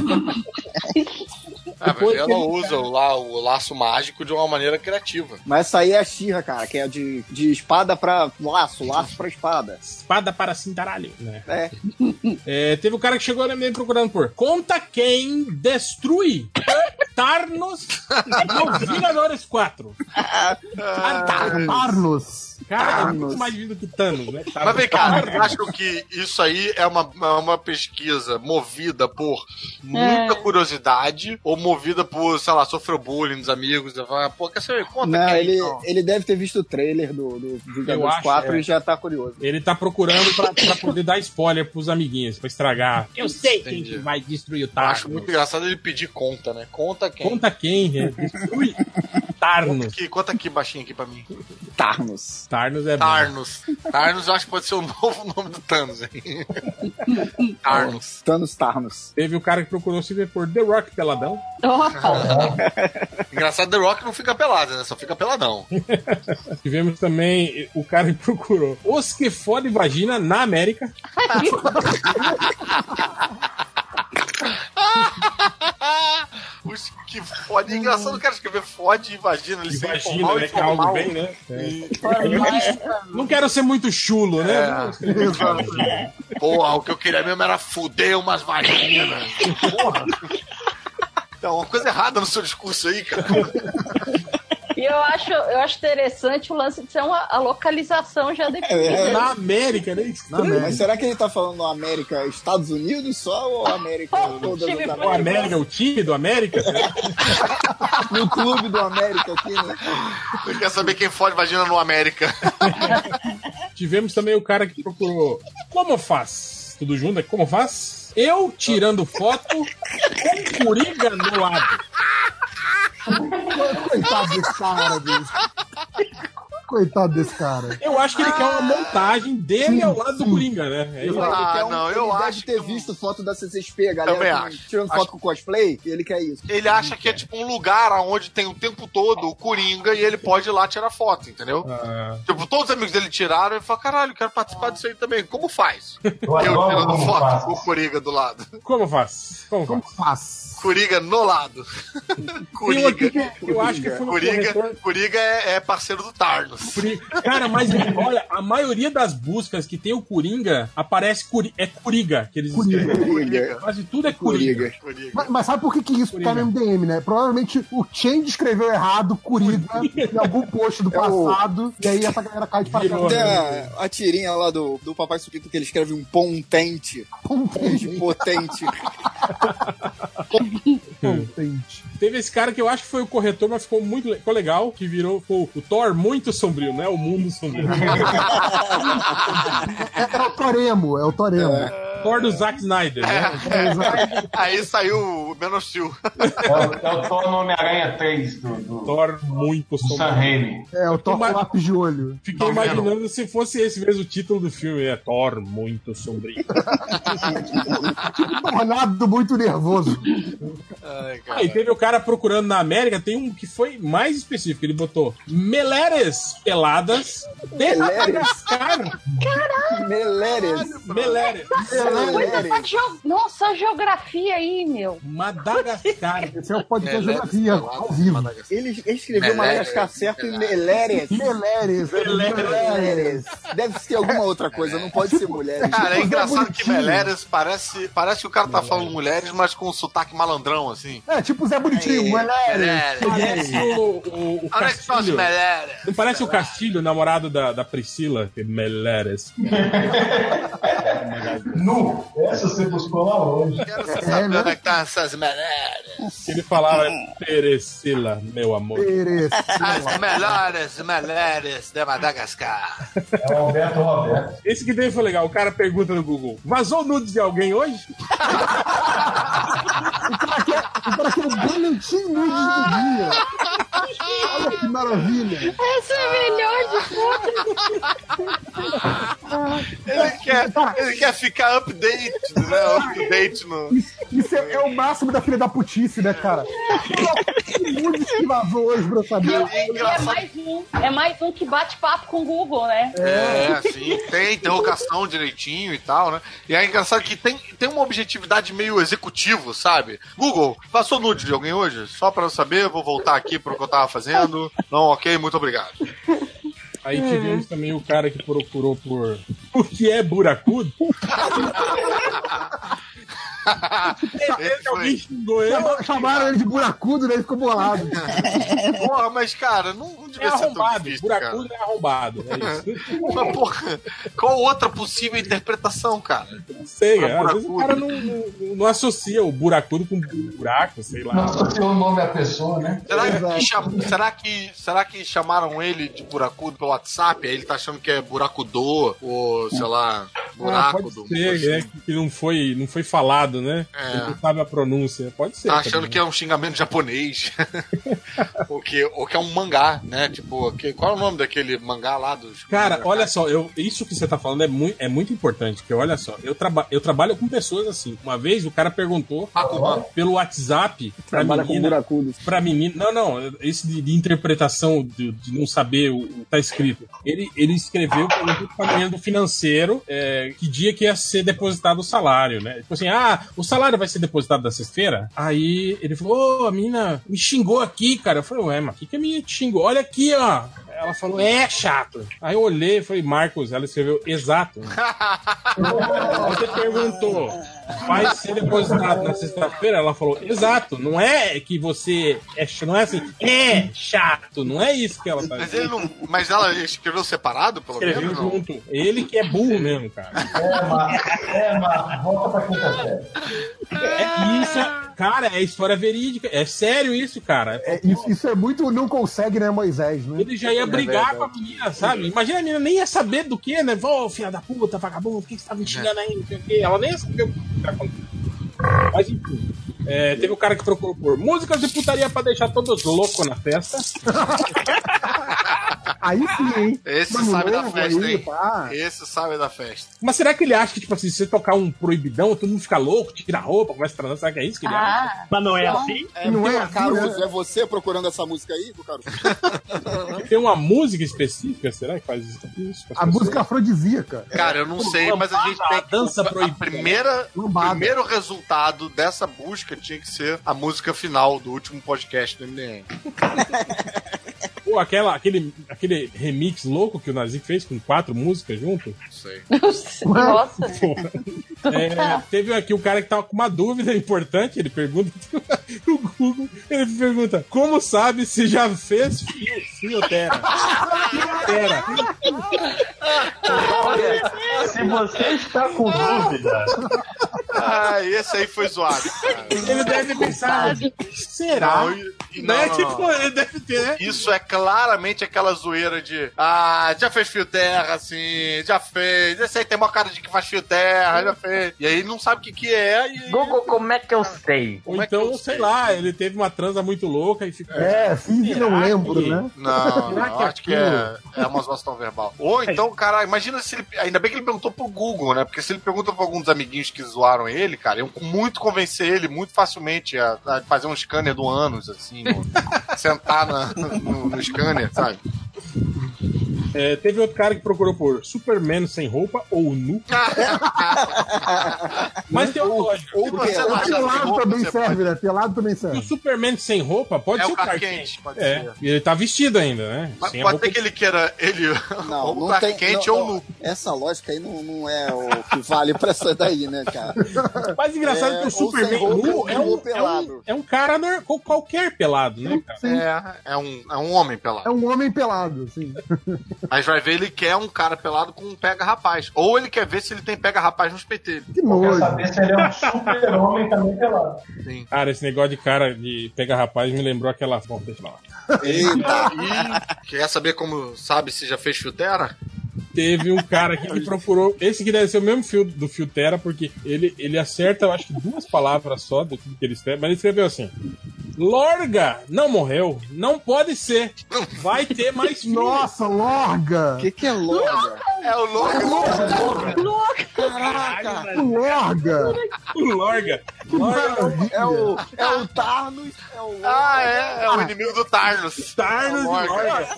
Ah, mas ela usa o, la- o laço mágico de uma maneira criativa. Mas essa aí é a Xirra, cara, que é de, de espada pra laço, laço pra espada. Espada para cintaralho, né? É. É, teve um cara que chegou na minha procurando por Conta quem destrui Tarnos no Vingadores 4. Arnos. Cara, é Thanos. muito mais vindo que Thanos, né? Thanos. Mas vem cá, vocês acham que isso aí é uma, é uma pesquisa movida por muita curiosidade ou movida por, sei lá, sofreu bullying dos amigos? e fala, Pô, quer saber? Conta Não, quem, ele, então. ele deve ter visto o trailer do, do Eu Vingadores acho, 4 é. e já tá curioso. Ele tá procurando pra, pra poder dar spoiler pros amiguinhos, pra estragar. Eu sei quem que vai destruir o Thanos. Acho muito engraçado ele pedir conta, né? Ah, Conta quem. Conta quem, né? Destrui Tarnos. aqui, conta aqui baixinho aqui pra mim. Tarnos. Tarnos é bom. Tarnos. Tarnos eu acho que pode ser o novo nome do Thanos, hein? Tarnos. Thanos Tarnos. Teve o cara que procurou se ver por The Rock peladão. é Engraçado, The Rock não fica pelado, né? Só fica peladão. Tivemos também o cara que procurou os que fodem vagina na América. Os Ah, que fode. É engraçado o cara escrever fode e vagina. Ele se vagina, Assim, informal né, e que é algo formal. É. bem, né? E- Não quero ser muito chulo, né? Porra, o que eu queria mesmo era fuder umas vaginas. Porra. Tem uma coisa errada no seu discurso aí, cara. E eu acho, eu acho interessante o lance de ser uma, a localização já É, depois. É, Na América, né? Na América. Mas será que ele tá falando na América, Estados Unidos só ou América toda do O América, o time do América? né? No clube do América aqui, né? Você quer saber quem fode vagina no América? Tivemos também o cara que procurou como faz? Tudo junto, é como faz? Eu tirando foto com curiga no lado. Coitado desse cara, bicho. Coitado desse cara. Eu acho que ele quer uma montagem dele ao lado do Coringa, né? É Eu isso. acho que é um- não, ele eu deve acho ter visto foto da CCXP, a galera Também com- acho. tirando foto com cosplay, e ele quer isso. Ele acha que é tipo um lugar onde tem o tempo todo o Coringa e ele pode ir lá tirar foto, entendeu? Ah, Tipo, todos os amigos dele tiraram e falou: caralho, quero participar disso aí também. Como faz? Eu adoro tirando como foto faz. com o Coringa do lado. Como faz? Como, faz? Coringa no lado. Tem um aqui Coringa. que eu acho que foi um Coringa, corretor. Coringa é, é parceiro do Tarnos. Curi- Cara, mas olha, a maioria das buscas que tem o Coringa aparece Curi... é Curiga que eles escrevem. Coringa. Quase tudo é Coringa. Mas, mas sabe por que, que isso tá no MDM, né? Provavelmente o Change escreveu errado, Curiga, em algum post do passado, e aí essa galera cai de Tem paraquedas. né? É a, a tirinha lá do, do Papai Suquito que ele escreve um pontente. Pontente. Potente. Teve esse cara que eu acho que foi o corretor, mas ficou muito le- ficou legal, que virou ficou o Thor muito sombrio, né? O mundo sombrio. É, é o Toremo, é o Toremo. Thor do Zack Snyder, né? É, Aí saiu o Man of Steel. É o Thor no Homem-Aranha 3 do, do, Thor muito do Sam Raimi. É, o Thor com Ima- lápis de olho. Fiquei imaginando se fosse esse mesmo o título do filme, é Thor muito sombrio. Tornado Um muito nervoso. Ah, e teve o cara procurando na América, tem um que foi mais específico, ele botou Meleres peladas de Madagascar. Meleres. Meleres. é Meleres. Essa geo- Nossa, a geografia aí, meu. Madagascar. Esse é o podcast Meleres geografia, ao vivo. Ele ele escreveu Meleres. Madagascar certo e Meleres. Meleres. é Meleres. Deve ser alguma outra coisa, não pode ser mulheres. Cara, é engraçado que Meleres parece, parece que o cara tá falando mulheres, mas com um sotaque malandrão, assim. É, tipo o Zé Bonitinho, Meleres. Parece o, o, o Olha que faz Castilho. Meleres. Não parece o Castilho, namorado da, da Priscila? Que é Meleres. Nu, essa você buscou lá longe. Quero né? saber onde é que tá essas Meleres. Que Ele falava Perecila, meu amor. As melhores Meleres de Madagascar. É o Alberto Roberto. Esse que teve foi legal. O cara pergunta no Google: vazou nudes de alguém hoje? Para que eu ganhe o time nude do dia. Olha que maravilha. Essa é a melhor de Ah, todas. ele, quer, ele quer ficar update, né? Update no. É, Isso é, é o máximo da filha da putice, né, cara? Muitos que vazou hoje pra saber. É mais um. É mais um que bate papo com o Google, né? É, assim, tem interrogação direitinho e tal, né? E é engraçado que tem, tem uma objetividade meio executivo, sabe? Google, passou nude de alguém hoje? Só pra eu saber, vou voltar aqui pro que eu tava fazendo. Não, ok, muito obrigado. Aí tivemos também o cara que procurou por o que é buracudo. Ele foi. Alguém xingou ele. Chama- Chamaram ele de buracudo, né? Ele ficou bolado. Porra, mas cara, não, não devia É ser tão arrombado, difícil, buracudo cara. é arrombado. Mas, porra, qual outra possível interpretação, cara? Não Sei, às vezes o cara não, não- não associa o buracudo com buraco, sei lá. Não associa o um nome à pessoa, né? Será que, cham- será, que, será que chamaram ele de buracudo pelo WhatsApp? Aí ele tá achando que é buracudô, ou sei lá, Ah, buraco pode do. ser, é, que não foi, não foi falado, né? É. Ele não sabe a pronúncia. Pode ser. Tá achando também. que é um xingamento japonês. ou, que, ou que é um mangá, né? Tipo, que, qual é o nome daquele mangá lá dos. Cara, olha só, eu, isso que você tá falando é muito, é muito importante, porque olha só, eu, traba, eu trabalho com pessoas assim. Uma vez o cara perguntou pelo WhatsApp pra Trabalha com menina. buracudos. pra menina. Não, não, esse de, de interpretação, de, de não saber o que tá escrito. Ele, ele escreveu, perguntou pra menina do financeiro é, que dia que ia ser depositado o salário, né? Tipo assim, ah, o salário vai ser depositado na sexta-feira? Aí ele falou, ô, a menina me xingou aqui, cara. Eu falei, ué, mas o que, que a menina te xingou? Olha aqui, ó. Ela falou, é chato. Aí eu olhei e falei, Marcos, ela escreveu exato. Você perguntou, vai ser depositado na sexta-feira? Ela falou, exato, não é que você é ch- não é assim, é chato, não é isso que ela tá Mas, ele não, mas ela escreveu separado, pelo Escreveu menos? não? junto. Ele que é burro mesmo, cara. É, mas volta pra quinta série. É que isso, é- cara, é história verídica. É sério isso, cara. É, isso, isso é muito não consegue, né, Moisés? Né? Ele já ia brigar com a menina, sabe? Imagina a menina nem ia saber do que, né? Vó, filha da puta, vagabundo, por que você tá me xingando aí? Não sei o quê. Ela nem ia saber o que tá acontecendo. Mas enfim. É, teve o cara que procurou por músicas de putaria pra deixar todos loucos na festa. Aí sim, hein? Esse Mano, sabe da novo festa, aí, hein? pá. Esse sabe da festa. Mas será que ele acha que, tipo assim, se você tocar um proibidão, todo mundo fica louco, tira a roupa, começa a transar? Será que é isso que ele Ah, acha? mas não é assim? É, não é, Caruso, é você procurando essa música aí, do Caruso? Tem uma música específica, será que faz isso? Tipo, isso Ah. A música afrodisíaca. Cara, eu não sei, mas a gente tem que. dança a primeira, o primeiro resultado dessa busca tinha que ser a música final do último podcast do MDM. Pô, aquela, aquele, aquele remix louco que o Nazik fez com quatro músicas junto? Sei. Nossa. É, teve aqui o cara que tava com uma dúvida importante, ele pergunta pro Google, ele pergunta, como sabe se já fez fio, fiotera? Fiotera. Se você está com dúvida, Ah, esse aí foi zoado. cara. Ele deve pensar, será? Não, e- e Não, não, é não, tipo, não. ele deve ter, né? Isso é claramente aquela zoeira de Ah, já fez fio terra, assim, já fez. Esse aí tem uma cara de que faz fio terra, já fez. E aí não sabe o que, que é. E... Google, como é que eu sei? Ou então, sei lá, ele teve uma transa muito louca e ficou. É, Um fiz e não lembro, né? Não, Será não, que acho que é, é uma zoação verbal. Ou então, cara, imagina se ele. Ainda bem que ele perguntou pro Google, né? Porque se ele pergunta pra alguns amiguinhos que zoaram ele, cara, eu muito convencer ele muito facilmente a, a fazer um scanner do ânus, assim, no- sentar na- no, no scanner, sabe? É, teve outro cara que procurou por Superman sem roupa ou nu. Mas tem uma lógica. O É, pelado também serve, né? Pelado também O serve. Superman sem roupa pode É ser o Clark Clark Kent, Kent. pode é. ser. E ele tá vestido ainda, né? Mas Sem a pode roupa. ter que ele queira ele Não, ou não Clark tem, Kent não, ou não, nu. Essa lógica aí não, não é o que vale pra essa daí, né, cara? Mas engraçado É, que o ou Superman sem roupa, nu ou é um, pelado. é um- é um cara nor- com qualquer pelado, né, cara? É, é um, é um homem pelado. É um homem pelado, sim. Mas vai ver, ele quer um cara pelado com um pega-rapaz. Ou ele quer ver se ele tem pega-rapaz nos peteiros. Que quer saber se ele é um super-homem também pelado. Cara, esse negócio de cara de pegar rapaz me lembrou aquela. Bom, deixa lá. Eita! E quer saber como sabe se já fez filtera? Teve um cara aqui que procurou. Esse que deve ser o mesmo fio do Filtera, porque ele, ele acerta, eu acho que duas palavras só do que ele escreve, mas ele escreveu assim: Lorga não morreu. Não pode ser. Vai ter mais filme. Nossa, Lorga! O que, é Lorga? É o Lorga. Lorga! Lorga. Caraca! Lorga! O Lorga. Lorga. É o, é o Tarnus. É o Ah, é. É o inimigo do Tarnus. É Tarnus e Lorga.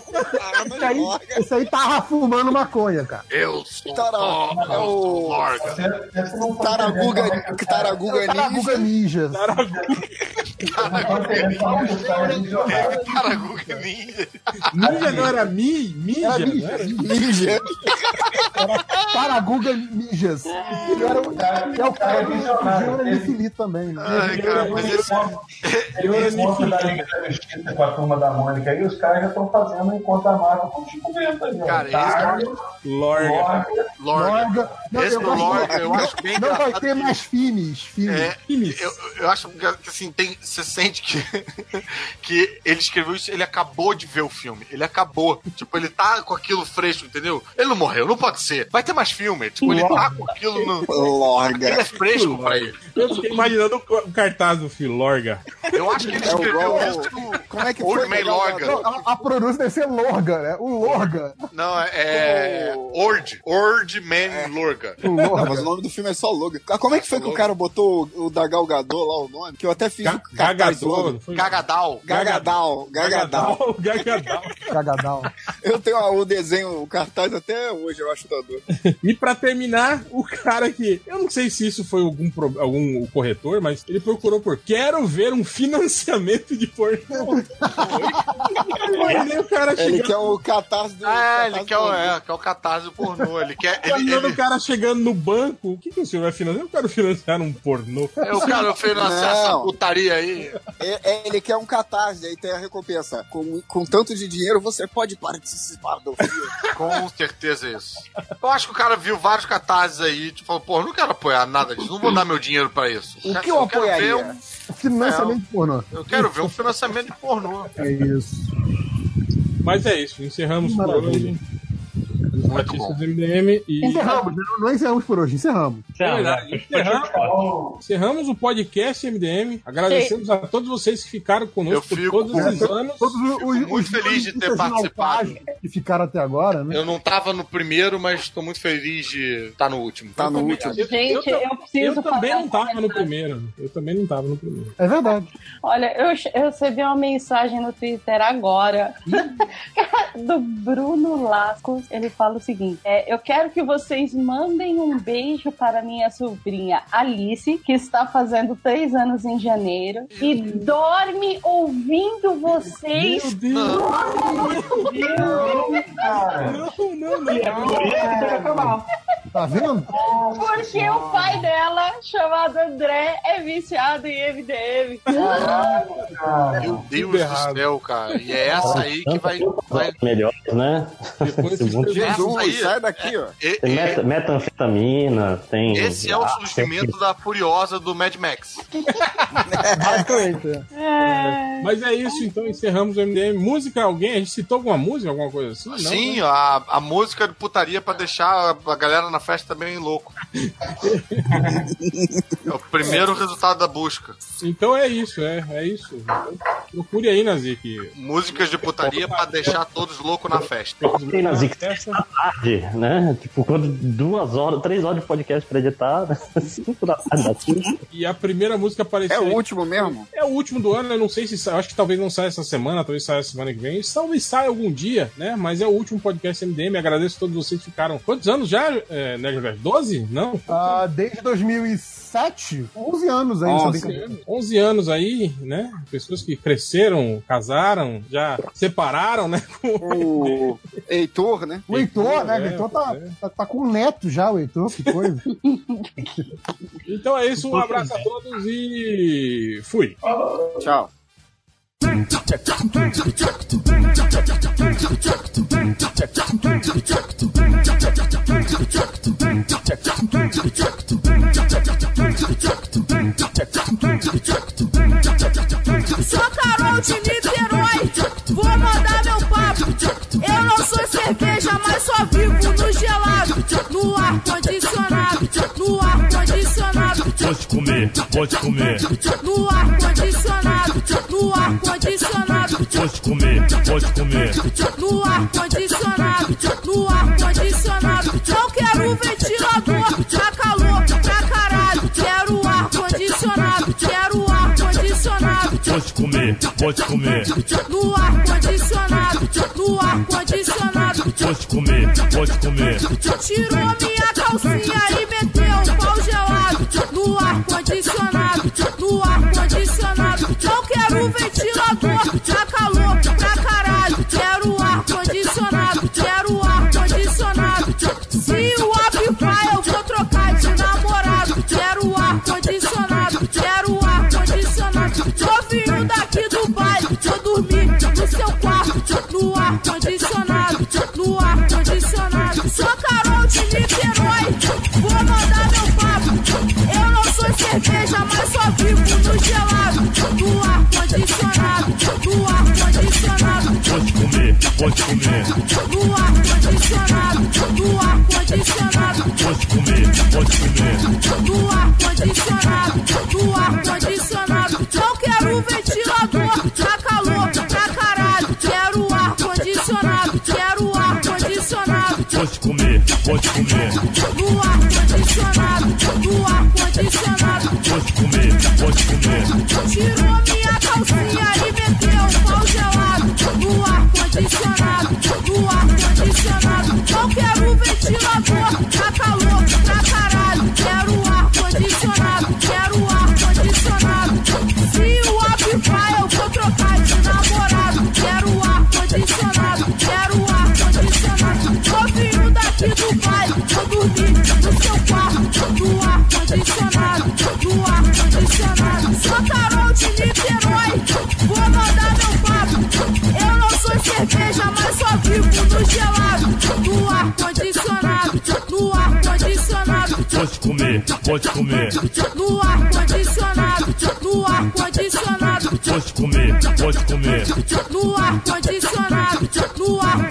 Isso aí, isso aí tava fumando maconha, cara. Eu sou Tara- Lorga. é o- Lorga. um Taraguga, Taraguga Ninja. é Taraguga Ninja. Taraguga Ninja. Ninja não era Mi? Ninja? Era não Ninja. era? Ninja. Era Taraguga Ninjas. Ele era o, é o cara que fugiu na Nifili é também. Né? Ai, cara, mas esse... é Eles montam da Liga da Justiça com a turma da Mônica e os caras já estão fazendo um encontro da Marvel com o Chico Bento aí, ó. Tá, Cara, é um esse- Tarno, Lorga. Lorga. Lorga. Não, Esse eu do gosto- Lorga eu acho bem Não vai engraçado. ter mais filmes. filmes. É, eu, eu acho que assim, tem, você sente que, que ele escreveu isso, ele acabou de ver o filme. Ele acabou. Tipo, ele tá com aquilo fresco, entendeu? Ele não morreu, não pode ser. Vai ter mais filme. Tipo, ele tá com aquilo no. Ele é Lorga. fresco pra ele. Eu fiquei imaginando o cartaz do filme, Lorga. Eu acho que ele É o escreveu Lorga. isso no Como é que Old foi? né? Man Lorga. Não, a, a pronúncia deve ser Lorga, né? O Lorga. Não, é. Ord. Ord É. Man Lorga. O Não, Lorga. mas o nome do filme é só Logan. Ah, Como é que foi que o cara botou o, o da Galgador lá o nome? Que eu até fiz o cartaz Gagador. zoando. foi- Cagadal. Gagadal, Gagadal. Gagadal. Cagadal. Eu tenho ah, o desenho, o cartaz até hoje, eu acho tá da dor. E pra terminar, o cara que. Eu não sei se isso foi algum, pro- algum corretor, mas ele procurou por quero ver um financiamento de pornô. Imaginei o cara Ele chegando. quer o catarse É, do. catarse ele quer do- o, é, quer o catarse pornô. Ele quer. um Ele, imaginando ele, o cara chegando no banco. O que, que o senhor vai financiar? Eu quero financiar um pornô. é, o cara financiar essa Não. putaria aí. É- é, ele quer um catarse, aí tem a recompensa. Com, com tanto de dinheiro, você pode participar do filme. Com certeza é isso. Eu acho que o cara viu vários catarses aí, tipo, falou, pô, eu não quero apoiar nada disso, não vou dar meu dinheiro pra isso. O Cara, que eu Quero apoiaria? ver um, É, Financiamento de pornô. eu quero ver um financiamento de pornô. É isso. Mas é isso, encerramos por Maravilha. hoje. As bom. notícias do MDM e. Encerramos, né? não, não encerramos por hoje, encerramos. É verdade, encerramos. Encerramos o podcast MDM. Agradecemos a todos vocês que ficaram Eu conosco fico por todos com- esses anos. Todos os, Fico muito feliz de ter jornalistas participado. naufrágios Que ficaram até agora, né? Eu não tava no primeiro, mas tô muito feliz de estar no último. Tá no último. Gente, eu, eu, preciso eu também falar não tava no primeiro. Eu também não tava no primeiro. É verdade. Olha, eu, eu recebi uma mensagem no Twitter agora do Bruno Lascos. Ele fala o seguinte: é, Eu quero que vocês mandem um beijo para minha sobrinha Alice, que está fazendo três anos em janeiro e dorme ouvindo vocês. Não, não, não. Tá vendo? Porque o pai dela, chamado André, é viciado em MDM. Meu Deus errado. do céu, cara. E é essa aí que vai. vai Melhores, né? Depois Segundo- vocês- essa É aí, É Jesus, sai daqui, ó. e- Tem meta- metanfetamina, tem. esse é o Ah, surgimento tem- da Furiosa do Mad Max. Basicamente. Mas é isso, então encerramos o MDM. Música, alguém? A gente citou alguma música, alguma coisa assim? Não, Sim, né? a, a música de putaria pra deixar a galera na festa bem louco. é o primeiro resultado da busca. Então é isso, é, é isso. Procure aí, Nazik. Músicas de putaria pra deixar todos loucos na festa. Tem na Zic tarde, né? Tipo, quando duas horas, três horas de podcast pra editar, né? cinco da tarde da quinta. E a primeira música apareceu. É o aí. último mesmo? É o último do ano, eu não sei se sai, eu acho que talvez não saia essa semana, talvez saia semana que vem, talvez saia algum dia, né? Mas é o último podcast MDM, agradeço a todos vocês que ficaram. Quantos anos já, é, né, Jorge? 12? Não? Ah, desde 2007, 11 anos aí, Onze. essa brincadeira. 11 anos aí, né? Pessoas que cresceram, casaram, já separaram, né? O Heitor, né? O Heitor, né? É, o Heitor tá, é. tá, tá com um neto já, o Heitor, que coisa. Então é isso, um abraço a todos e fui. Tchau. Sou Carol de Niterói, vou mandar meu papo. Eu não sou cerveja, mas só vivo no gelado, no ar condicionado, no ar condicionado, Vou te comer, vou te comer. no ar condicionado, no pode comer. No ar condicionado, no ar condicionado. Não quero ventilador, tá calor pra caralho. Quero ar condicionado, quero ar condicionado. Pode comer, pode comer. No ar condicionado, no ar condicionado. Pode comer, pode comer. Tirou minha calcinha e meteu um pau gelado. No ar condicionado, no ar condicionado. Não quero ventilador, tá calor pra caralho. Quero ar condicionado, quero ar condicionado. Se o apitar, eu vou trocar de namorado. Quero ar condicionado, quero ar condicionado. Novinho daqui do baile, eu dormi no seu quarto. No ar condicionado, no ar condicionado. Sou Carol de Niterói, vou mandar meu papo. Eu não sou cerveja, mas só vivo no gelado. No ar condicionado, no ar condicionado. Pode comer, pode comer. No ar condicionado, no ar condicionado. Pode comer, pode comer. No ar condicionado, no ar condicionado. Não quero um ventilador, tá calor pra caralho. Quero ar condicionado, quero ar condicionado. Pode comer, pode comer. No ar condicionado, no ar condicionado. Pode comer, pode comer. Tirou minha calcinha e meteu um pau gelado. No ar condicionado, no ar condicionado. Não quero ventilador, tá calor pra caralho. Quero ar condicionado, quero ar condicionado. Se o apitar, eu vou trocar de namorado. Quero ar condicionado, quero ar condicionado. Novinho daqui do baile, eu dormi no seu quarto. No ar condicionado, no ar condicionado. Sou Carol de Niterói, vou mandar meu papo. Eu não sou cerveja, mas só vivo no gelado. No ar condicionado, no ar condicionado. Pode comer, pode comer. No ar condicionado, no ar condicionado. Pode comer, pode comer. No ar condicionado, no ar